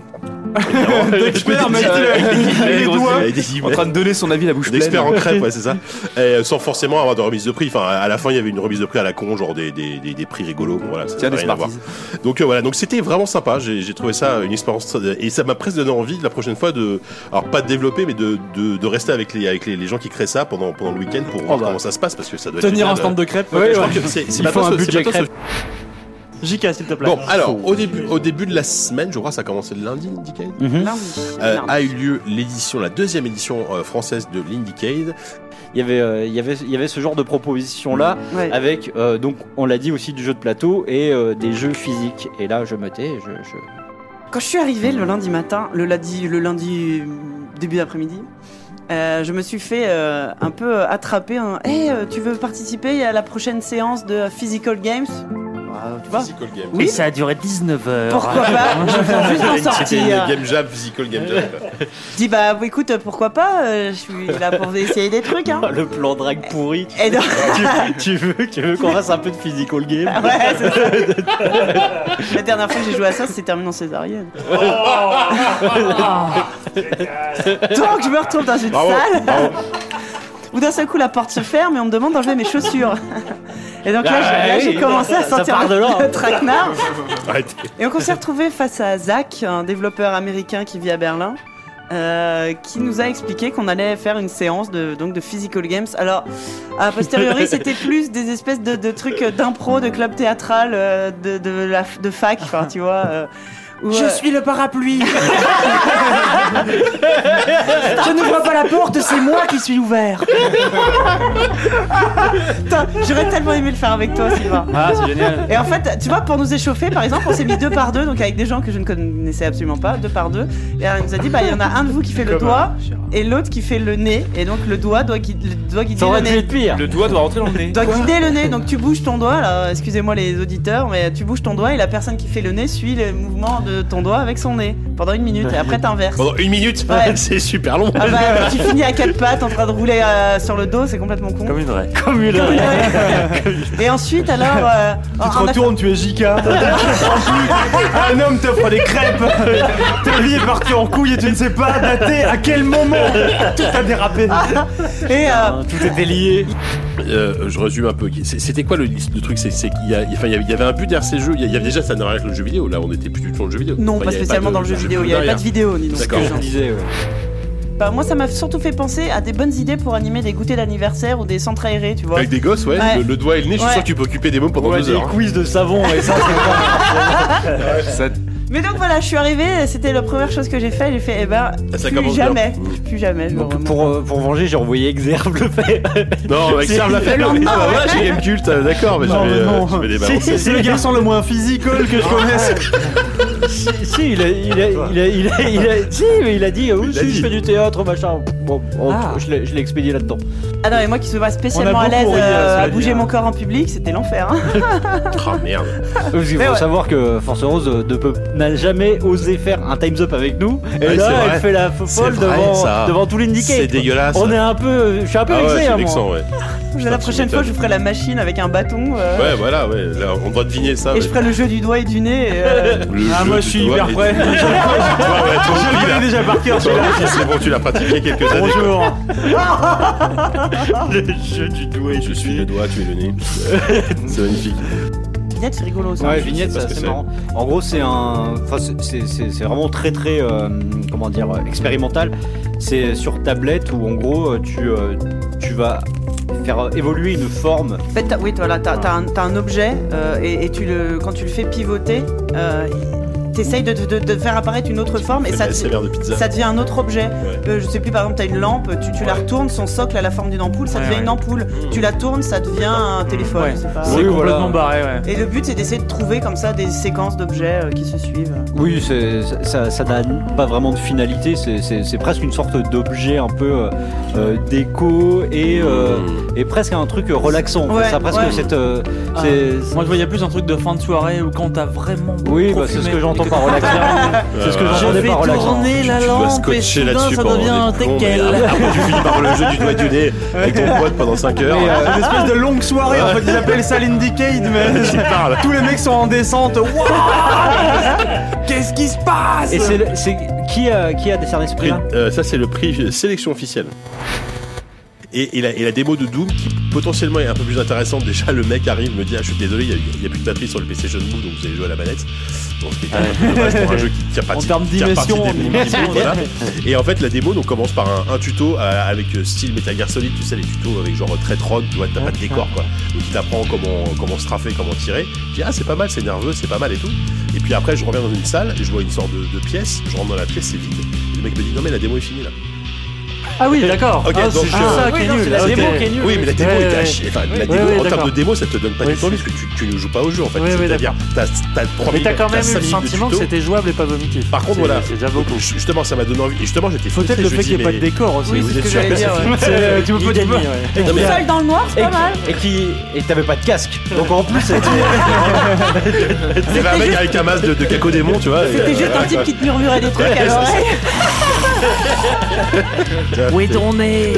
S15: D'experts, mec, il a- il a les doigts en train de
S4: donner son avis à la bouche D'experts en
S15: pleine.
S4: crêpes, ouais, c'est ça. Et, euh, sans forcément avoir de remise de prix. Enfin, à la fin, il y avait une remise de prix à la con, genre des, des, des, des prix rigolos. Bon, voilà, ça
S15: Tiens,
S4: n'a
S15: des
S4: rien à voir. Donc euh, voilà, donc c'était vraiment sympa. J'ai j'ai trouvé ça une expérience très- et ça m'a presque donné envie la prochaine fois de, alors pas de développer, mais de, de, de rester avec les avec les, les gens qui créent ça pendant pendant le week-end pour voir comment ça se passe parce que ça doit être
S26: Tenir
S4: génial.
S26: un stand de crêpes, Oh,
S4: Ouais,
S26: bah. ouais,
S4: je crois
S26: ouais.
S4: que c'est c'est
S26: Il
S4: pas
S26: faut
S4: toi
S26: un
S4: ce- c'est
S26: budget
S4: pas toi ce-
S26: crêpes.
S3: JK, s'il te plaît.
S4: Bon, alors au début au début de la semaine, je crois que ça a commencé le lundi, l'Indiecade
S5: Mhm. Lundi.
S4: Euh,
S5: Lundi.
S4: a eu lieu l'édition la deuxième édition euh, française de l'Indiecade.
S7: Il y, avait, euh, il, y avait, il y avait ce genre de proposition là,
S5: Ouais.
S7: avec, euh, donc on l'a dit aussi, du jeu de plateau et euh, des jeux physiques. Et là, je me tais, je. je...
S5: Quand je suis arrivé le lundi matin, le lundi, le lundi début d'après-midi, euh, je me suis fait euh, un peu attraper un Eh, euh, tu veux participer à la prochaine séance de Physical Games
S9: Ah,
S5: Bah, Tu vois Oui.
S9: Et ça a duré 19 heures.
S5: Pourquoi pas Je viens juste d'en sortir.
S4: Game Jam, Physical Game Jam. quoi.
S5: Je dis Bah écoute, pourquoi pas euh, Je suis là pour essayer des trucs. Hein.
S7: Le plan drague pourri.
S5: Et donc-
S7: tu, tu veux, tu veux qu'on fasse un peu de physical game
S5: Ouais, c'est ça. La dernière fois que j'ai joué à ça, c'était terminé en césarienne. Oh. Donc je me retrouve dans une
S9: Bravo,
S5: salle. Où d'un seul coup la porte se ferme et on me demande d'enlever mes chaussures. Et donc là,
S9: Ah,
S5: j'ai- là,
S9: oui.
S5: j'ai commencé à
S9: Ça
S5: sentir
S9: part de là, hein.
S5: le traquenard.
S4: Arrêtez.
S5: Et donc on s'est retrouvé face à Zach, un développeur américain qui vit à Berlin, euh, qui nous a expliqué qu'on allait faire une séance de, donc de physical games. Alors, a posteriori, c'était plus des espèces de, de trucs d'impro, de club théâtral, euh, de, de, la, de fac, enfin, tu vois. euh,
S9: Je suis le parapluie. Je ne vois pas la porte, c'est moi qui suis ouvert.
S5: Putain, J'aurais tellement aimé le faire avec toi, Sylvain.
S2: Ah, c'est génial.
S5: Et en fait, tu vois, pour nous échauffer, par exemple, on s'est mis deux par deux, donc avec des gens que je ne connaissais absolument pas, deux par deux. Et elle nous a dit, bah, il y en a un de vous qui fait le doigt et l'autre qui fait le nez. Et donc, le doigt doit, guid- le doigt guider
S8: Ça
S5: le
S8: aurait pu
S5: nez.
S8: être pire. Le doigt doit rentrer dans le nez.
S5: Doit guider le nez. Donc, tu bouges ton doigt, là, excusez-moi les auditeurs, mais tu bouges ton doigt et la personne qui fait le nez suit le mouvement de ton doigt avec son nez pendant une minute. Et après, t'inverses.
S4: Pendant une minute
S5: Ouais.
S4: C'est super long.
S5: Ah bah, tu finis à quatre pattes en train de rouler euh, sur le dos, c'est complètement con.
S8: Comme une vraie.
S5: Comme une Et ensuite, alors. euh,
S9: Tu te
S5: en- en-
S9: retournes, tu es JK. Un homme t'offre des crêpes. Ta vie est partie en couille et tu ne sais pas dater à quel moment tout a dérapé.
S5: Ah, Et euh,
S9: tout était lié.
S4: Euh, je résume un peu. C'est- C'était quoi le, le truc C'est c'est qu'il y, a- enfin, il y avait- il y avait un but derrière ces jeux. Il y a- il y avait déjà ça n'a rien à voir avec le jeu vidéo. Là, on n'était plus du tout dans le jeu vidéo.
S5: Non,
S4: Enfin,
S5: pas
S4: il y avait
S5: spécialement
S4: de-
S5: dans le jeu vidéo. Il n'y
S4: derrière.
S5: avait pas de vidéo, ni donc.
S4: D'accord.
S5: Bah, moi, ça m'a surtout fait penser à des bonnes idées pour animer des goûters d'anniversaire ou des centres aérés, tu vois.
S4: Avec des gosses, ouais,
S5: Ouais.
S4: Le, le doigt et le nez, je suis
S5: Ouais.
S4: sûr que tu peux occuper des mômes pendant
S5: Ouais,
S4: deux
S5: des
S4: heures.
S5: quiz
S4: de savon
S5: et ça,
S4: c'est
S5: Mais donc voilà, je suis arrivée, c'était la première chose que j'ai fait. J'ai fait, eh ben,
S7: Ça
S5: plus
S7: commence
S5: jamais,
S4: Mmh.
S5: plus jamais. je veux vraiment.
S7: Pour, euh, pour venger, j'ai envoyé Exerve le fait.
S4: Non, avec
S7: C'est-
S4: Serve l'a fait.
S7: le
S4: non, mais-
S7: lendemain,
S4: Ah, voilà,
S7: ouais.
S4: j'ai Game Cult, euh, d'accord, mais je
S7: Non,
S4: vais,
S7: mais
S4: euh,
S7: non.
S4: je vais les
S7: Si,
S4: balancer.
S7: si,
S9: C'est le garçon le moins physical que je connaisse.
S7: si, si, il a, il a, il a, il a, il a- si, mais il a dit, oh, si, je fais du théâtre, machin. Bon, on-
S5: Ah.
S7: je l'ai je l'ai expédié là-dedans.
S5: Ah non, et moi qui suis pas spécialement
S7: On a
S5: à
S7: beaucoup
S5: l'aise
S7: ri,
S5: euh,
S7: cela
S5: à
S7: dit,
S5: bouger
S7: hein.
S5: mon corps en public, c'était l'enfer. hein.
S4: Ah merde.
S7: Parce qu'il
S5: Mais
S7: faut
S5: ouais.
S7: savoir que Force Rose euh, ne peut- n'a jamais osé faire un time's up avec nous. Et
S4: Ouais, c'est
S7: là,
S4: vrai.
S7: elle fait la fo-
S4: C'est
S7: folle
S4: vrai,
S7: devant,
S4: ça.
S7: devant tout l'indicate.
S4: C'est dégueulasse.
S7: On est un peu. Je suis un peu
S4: Ah ouais,
S7: vexé,
S4: c'est
S7: hein, moi.
S4: vexant, ouais.
S5: la prochaine fois, je ferai la machine avec un bâton. euh,
S4: Ouais, voilà, ouais. Là, on doit deviner ça.
S5: Et
S4: ouais.
S5: je ferai le jeu du doigt et du nez. et, euh,
S4: Ah, Le
S5: Ah,
S4: jeu
S5: moi, je
S4: du
S5: suis
S4: doigt
S5: hyper
S4: et
S5: prêt.
S4: du- Ouais, ouais, toi
S9: Je
S4: aussi,
S9: le
S4: là.
S9: connais déjà par cœur,
S4: Toi
S9: celui-là.
S4: aussi, C'est bon, tu l'as pratiqué quelques années.
S9: Bonjour.
S4: Le jeu du doigt. Je suis le doigt, tu es le nez. C'est magnifique.
S5: Vignette, c'est rigolo ça.
S7: Ouais, vignette,
S4: pas
S7: c'est
S4: ce que
S7: assez
S4: c'est.
S7: marrant. En gros, c'est un. Enfin, c'est- c'est c'est- c'est vraiment très très. euh, comment dire euh, Expérimental. C'est sur tablette où en gros, euh, tu, euh, tu vas faire euh, évoluer une forme.
S5: En fait, t'as- oui, voilà, t'as t'as un, t'as un objet euh, et, et tu le, quand tu le fais pivoter, euh, t'essayes de, de- de faire apparaître une autre forme et ça,
S4: c'est l'air de pizza.
S5: ça devient un autre objet. Euh, je sais plus, par exemple, t'as une lampe, tu, tu la retournes, son socle a la forme d'une ampoule, ça
S3: Ouais,
S5: devient
S3: ouais.
S5: une ampoule.
S4: Mmh.
S5: Tu la tournes, ça devient un téléphone.
S3: Ouais.
S5: je sais pas.
S3: C'est Oui, complètement voilà. barré, ouais.
S5: Et le but, c'est d'essayer de trouver comme ça des séquences d'objets euh, qui se suivent.
S7: Oui, c'est- ça ça n'a pas vraiment de finalité, c'est- c'est c'est presque une sorte d'objet un peu euh, euh, déco et, euh, et presque un truc euh, relaxant. en fait.
S3: Ouais,
S7: ça a presque
S3: ouais.
S7: cette. euh,
S3: Ah,
S7: c'est-
S3: Moi je voyais plus un truc de fin de soirée où quand t'as vraiment.
S7: Oui,
S3: trop
S7: bah, c'est
S3: fumé
S7: ce que j'entends
S3: et
S7: par relaxant. C'est ce que j'entendais par
S3: Je vais
S7: relaxant.
S3: tourner la lampe et
S4: scotcher
S3: soudain
S4: là-dessus
S3: Oh, ça
S4: pendant
S3: devient un
S4: des plombs, mais
S3: teckel.
S4: après, tu finis par le jeu du doigt et du nez avec ton pote pendant 5 heures.
S9: Mais, euh, une espèce de longue soirée, en fait, ils appellent ça l'Indicate, mais
S4: Qui parle.
S9: tous les mecs sont en descente. Wouah Qu'est-ce qui se passe
S7: Et c'est le- c'est qui a, qui a décerné ce prix-là
S4: Euh, ça, c'est le prix euh, sélection officielle. Et, et la, et la démo de Doom qui potentiellement est un peu plus intéressante. Déjà, le mec arrive, me dit Ah, je suis désolé, il n'y a, plus de batterie sur le PlayStation Move, donc vous allez jouer à la manette. Bon, ce qui est quand même un peu dommage pour un jeu qui tient pas
S7: En termes d'immersion, on est-
S4: Et en fait, la démo, donc, commence par un, un tuto euh, avec euh, style Metal Gear Solid, tu sais, les tutos avec genre très rock, tu vois, t'as pas de décor, quoi. Donc, il t'apprend comment, comment straffer, comment tirer. Je dis, ah, c'est pas mal, c'est nerveux, c'est pas mal et tout. Et puis après, je reviens dans une salle, et je vois une sorte de, de pièce, je rentre dans la pièce, c'est vide. Et le mec me dit, non, mais la démo est finie, là.
S3: Ah oui, d'accord.
S4: Ok,
S3: Ah,
S4: donc,
S3: c'est
S4: euh,
S3: juste ça qui est nul.
S4: ok.
S3: démo qui est nulle.
S4: Oui, mais la démo
S3: Ouais,
S4: est
S3: ouais.
S4: cachée. Enfin, la
S3: Ouais,
S4: démo,
S3: ouais,
S4: en termes
S3: d'accord.
S4: de démo, ça te donne pas du temps, parce que tu, tu ne joues pas au jeu, en fait.
S8: Ouais, ouais,
S4: C'est-à-dire, t'as t'as le premier
S8: Mais t'as quand
S4: t'as
S8: même eu
S4: cinq
S8: le
S4: minutes de
S8: sentiment que
S4: tuto.
S8: c'était jouable et pas vomitif.
S4: Par contre,
S8: C'est-
S4: voilà.
S8: c'est déjà beaucoup.
S4: Donc, Justement, ça m'a donné envie. Et justement, j'étais
S8: Faut peut-être
S4: frustré, je
S8: le fait
S4: me
S8: qu'il n'y ait
S4: dis,
S8: pas
S4: mais-
S8: de décor aussi.
S4: Mais vous êtes sûr que ça finit
S8: C'est, euh, Tu peux pas dire.
S7: Et
S4: Non, mais-
S5: Seul dans le noir, c'est pas mal.
S7: Et qui et t'avais pas de casque. Donc en plus, c'était-
S4: Il y avait un mec avec un masque de, de cacodémon, tu vois.
S5: C'était juste un type qui te murmurait des trucs à l'oreille.
S4: Où est
S3: ton nez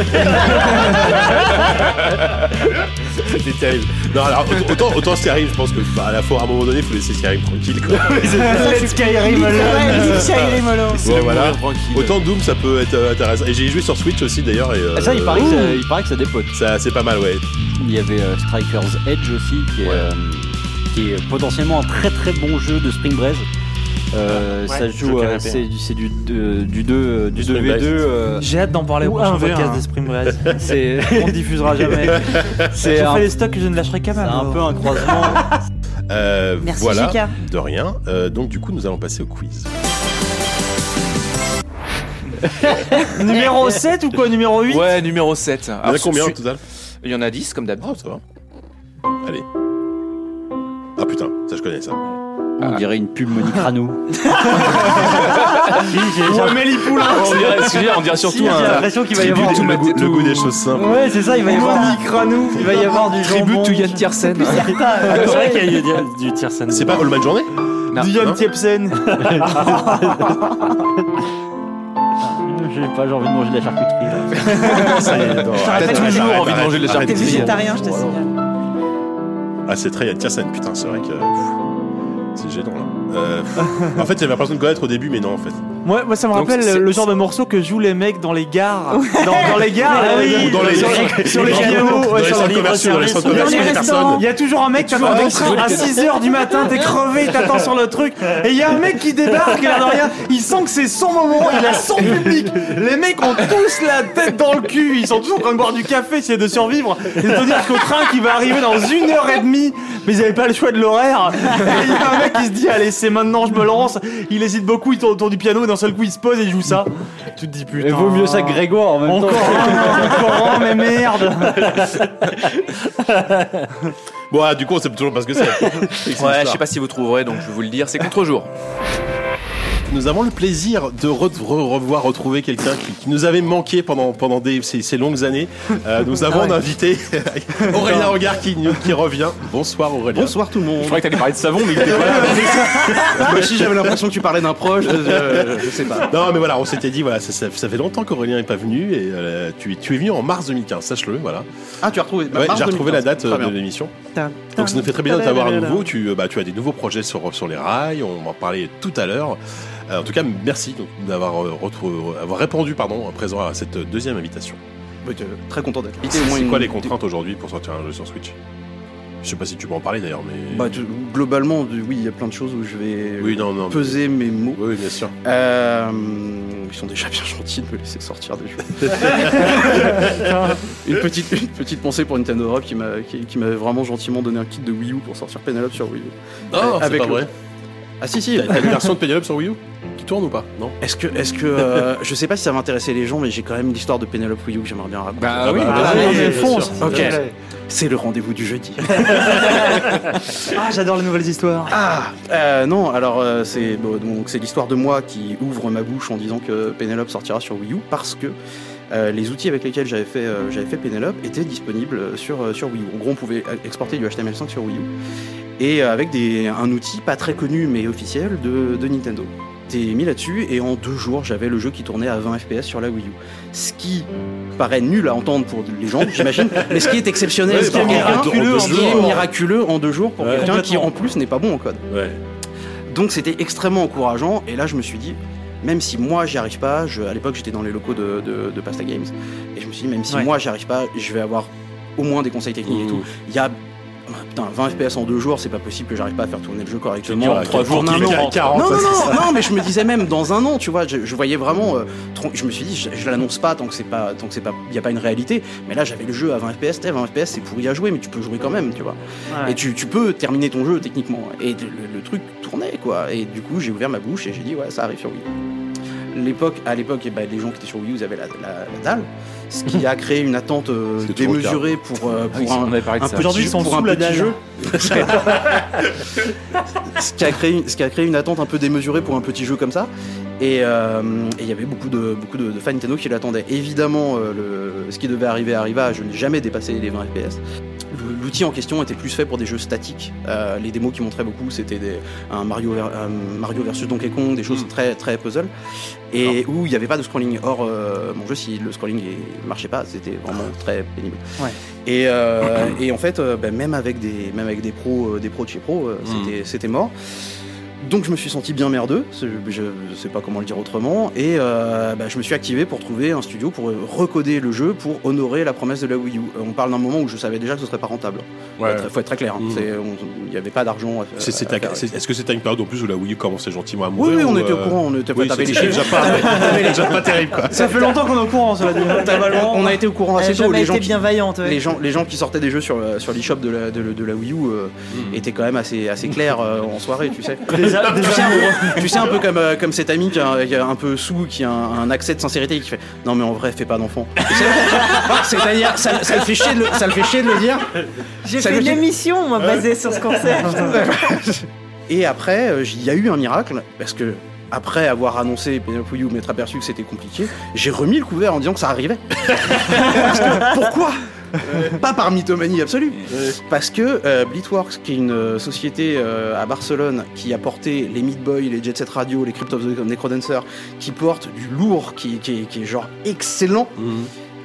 S4: C'était terrible. Non, alors, autant, autant Skyrim, je pense que bah, à la fois, à un moment donné, il faut laisser Skyrim tranquille. Quoi.
S9: Let's Skyrim alone.
S5: Ouais, leave Skyrim alone.
S4: Bon, voilà. Autant Doom, ça peut être euh, intéressant. Et j'ai joué sur Switch aussi d'ailleurs. et, euh,
S7: Ah, ça, il paraît, que ça, il paraît que ça dépote.
S4: Ça, c'est pas mal, ouais.
S7: Il y avait euh, Striker's Edge aussi, qui est, euh, qui est potentiellement un très très bon jeu de Spring Breeze. Euh,
S3: Ouais,
S7: ça
S3: je
S7: joue,
S3: connais
S7: euh,
S3: bien.
S7: c'est du, c'est du, de- du 2 du
S3: Spring
S7: 2v2.
S3: Breeze. J'ai hâte d'en parler au
S7: ou
S3: prochain
S7: 1v1.
S3: podcast d'Esprit Brest.
S7: euh, C'est-
S3: On diffusera jamais.
S7: C'est
S3: Je
S7: un-
S3: fais les stocks que je ne lâcherai qu'à
S7: C'est un peu un croisement.
S4: Euh,
S5: Merci,
S4: voilà,
S5: Jika.
S4: de rien. Euh, donc du coup, nous allons passer au quiz.
S5: Numéro 7 ou quoi Numéro 8
S16: Ouais, numéro 7.
S4: Il y en a combien au total Ah,
S16: Il y en a 10 comme d'habitude.
S4: ça va. Allez. Ah putain, ça je connais ça.
S7: On dirait une pub Monique Rano.
S5: Ou Amélie Poulain.
S4: On dirait- excusez-moi, on dirait surtout
S7: Si, J'ai
S4: un-
S7: l'impression qu'il va y
S4: tribut
S7: avoir
S4: de- le hein. goût- le goût des choses simples.
S7: Ouais, c'est ça, il va y avoir.
S5: Monique Rano,
S7: il va y avoir du
S16: Tribut
S7: jambon.
S16: to Yann Tiersen.
S7: C'est plus certain, ouais.
S16: Ah, C'est vrai qu'il y a du- du Tiersen.
S4: C'est pas All My Journée
S16: Non.
S5: Du Yann Tiepsen.
S7: J'ai pas j'ai envie de manger de la charcuterie.
S4: Ça y est, non,
S7: Je te
S4: arrête,
S7: rappelle
S4: arrête,
S7: toujours
S4: arrête,
S7: envie de
S4: arrête,
S7: manger de la
S4: arrête.
S5: T'es végétarien, je te signale.
S4: Ah, c'est très Yann Tiersen, putain, c'est vrai que. pff, C'est gênant là. Euh, pff. en fait, j'avais l'impression de connaître au début, mais non en fait.
S9: Moi, moi, ça me
S4: Donc,
S9: rappelle
S4: c'est-
S9: le, le genre de morceau que jouent les mecs dans les gares. Dans, dans les gares,
S4: Ah oui,
S9: euh,
S4: dans les-
S9: sur,
S4: dans
S9: sur
S4: les-
S9: les canaux,
S4: dans
S9: ouais,
S4: les
S9: sur
S4: centres
S9: les
S4: commerciaux, dans les centres
S9: Dans les
S4: commerciaux, il y a
S9: restaurants.
S4: personne.
S9: Il y a toujours un mec qui t'attends attend
S4: un
S9: à
S4: mec qui-
S9: 6h du matin, t'es crevé, t'attends sur le truc. Et il y a un mec qui débarque, l'air de rien. Il sent que c'est son moment, il a son public. Les mecs ont tous la tête dans le cul. Ils sont tous en train de boire du café, essayer de survivre. Et de se dire qu'au train qui va arriver dans une heure et demie, mais ils avaient pas le choix de l'horaire. Et Il y a un mec qui se dit, allez, c'est maintenant, je me lance. Il hésite beaucoup, il tourne autour du piano et d'un seul coup, il se pose et il joue ça. Tu te dis, putain.
S7: Et vaut mieux ça que Grégoire en même temps.
S9: Encore un, encore un, mais merde.
S4: Bon, ah, du coup, on sait toujours pas ce que c'est.
S16: Ouais, je sais pas si vous trouverez, donc je vais vous le dire. C'est contre-jour.
S4: Nous avons le plaisir de re- re- revoir, retrouver quelqu'un qui, qui nous avait manqué pendant, pendant des- ces, ces longues années. Euh, nous avons
S16: Ah ouais.
S4: un invité, Aurélien Regard, qui, nous- qui revient. Bonsoir Aurélien. Bonsoir
S27: tout le monde.
S16: Je croyais que t'allais parler de savon, mais il était pas là.
S27: Moi aussi, j'avais l'impression que tu parlais d'un proche. euh, Je, je sais pas.
S4: Non, mais voilà, on s'était dit, voilà, ça, ça- ça fait longtemps qu'Aurélien n'est pas venu et euh, tu, es- tu es venu en mars 2015, sache-le, voilà.
S27: Ah, tu as retrouvé. bah,
S4: Ouais,
S27: mars
S4: j'ai retrouvé la
S27: 2015.
S4: date euh,
S27: Très bien.
S4: de l'émission.
S27: Tin,
S4: Donc ça nous fait très bien de t'avoir à
S27: tin, tin,
S4: nouveau. Tu, euh, bah, tu as des nouveaux projets sur, sur les rails, on en parlait tout à l'heure. Euh, en tout cas, merci donc, d'avoir euh, retrou- avoir répondu pardon, à présent à cette deuxième invitation.
S27: Oui, t'es Très content d'être là.
S4: C'est c'est quoi les contraintes aujourd'hui pour sortir un jeu sur Switch Je sais pas si tu peux en parler d'ailleurs, mais.
S27: Bah, tu- globalement, du- oui, il y a plein de choses où je vais euh,
S4: Oui, non, non,
S27: peser mes mots. Euh,
S4: Oui, bien sûr.
S27: ils sont déjà bien gentils de me laisser sortir des jeux. une, petite, une petite pensée pour Nintendo Europe qui m'a qui, qui m'avait vraiment gentiment donné un kit de Wii U pour sortir Penelope sur Wii U.
S4: Oh,
S27: Euh,
S4: c'est pas
S27: le-
S4: vrai.
S27: Ah si si,
S4: T'as une version de Penelope sur Wii U qui tourne ou pas Non.
S27: Est-ce que, est-ce que, euh, je sais pas si ça va intéresser les gens, mais j'ai quand même l'histoire de Penelope Wii U que j'aimerais bien raconter.
S4: Ah oui, bah bah oui, oui, bien sûr.
S27: fonce.
S4: C'est
S27: Ok.
S4: vrai.
S27: C'est le rendez-vous du jeudi.
S3: Ah, j'adore les nouvelles histoires.
S27: Ah, euh, non, alors euh, c'est bon, donc c'est l'histoire de moi qui ouvre ma bouche en disant que Penelope sortira sur Wii U parce que euh, les outils avec lesquels j'avais fait, euh, j'avais fait Penelope étaient disponibles sur, euh, sur Wii U. En gros, on pouvait euh, exporter du HTML5 sur Wii U et euh, avec des, un outil pas très connu mais officiel de, de Nintendo. J'étais mis là-dessus et en deux jours j'avais le jeu qui tournait à 20 FPS sur la Wii U. Ce qui paraît nul à entendre pour les gens, j'imagine, mais ce qui est exceptionnel,
S4: Ouais, ce qui est
S27: pour quelqu'un,
S4: miraculeux en
S27: ce qui
S4: deux
S27: est
S4: jours.
S27: miraculeux en deux jours pour
S4: Ouais.
S27: quelqu'un qui
S4: Complètement.
S27: en plus n'est pas bon en code.
S4: Ouais.
S27: Donc c'était extrêmement encourageant et là je me suis dit, même si moi j'y arrive pas, je- à l'époque j'étais dans les locaux de, de- de Pasta Games, et je me suis dit même si
S3: Ouais.
S27: moi j'y arrive pas, je vais avoir au moins des conseils techniques et tout. Il y a putain, 20 FPS en deux jours, c'est pas possible que j'arrive pas à faire tourner le jeu correctement.
S4: En trois jours,
S27: un
S4: qu'il est
S27: an.
S4: à 40,
S27: non, non,
S4: ça, c'est
S27: non,
S4: ça.
S27: non, mais je me disais même dans un an, tu vois, je, je voyais vraiment. euh, tron- je me suis dit, je, je l'annonce pas tant que c'est pas, tant que c'est pas, y a pas une réalité. Mais là, j'avais le jeu à 20 FPS, t'sais, 20 FPS, c'est pourri à jouer, mais tu peux jouer quand même, tu vois.
S3: Ouais.
S27: Et tu, tu peux terminer ton jeu techniquement. Et le, le truc tournait, quoi. Et du coup, j'ai ouvert ma bouche et j'ai dit, ouais, ça arrive sur Wii. L'époque, à l'époque, eh ben, les gens qui étaient sur Wii U, ils avaient la, la- la dalle, ce qui a créé une attente euh,
S4: Parce que tu
S27: démesurée
S4: regardes.
S27: pour, euh,
S4: Ah oui,
S27: pour
S4: c'est- on
S27: un,
S4: avait parlé de
S27: un
S4: ça.
S27: petit
S4: Aujourd'hui,
S27: jeu-
S4: ils sont
S27: pour
S4: sous
S27: un
S4: la
S27: petit
S4: dalle.
S27: jeu. ce, qui a créé, une- ce qui a créé une attente un peu démesurée pour un petit jeu comme ça. Et euh, et il y avait beaucoup de, beaucoup de, de fans Nintendo qui l'attendaient. Évidemment, euh, le, ce qui devait arriver arriva. Je n'ai jamais dépassé les 20 FPS. L'outil en question était plus fait pour des jeux statiques. Euh, les démos qui montraient beaucoup, c'était des- un Mario, ver- un Mario versus Donkey Kong, des choses très très puzzle, et où il n'y avait pas de scrolling. Or, euh, mon jeu, si le scrolling ne marchait pas, c'était vraiment très pénible. Et, euh, et en fait, euh, bah, même avec des même avec des pros, euh, des pros de chez pro,
S3: Mm.
S27: c'était mort. Donc je me suis senti bien merdeux, c'est- je ne sais pas comment le dire autrement, et euh, bah, je me suis activé pour trouver un studio pour euh, recoder le jeu pour honorer la promesse de la Wii U. Euh, On parle d'un moment où je savais déjà que ce serait pas rentable. Il
S4: Ouais.
S27: faut être très clair, hein.
S4: Mhm.
S27: C'est- on- il n'y avait pas d'argent. à-
S4: C'est- c'est
S27: à
S4: à-
S27: faire.
S4: c'est- Est-ce que c'était à une période en plus où la Wii U commençait gentiment à
S27: Oui,
S4: mourir
S27: oui,
S4: ou,
S27: on était au
S4: euh,
S27: courant, on était pas
S4: oui,
S27: tapé les
S4: c'était
S27: chiffres.
S4: déjà pas,
S27: Tapé les
S4: déjà
S27: chiffres.
S4: pas terrible quoi.
S27: Ça fait longtemps qu'on est au courant, ça va dire. On a été au courant assez
S5: Elle a
S27: tôt.
S5: jamais
S27: Les gens,
S5: été
S27: qui,
S5: bien vaillante, ouais.
S27: les, gens, les gens qui sortaient des jeux sur, la- sur l'eShop de la, de, le- de la Wii U euh, étaient quand même assez, assez clairs euh, en soirée, tu sais.
S5: Déjà-
S27: tu,
S5: déjà
S27: sais
S5: amoureux.
S27: tu sais, un peu comme, euh, comme cet ami qui a, un- qui a un peu sous, qui a un, un accès de sincérité et qui fait Non, mais en vrai, fais pas d'enfant. Tu sais, Ah, C'est-à-dire, ça, ça le fait chier de le, ça le fait chier de le dire.
S5: J'ai
S27: Ça
S5: fait
S27: le
S5: une
S27: fait-
S5: émission, moi, basée sur ce concert.
S27: et après, euh, j- il y a eu un miracle, parce que après avoir annoncé Penelope You m'être aperçu que c'était compliqué, j'ai remis le couvert en disant que ça arrivait. Parce que, pourquoi Pas par mythomanie absolue. Parce que euh, Blitworks, qui est une euh, société euh, à Barcelone qui a porté les Meat Boy, les Jet Set Radio, les Crypt of the Necrodancer, qui porte du lourd, qui, qui est- qui est genre excellent,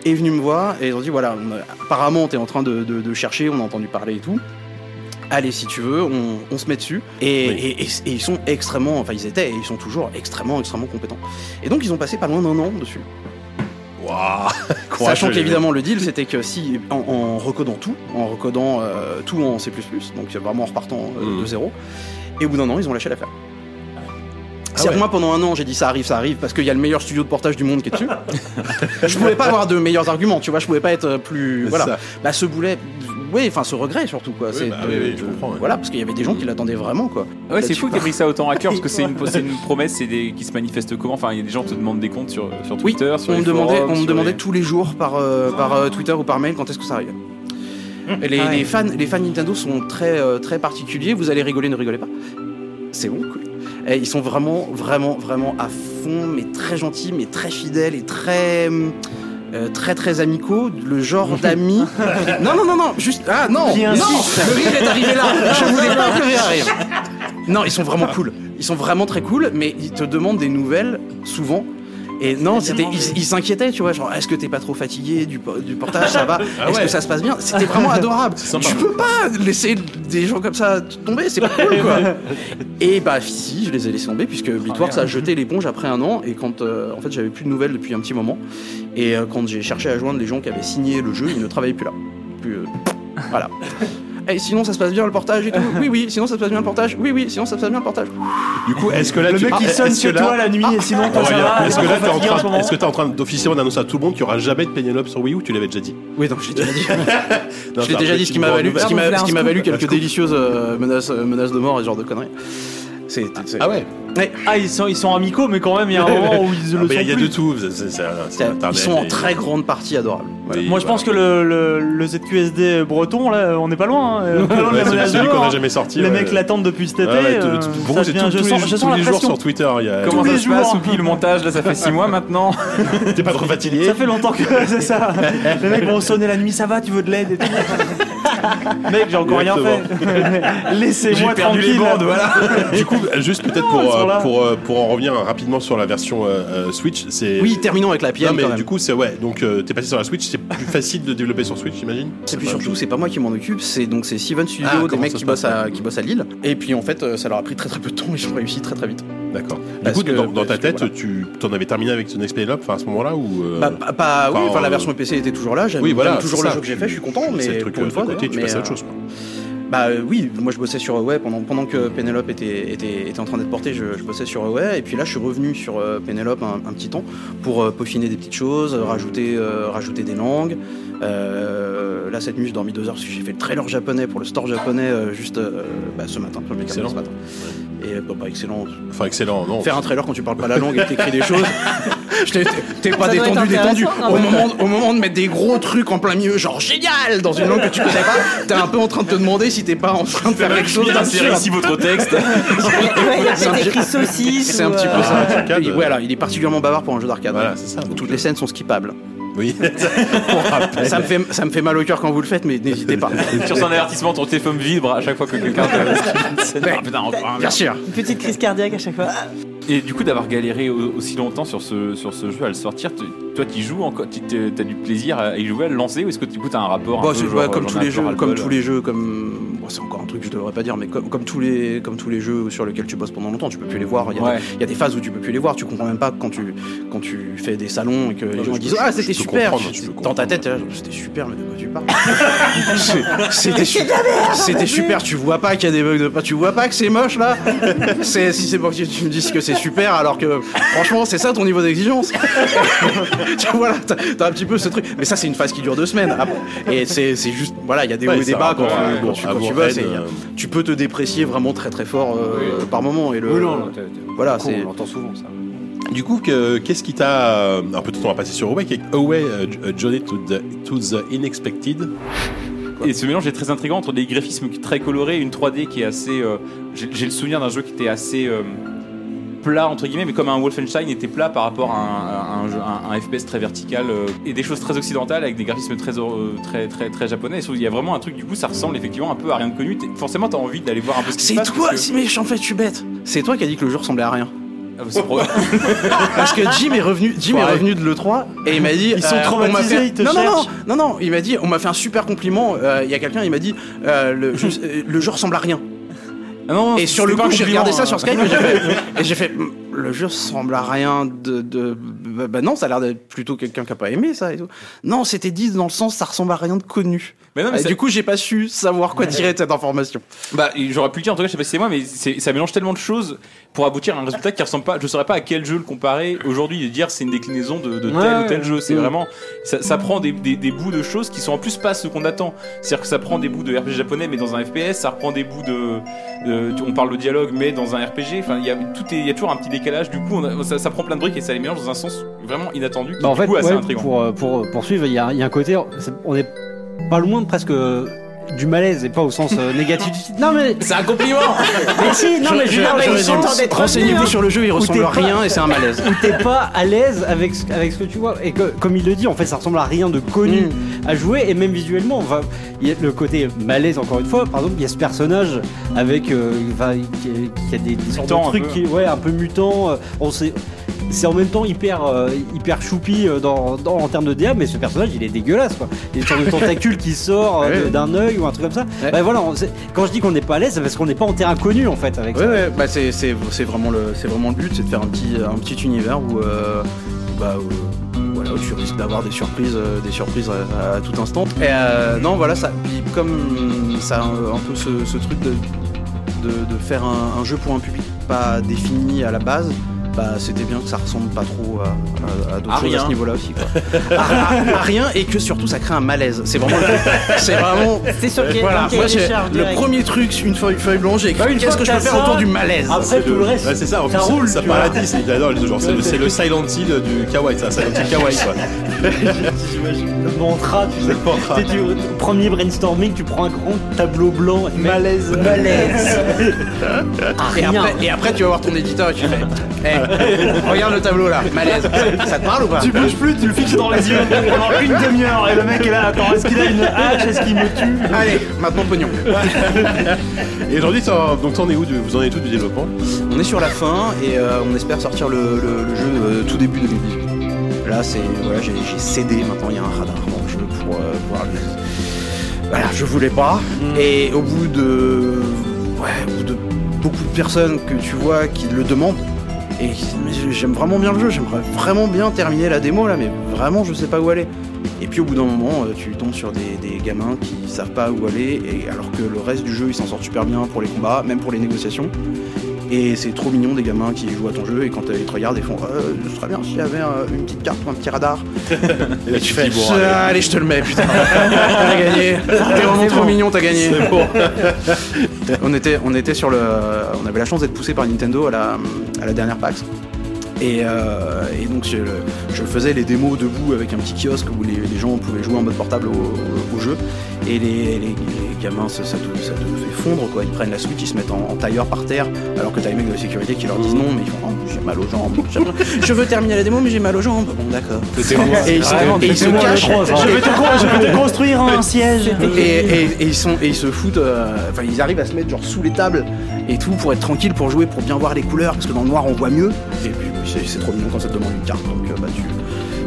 S27: est venu me voir et ils ont dit voilà, on a- apparemment t'es en train de- de- de chercher, on a entendu parler et tout. Allez, si tu veux, on, on se met dessus. Et, et- et- et ils sont extrêmement, enfin ils étaient et ils sont toujours extrêmement, extrêmement compétents. Et donc ils ont passé pas loin d'un an dessus.
S4: Waouh
S27: Sachant
S4: Courageux, les
S27: qu'évidemment le deal c'était que si en, en recodant tout, en recodant euh, tout en C++, donc vraiment en repartant euh,
S4: Hmm.
S27: de zéro, et au bout d'un an ils ont lâché l'affaire.
S4: Ah
S27: C'est-à-dire que moi pendant un an j'ai dit ça arrive, ça arrive parce qu'il y a le meilleur studio de portage du monde qui est dessus. je pouvais pas avoir de meilleurs arguments, tu vois, je pouvais pas être euh, plus
S4: C'est
S27: voilà.
S4: ça.
S27: Bah ce boulet, oui, enfin ce regret surtout quoi. c'est
S4: bah
S27: de-
S4: oui, oui, je
S27: de-
S4: comprends, ouais. Hmm.
S27: Voilà, parce qu'il y avait des gens qui l'attendaient vraiment quoi.
S2: Ah Ouais, c'est
S27: Là-dessus,
S2: fou que t'aies
S27: bah.
S2: pris ça autant à cœur parce que c'est une, c'est une promesse c'est des, qui se manifeste comment Enfin, il y a des gens qui te demandent des comptes sur, euh, sur Twitter, sur
S27: on
S2: les
S27: me demandait,
S2: forums,
S27: on me
S2: sur
S27: demandait
S2: les-
S27: tous les jours par, euh, par euh, Twitter ou par mail quand est-ce que ça arrive.
S4: Mm.
S27: Et les, Ah ouais. les fans, les fans Nintendo sont très, euh, très particuliers. Vous allez rigoler, ne rigolez pas. C'est bon, cool. Et ils sont vraiment, vraiment, vraiment à fond, mais très gentils, mais très fidèles et très. hum, euh, très très amicaux, le genre d'amis. Non, non, non, non, juste. Ah non Qui Non insiste. Le rire est arrivé là Je voulais pas que le rire arrive Non, ils sont vraiment cool. Ils sont vraiment très cool, mais ils te demandent des nouvelles souvent. Et non, c'était, ils ils s'inquiétaient, tu vois, genre, est-ce que t'es pas trop fatigué du, po- du portage, ça va
S4: Ah
S27: Est-ce
S4: ouais.
S27: que ça se passe bien C'était vraiment adorable.
S4: C'est sympa.
S27: Tu peux pas laisser des gens comme ça tomber, c'est pas cool, quoi. Et bah si, je les ai laissés tomber puisque
S4: Ah,
S27: Blitworks a jeté l'éponge après un an et quand euh, en fait j'avais plus de nouvelles depuis un petit moment et euh, quand j'ai cherché à joindre les gens qui avaient signé le jeu, ils ne travaillaient plus là. Plus, euh, voilà. Et sinon ça se passe bien le portage et tout. Oui oui, sinon ça se passe bien le portage. Oui oui, sinon ça se passe bien le portage.
S4: Du coup, est-ce que là
S27: Le
S4: tu
S27: mec qui
S4: est-ce
S27: sonne
S4: que
S27: chez
S4: là-
S27: toi la nuit, et sinon, toi, ça
S4: Aurélien,
S27: va,
S4: Est-ce
S27: les
S4: que
S27: gens
S4: là
S27: sont
S4: t'es en
S27: fatigués en ce
S4: train
S27: moment
S4: est-ce que t'es en train d'officiellement d'annoncer à tout le monde qu'il n'y aura jamais de Penelope sur Wii U Tu l'avais déjà dit
S27: Oui, non, j'ai déjà dit.
S4: Non,
S27: je l'ai
S4: t'as
S27: déjà
S4: un
S27: dit
S4: petit
S27: ce qui m'a
S4: bon
S27: valu,
S4: nouvel.
S27: ce qui
S4: Ah,
S27: m'a,
S4: bon,
S27: ce qui
S4: voilà,
S27: m'a valu
S4: un scoop.
S27: quelques délicieuses euh, menaces, euh, menaces de mort et ce genre de conneries. C'est, c'est-
S4: Ah ouais.
S27: Ah ils sont, ils sont amicaux mais quand même il y a un moment où ils
S4: Ah,
S27: le
S4: mais Il y a
S27: sont
S4: de
S27: plus.
S4: tout. c'est- c'est- c'est- c'est Internet
S27: Ils sont en
S4: et-
S27: très grande partie adorables. Voilà.
S4: et
S27: Moi,
S5: Moi, je pense que le, le, le ZQSD breton, là, on n'est pas loin. hein. On est pas loin de la
S4: Ouais, c'est
S5: menace de
S4: celui qu'on
S5: mort,
S4: a
S5: hein.
S4: jamais sorti,
S5: Les
S4: ouais.
S5: mecs l'attendent depuis cet été.
S4: Ah ouais, tout-
S5: euh,
S4: tout-
S5: ça
S4: bon, c'est
S5: devient
S4: tout-
S5: je
S4: tous les
S5: sens-
S4: jours-
S5: je
S4: tous
S5: sens la
S4: les jours
S5: pression.
S4: sur Twitter. il y a-
S2: Comment
S5: Tous
S2: ça
S5: les
S2: se passe
S5: jours.
S2: Oublie le montage, là ça fait 6 mois maintenant.
S4: T'es pas trop fatigué
S5: Ça fait longtemps que c'est ça. Les mecs vont sonner la nuit, ça va, tu veux de l'aide et tout. Mec, j'ai encore rien fait. Laissez-moi tranquille.
S4: du coup, juste peut-être
S27: Ah,
S4: pour,
S5: ils sont
S4: euh,
S5: là.
S4: pour, euh, pour en revenir rapidement sur la version euh, euh, Switch, c'est.
S27: Oui, terminons avec la PM,
S4: Non, mais
S27: quand même.
S4: du coup, c'est ouais. Donc, euh, t'es passé sur la Switch, c'est plus facile de développer sur Switch, j'imagine
S27: C'est plus surtout, c'est pas moi qui m'en occupe, c'est donc c'est Steven Studio,
S4: Ah,
S27: des
S4: comment
S27: mecs
S4: ça se
S27: qui
S4: passe,
S27: bossent, à, qui bossent à Lille. Et puis en fait, euh, ça leur a pris très très peu de temps, ils ont réussi très très vite.
S4: D'accord. Du
S27: Parce
S4: coup,
S27: que-
S4: dans, dans ta
S27: parce que
S4: tête,
S27: voilà.
S4: tu t'en avais terminé avec ton Penelope enfin, à ce moment-là ou euh,
S27: Bah, bah, bah, oui, enfin la version PC était toujours là, j'aime
S4: Oui, voilà,
S27: j'aime toujours
S4: c'est
S27: le
S4: ça,
S27: jeu que j'ai
S4: tu-
S27: fait, je suis content,
S4: tu laissais
S27: mais
S4: le truc,
S27: pour
S4: euh,
S27: une
S4: de
S27: fois.
S4: côté,
S27: quoi.
S4: tu passes à
S27: Mais,
S4: autre chose,
S27: Bah euh, oui, moi je bossais sur Huawei pendant, pendant que Penelope était, était, était en train d'être portée, je, je bossais sur Huawei, et puis là je suis revenu sur euh, Penelope un, un petit temps pour euh, peaufiner des petites choses, euh, rajouter, euh, rajouter des langues. Euh, là cette nuit j'ai dormi deux heures parce que j'ai fait le trailer japonais pour le store japonais euh, juste euh, bah, ce matin, je me suis calmé ce matin. Et euh, bon, bah excellent.
S4: Enfin excellent, non.
S27: Faire un trailer quand tu parles pas la langue et que t'écris des choses. Je t'ai- T'es pas Ça doit détendu, être détendu. intéressant, Au non, mais- moment, au moment de mettre des gros trucs en plein milieu, genre génial, dans une langue que tu connais pas, t'es un peu en train de te demander si t'es pas en train de faire quelque chose
S2: Bien sûr,
S27: d'absurde.
S2: ici votre texte.
S27: Ouais,
S2: il a
S27: c'est un
S2: peut-être
S27: petit-
S2: écrit saucisse
S27: C'est un
S2: ou,
S27: petit
S2: euh,
S27: peu ça.
S2: Un arcade,
S27: Il, ouais, alors, il est particulièrement bavard pour un jeu d'arcade. Toutes les scènes sont skippables.
S4: Oui.
S27: ça, me fait, ça me fait mal au cœur quand vous le faites, mais n'hésitez pas.
S2: Sur son avertissement, ton téléphone vibre à chaque fois que quelqu'un te- C'est- Ah, putain, encore un.
S27: Bien sûr.
S5: Une petite crise cardiaque à chaque fois.
S2: Et du coup, d'avoir galéré au- aussi longtemps sur ce, sur ce jeu à le sortir, tu- toi, tu joues encore, tu te- t'as du plaisir à y jouer, à le lancer, ou est-ce que du coup, t'as un rapport un
S27: Bah,
S2: peu
S27: c'est-
S2: genre,
S27: ouais, comme
S2: j'en ai
S27: tous
S2: un euh,
S27: les
S2: peu
S27: jeux,
S2: ras-le-bol.
S27: comme tous les jeux, comme bon, c'est encore un truc que je devrais pas dire, mais comme, comme, tous les, comme tous les jeux sur lesquels tu bosses pendant longtemps, tu peux plus les voir. Il y, a
S2: Ouais.
S27: des, il y a des phases où tu peux plus les voir. Tu comprends même pas quand tu, quand tu fais des salons et que
S2: mais
S27: les gens
S2: je
S27: disent
S2: peux-
S27: Ah,
S2: je
S27: c'était
S2: peux
S27: super
S2: comprendre, je peux
S27: Dans ta
S2: comprendre.
S27: tête, t'es là, c'était super, mais de quoi tu parles C'est- C'était C'est super, de la merde, c'était vas-y. super. Tu vois pas qu'il y a des bugs de pas. Tu vois pas que c'est moche là. C'est si c'est pour que tu me dises que c'est super, alors que franchement c'est ça ton niveau d'exigence. tu vois là, t'as- t'as un petit peu ce truc. Mais ça c'est une phase qui dure deux semaines. Après- Et c'est c'est juste voilà, il y a des hauts
S4: Ouais,
S27: et des
S4: ça
S27: bas quand,
S4: rapporte,
S27: tu-
S4: ouais,
S27: quand
S4: bon,
S27: tu,
S4: à
S27: quand
S4: Bourg
S27: tu bosses,
S4: Red,
S27: et y a-
S4: euh,
S27: Tu peux te déprécier vraiment très très fort euh, par moment et le.
S4: Oui, non, t'as-
S27: voilà,
S4: con,
S27: c'est.
S4: on l'entend
S27: souvent ça.
S4: Du coup, que- qu'est-ce qui t'a. euh, Alors peut-être on va passer sur Away, qui est Away euh, J- euh, Journey to the, to the Inexpected.
S27: Bah
S2: Et ce mélange est très intrigant entre des graphismes très colorés, une 3D qui est assez. euh, J'ai j'ai le souvenir d'un jeu qui était assez euh, plat entre guillemets, mais comme un Wolfenstein était plat par rapport à un, à un jeu- à un FPS très vertical euh, et des choses très occidentales avec des graphismes très euh, très très très japonais. Il y a vraiment un truc du coup, ça ressemble effectivement un peu à rien de connu. T'es- Forcément, t'as envie d'aller voir un peu ce qui se
S27: C'est
S2: passe.
S27: toi,
S2: parce que-
S27: si mais je- en fait je suis bête. C'est toi qui as dit que le jeu ressemblait à rien.
S2: Ah, bah, c'est pro-
S27: Parce que Jim est revenu, Jim
S2: Ouais.
S27: est revenu de l'E3 et il m'a dit. euh,
S2: Ils sont
S27: on m'a
S2: traumatisés,
S27: fait-
S2: ils te
S27: non, non,
S2: cherchent.
S27: non, non, non, il m'a dit, on m'a fait un super compliment. euh, Il y a quelqu'un, il m'a dit, euh, le, jeu- euh, le jeu ressemble à rien. et
S2: c'était
S27: sur le
S2: pas
S27: coup,
S2: un
S27: j'ai regardé
S2: compliment,
S27: ça sur
S2: hein.
S27: Skype et j'ai fait, et j'ai fait, Hum, le jeu ressemble à rien de. de- bah, bah non, ça a l'air d'être plutôt quelqu'un qui a pas aimé ça et tout. Non, c'était dit dans le sens, ça ressemble à rien de connu.
S2: Mais non, mais
S27: Et
S2: ça-
S27: du coup, j'ai pas su savoir quoi tirer de cette information.
S2: Bah, j'aurais pu le dire, en tout cas, je sais pas si c'est moi, mais c'est- ça mélange tellement de choses pour aboutir à un résultat qui ressemble pas. Je saurais pas à quel jeu le comparer aujourd'hui et dire c'est une déclinaison de, de tel
S15: Ouais,
S2: ou tel jeu. C'est
S15: ouais.
S2: vraiment. Ça, ça prend des, des- des bouts de choses qui sont en plus pas ce qu'on attend. C'est-à-dire que ça prend des bouts de RPG japonais, mais dans un FPS, ça reprend des bouts de. de- tu- on parle de dialogue, mais dans un RPG. Enfin, il y, a tout est- il y a toujours un petit décalage. Du coup, on a- ça, ça prend plein de briques et ça les mélange dans un sens vraiment inattendu. Qui,
S7: Bah, en
S2: du
S7: fait,
S2: coup, assez
S7: ouais,
S2: intriguant.
S7: pour, euh, pour poursuivre, il y, a il y a un côté, c'est- on est pas loin de presque euh, du malaise et pas au sens euh, négatif. du titre. Non mais
S2: c'est un compliment.
S7: Mais si, non
S27: Je-
S7: mais
S27: je-
S7: je
S27: je
S7: veux dire, dans le
S27: résume.
S7: sens d'être
S27: Renseignez-vous
S7: revenu, hein,
S27: sur le jeu, il
S7: où
S27: ressemble
S7: t'es
S27: à
S7: pas-
S27: rien et c'est un malaise.
S7: Où t'es pas à l'aise avec ce, avec ce que tu vois et que comme il le dit, en fait, ça ressemble à rien de connu
S27: Mm.
S7: à jouer et même visuellement, enfin, il y a le côté malaise encore une fois. Par exemple, il y a ce personnage avec euh, enfin, qui, a- qui a des, des sortes de
S2: Mutant, un
S7: trucs
S2: peu.
S7: qui ouais un peu mutant. euh, on sait. C'est en même temps hyper, euh, hyper choupi euh, dans, dans- en termes de DA, mais ce personnage il est dégueulasse quoi. Il y a une sorte de tentacule qui sort euh, de- d'un œil ou un truc comme ça. Bah voilà, on- c'est- quand je dis qu'on n'est pas à l'aise, c'est parce qu'on n'est pas en terrain connu en fait avec
S27: Ouais,
S7: ça.
S27: ouais, bah c'est, c'est, c'est vraiment le, c'est vraiment le but, c'est de faire un petit, un petit univers où, euh, bah, où- voilà, où tu risques d'avoir des surprises, euh, des surprises à, à tout instant. Et euh, non, voilà, ça, puis comme ça a un, un peu ce, ce truc de, de, de faire un, un jeu pour un public pas défini à la base. Bah, c'était bien que ça ressemble pas trop à, à- à d'autres À choses à rien. ce niveau-là aussi. Quoi. à, à- à rien et que surtout ça crée un malaise. C'est vraiment, le- c'est vraiment. C'est sûr qu'il y a- voilà. qu'il y a Moi, des j'ai- charges le directes. premier truc, une feuille, feuille blanche, j'ai Bah, une qu'est-ce fois que je que peux t'as faire ça, autour du malaise après,
S4: C'est
S27: tout le reste,
S4: Ouais, c'est ça, en
S27: ça
S4: plus,
S27: roule,
S4: ça
S27: tu
S4: part
S27: vois.
S4: à 10, les gars, non, les- genre, c'est le- c'est le Silent Hill du Kawaii, ça, Silent Hill Kawaii, quoi.
S7: Le mantra, tu sais. C'est du au premier brainstorming, tu prends un grand tableau blanc, malaise.
S27: Malaise. et,
S7: rien.
S27: après, et après, tu vas voir ton éditeur et tu fais Eh, Regarde le tableau là, malaise. Ça te parle ou pas
S26: Tu bouges plus, tu le fixes dans les yeux pendant une demi-heure et le mec est là, attends, est-ce qu'il a une hache, est-ce qu'il me tue
S27: Allez, maintenant pognon.
S4: Et aujourd'hui, t'en- donc t'en es où du- Vous en êtes où du développement
S27: On est sur la fin et euh, on espère sortir le, le- le jeu euh, tout début 2018. Là, c'est voilà, j'ai j'ai cédé. Maintenant, il y a un radar dans le jeu pour euh, voir le- Voilà, je voulais pas.
S4: Mm.
S27: Et au bout de ouais, au bout de beaucoup de personnes que tu vois qui le demandent. Et qui disent, mais j'aime vraiment bien le jeu, j'aimerais vraiment bien terminer la démo là, mais vraiment je sais pas où aller. Et puis au bout d'un moment, euh, tu tombes sur des, des gamins qui savent pas où aller, et alors que le reste du jeu, ils s'en sortent super bien pour les combats, même pour les négociations. Et c'est trop mignon des gamins qui jouent à ton jeu et quand euh, ils te regardent ils font Euh, ce serait bien s'il y avait euh, une petite carte ou un petit radar.
S4: Et là,
S27: tu fais
S4: bon,
S27: Ça,
S4: allez.
S27: allez. je te le mets putain. t'as gagné. T'es vraiment C'est trop bon. mignon, t'as gagné. C'est bon. on était on était sur le on avait la chance d'être poussé par Nintendo à la à la dernière PAX. Et, euh, et donc je, je faisais les démos debout avec un petit kiosque où les, les gens pouvaient jouer en mode portable au, au jeu. Et les, les- les gamins, ça, ça te, ça te fait fondre quoi. Ils prennent la Switch, ils se mettent en, en tailleur par terre, alors que t'as les mecs de la sécurité qui leur disent non, mais ils font Oh, j'ai mal aux jambes. j'ai mal- Je veux terminer la démo, mais j'ai mal aux jambes. Bon d'accord. Et ils se, et ils se cachent.
S26: Je vais te con- je vais te construire un siège.
S27: hein. Et, et- et ils sont, et ils se foutent. euh, Enfin, ils arrivent à se mettre genre sous les tables et tout pour être tranquille, pour jouer, pour bien voir les couleurs, parce que dans le noir on voit mieux. Et puis c'est- c'est trop mignon quand ça te demande une carte. Donc euh, bah tu,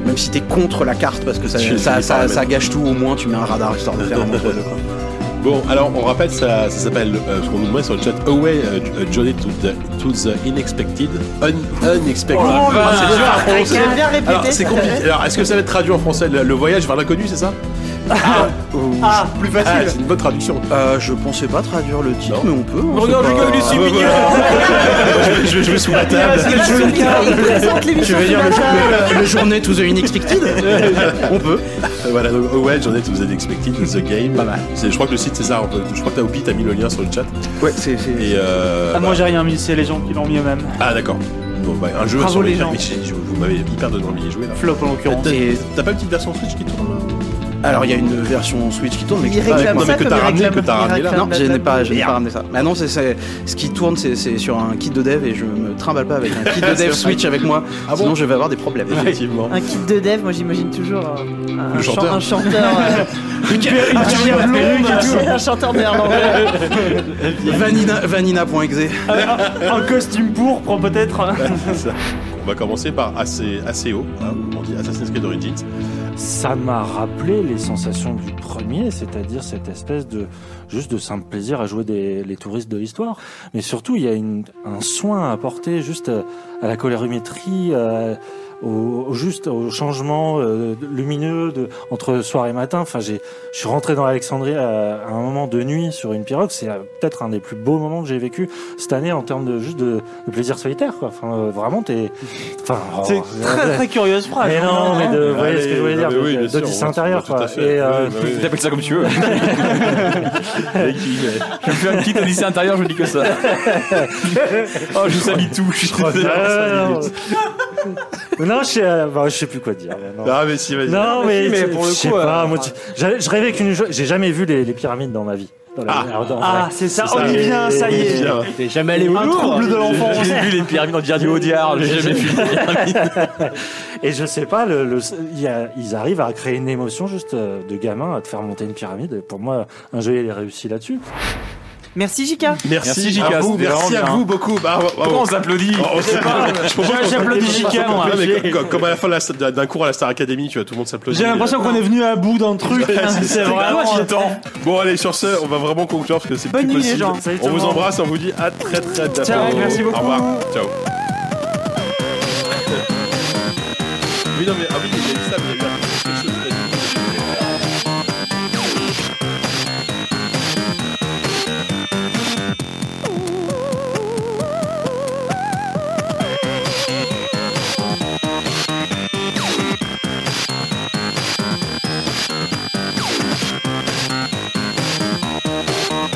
S27: même si t'es contre la carte parce que ça,
S4: Tu- tu
S27: ça,
S4: les
S27: ça-
S4: paramètres.
S27: ça gâche tout, au moins tu mets un radar histoire de faire un entre deux. quoi.
S4: Bon, alors on rappelle, ça, ça s'appelle, euh, ce qu'on nous demande sur le chat, Away euh, a Journey to the, to the Unexpected. Un- unexpected.
S27: Oh,
S4: Ah,
S27: bah,
S4: c'est dur à prononcer.
S27: quelqu'un vient répéter,
S4: Alors, c'est
S27: ça
S4: compliqué.
S27: fait.
S4: Alors, est-ce que ça va être traduit en français Le, le voyage vers l'inconnu, c'est ça ah,
S27: Ah, plus facile.
S4: c'est une bonne traduction.
S27: Euh, je pensais pas traduire le titre, mais on peut. hein,
S4: Regarde,
S27: c'est
S4: le
S27: pas-
S4: gars, il est si mignon.
S27: Ah, bah,
S4: Je- je- je vais sous la table.
S27: Il reste
S4: Je-
S27: le cadre.
S4: je-
S27: Il présente l'émission
S4: je vais dire
S27: ce
S4: le-
S27: matin.
S4: le-
S27: le journée to the unexpected.
S4: on peut. Euh, Voilà, donc Away, Journey to the Unexpected, The Game. Pas mal. Je crois que le site, c'est ça. Je crois que t'as oublié, t'as mis le lien sur le chat.
S27: Ouais, c'est.
S4: Et euh,
S3: Ah, moi j'ai rien mis, c'est les gens qui l'ont mis eux-mêmes.
S4: Ah d'accord. Bon, bah, un jeu
S3: Bravo,
S4: sur
S3: les
S4: les
S3: gens.
S4: mais j'ai- je- vous m'avez hyper donné envie d'y jouer là.
S3: Flop, en l'occurrence.
S4: T'as-
S27: Et-
S4: T'as pas une petite version Switch qui tourne
S27: Alors il y a une version Switch qui tourne, mais
S4: Il
S27: que t'as-
S4: réclame
S27: non,
S4: ça
S27: mais que
S4: comme
S27: t'as
S4: il
S27: ramené,
S4: réclame-
S27: que t'as
S4: il
S27: ramené là.
S4: réclame
S27: Non, je
S4: la
S27: n'ai pas,
S4: table.
S27: je n'ai pas
S4: Merde.
S27: ramené ça. Bah non, c'est, c'est- ce qui tourne, c'est, c'est sur un kit de dev et je me trimballe pas avec un kit de
S4: C'est
S27: dev
S4: vrai.
S27: Switch avec moi,
S4: Ah bon
S27: sinon je vais avoir des problèmes.
S4: Effectivement.
S5: Un kit de dev, moi j'imagine toujours euh, un,
S27: Le chan-
S5: chanteur. un chanteur. euh,
S27: Une
S5: perruque,
S27: perruque, une
S5: un
S27: perruque et tout.
S5: un chanteur néerlandais.
S4: Euh,
S27: Vanina, vanina.exe.
S3: Ah Un costume pourpre peut-être.
S4: On va commencer par assez, assez haut, hein, on dit Assassin's Creed Origins.
S9: ça m'a rappelé les sensations du premier, c'est-à-dire cette espèce de juste de simple plaisir à jouer des, les touristes de l'histoire. Mais surtout, il y a une- un soin à apporter juste euh, à la colorimétrie, euh, au, au- juste au changement euh, lumineux de, entre soir et matin. Enfin, j'ai, je suis rentré dans Alexandrie euh, à, à un moment de nuit sur une pirogue. C'est euh, peut-être un des plus beaux moments que j'ai vécu cette année en termes de juste de, de plaisir solitaire. Quoi. Enfin, euh, vraiment, t'es. Enfin, oh,
S3: C'est une très hein. très curieuse phrase.
S9: mais non, mais de, vous voyez ce que je voulais
S3: Allez,
S9: dire,
S3: non, Ah, mais oui,
S9: de-
S3: bien
S9: de
S3: sûr,
S9: tisser
S3: on va-
S9: intérieur,
S3: tout à
S9: quoi.
S3: fait.
S9: Et, euh,
S3: Oui, bah oui.
S2: T'appelles ça comme tu veux. Je me fais un petit lycée intérieur, je dis que ça. Oh, je salis tout. Je suis désolé.
S9: Euh, non, je sais, euh, bah, je sais plus quoi dire. Non,
S4: Ah, mais si, vas-y.
S9: Non, mais,
S4: Si, mais pour le
S9: je sais
S4: coup,
S9: pas,
S4: euh,
S9: moi, tu- j'avais- je rêvais qu'une. jo- J'ai jamais vu les, les pyramides dans ma vie. Dans la- en vrai.
S3: Ah, c'est ça, hein. on y vient, ça y est.
S9: T'es jamais allé hein.
S3: au Un Louvre trouble de l'enfance.
S9: J'ai vu les pyramides en du Audiard, j'ai jamais vu les pyramides. Et je sais pas, le- le- il y a- ils arrivent à créer une émotion juste euh, de gamin, à te faire monter une pyramide. Et Pour moi, un jeu, il est réussi là-dessus.
S27: Merci Jika.
S9: Merci,
S4: à
S9: JK,
S4: vous,
S9: c'était
S4: merci
S9: vraiment
S4: à
S9: bien.
S4: vous beaucoup. Bah, bravo.
S9: Pourquoi on s'applaudit
S4: Oh, on sait pas. Je propose qu'on-
S3: J'applaudis
S4: je propose
S3: JK,
S4: qu'on
S3: moi.
S4: fait, mais comme- comme- Comme à la fin de la- d'un cours à la Star Academy, tu vois, tout le monde s'applaudit. euh.
S3: J'ai l'impression qu'on est venu à bout d'un truc. hein, C'est
S4: Ah,
S3: vraiment.
S4: Bon, allez, sur ce, on va vraiment conclure parce que c'est
S3: Bonne nuit,
S4: plus
S3: les
S4: possible.
S3: gens. Salut tout
S4: On
S3: le
S4: vous
S3: monde.
S4: embrasse, on vous dit à très très bientôt.
S3: Ciao, merci beaucoup.
S4: Au revoir. Ciao. Oui, non, mais ah oui, j'ai dit ça, mais il y a eu un- quelque chose que t'as dit.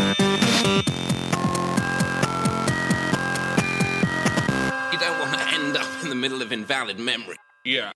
S8: You don't want to end up in the middle of invalid memory. Yeah.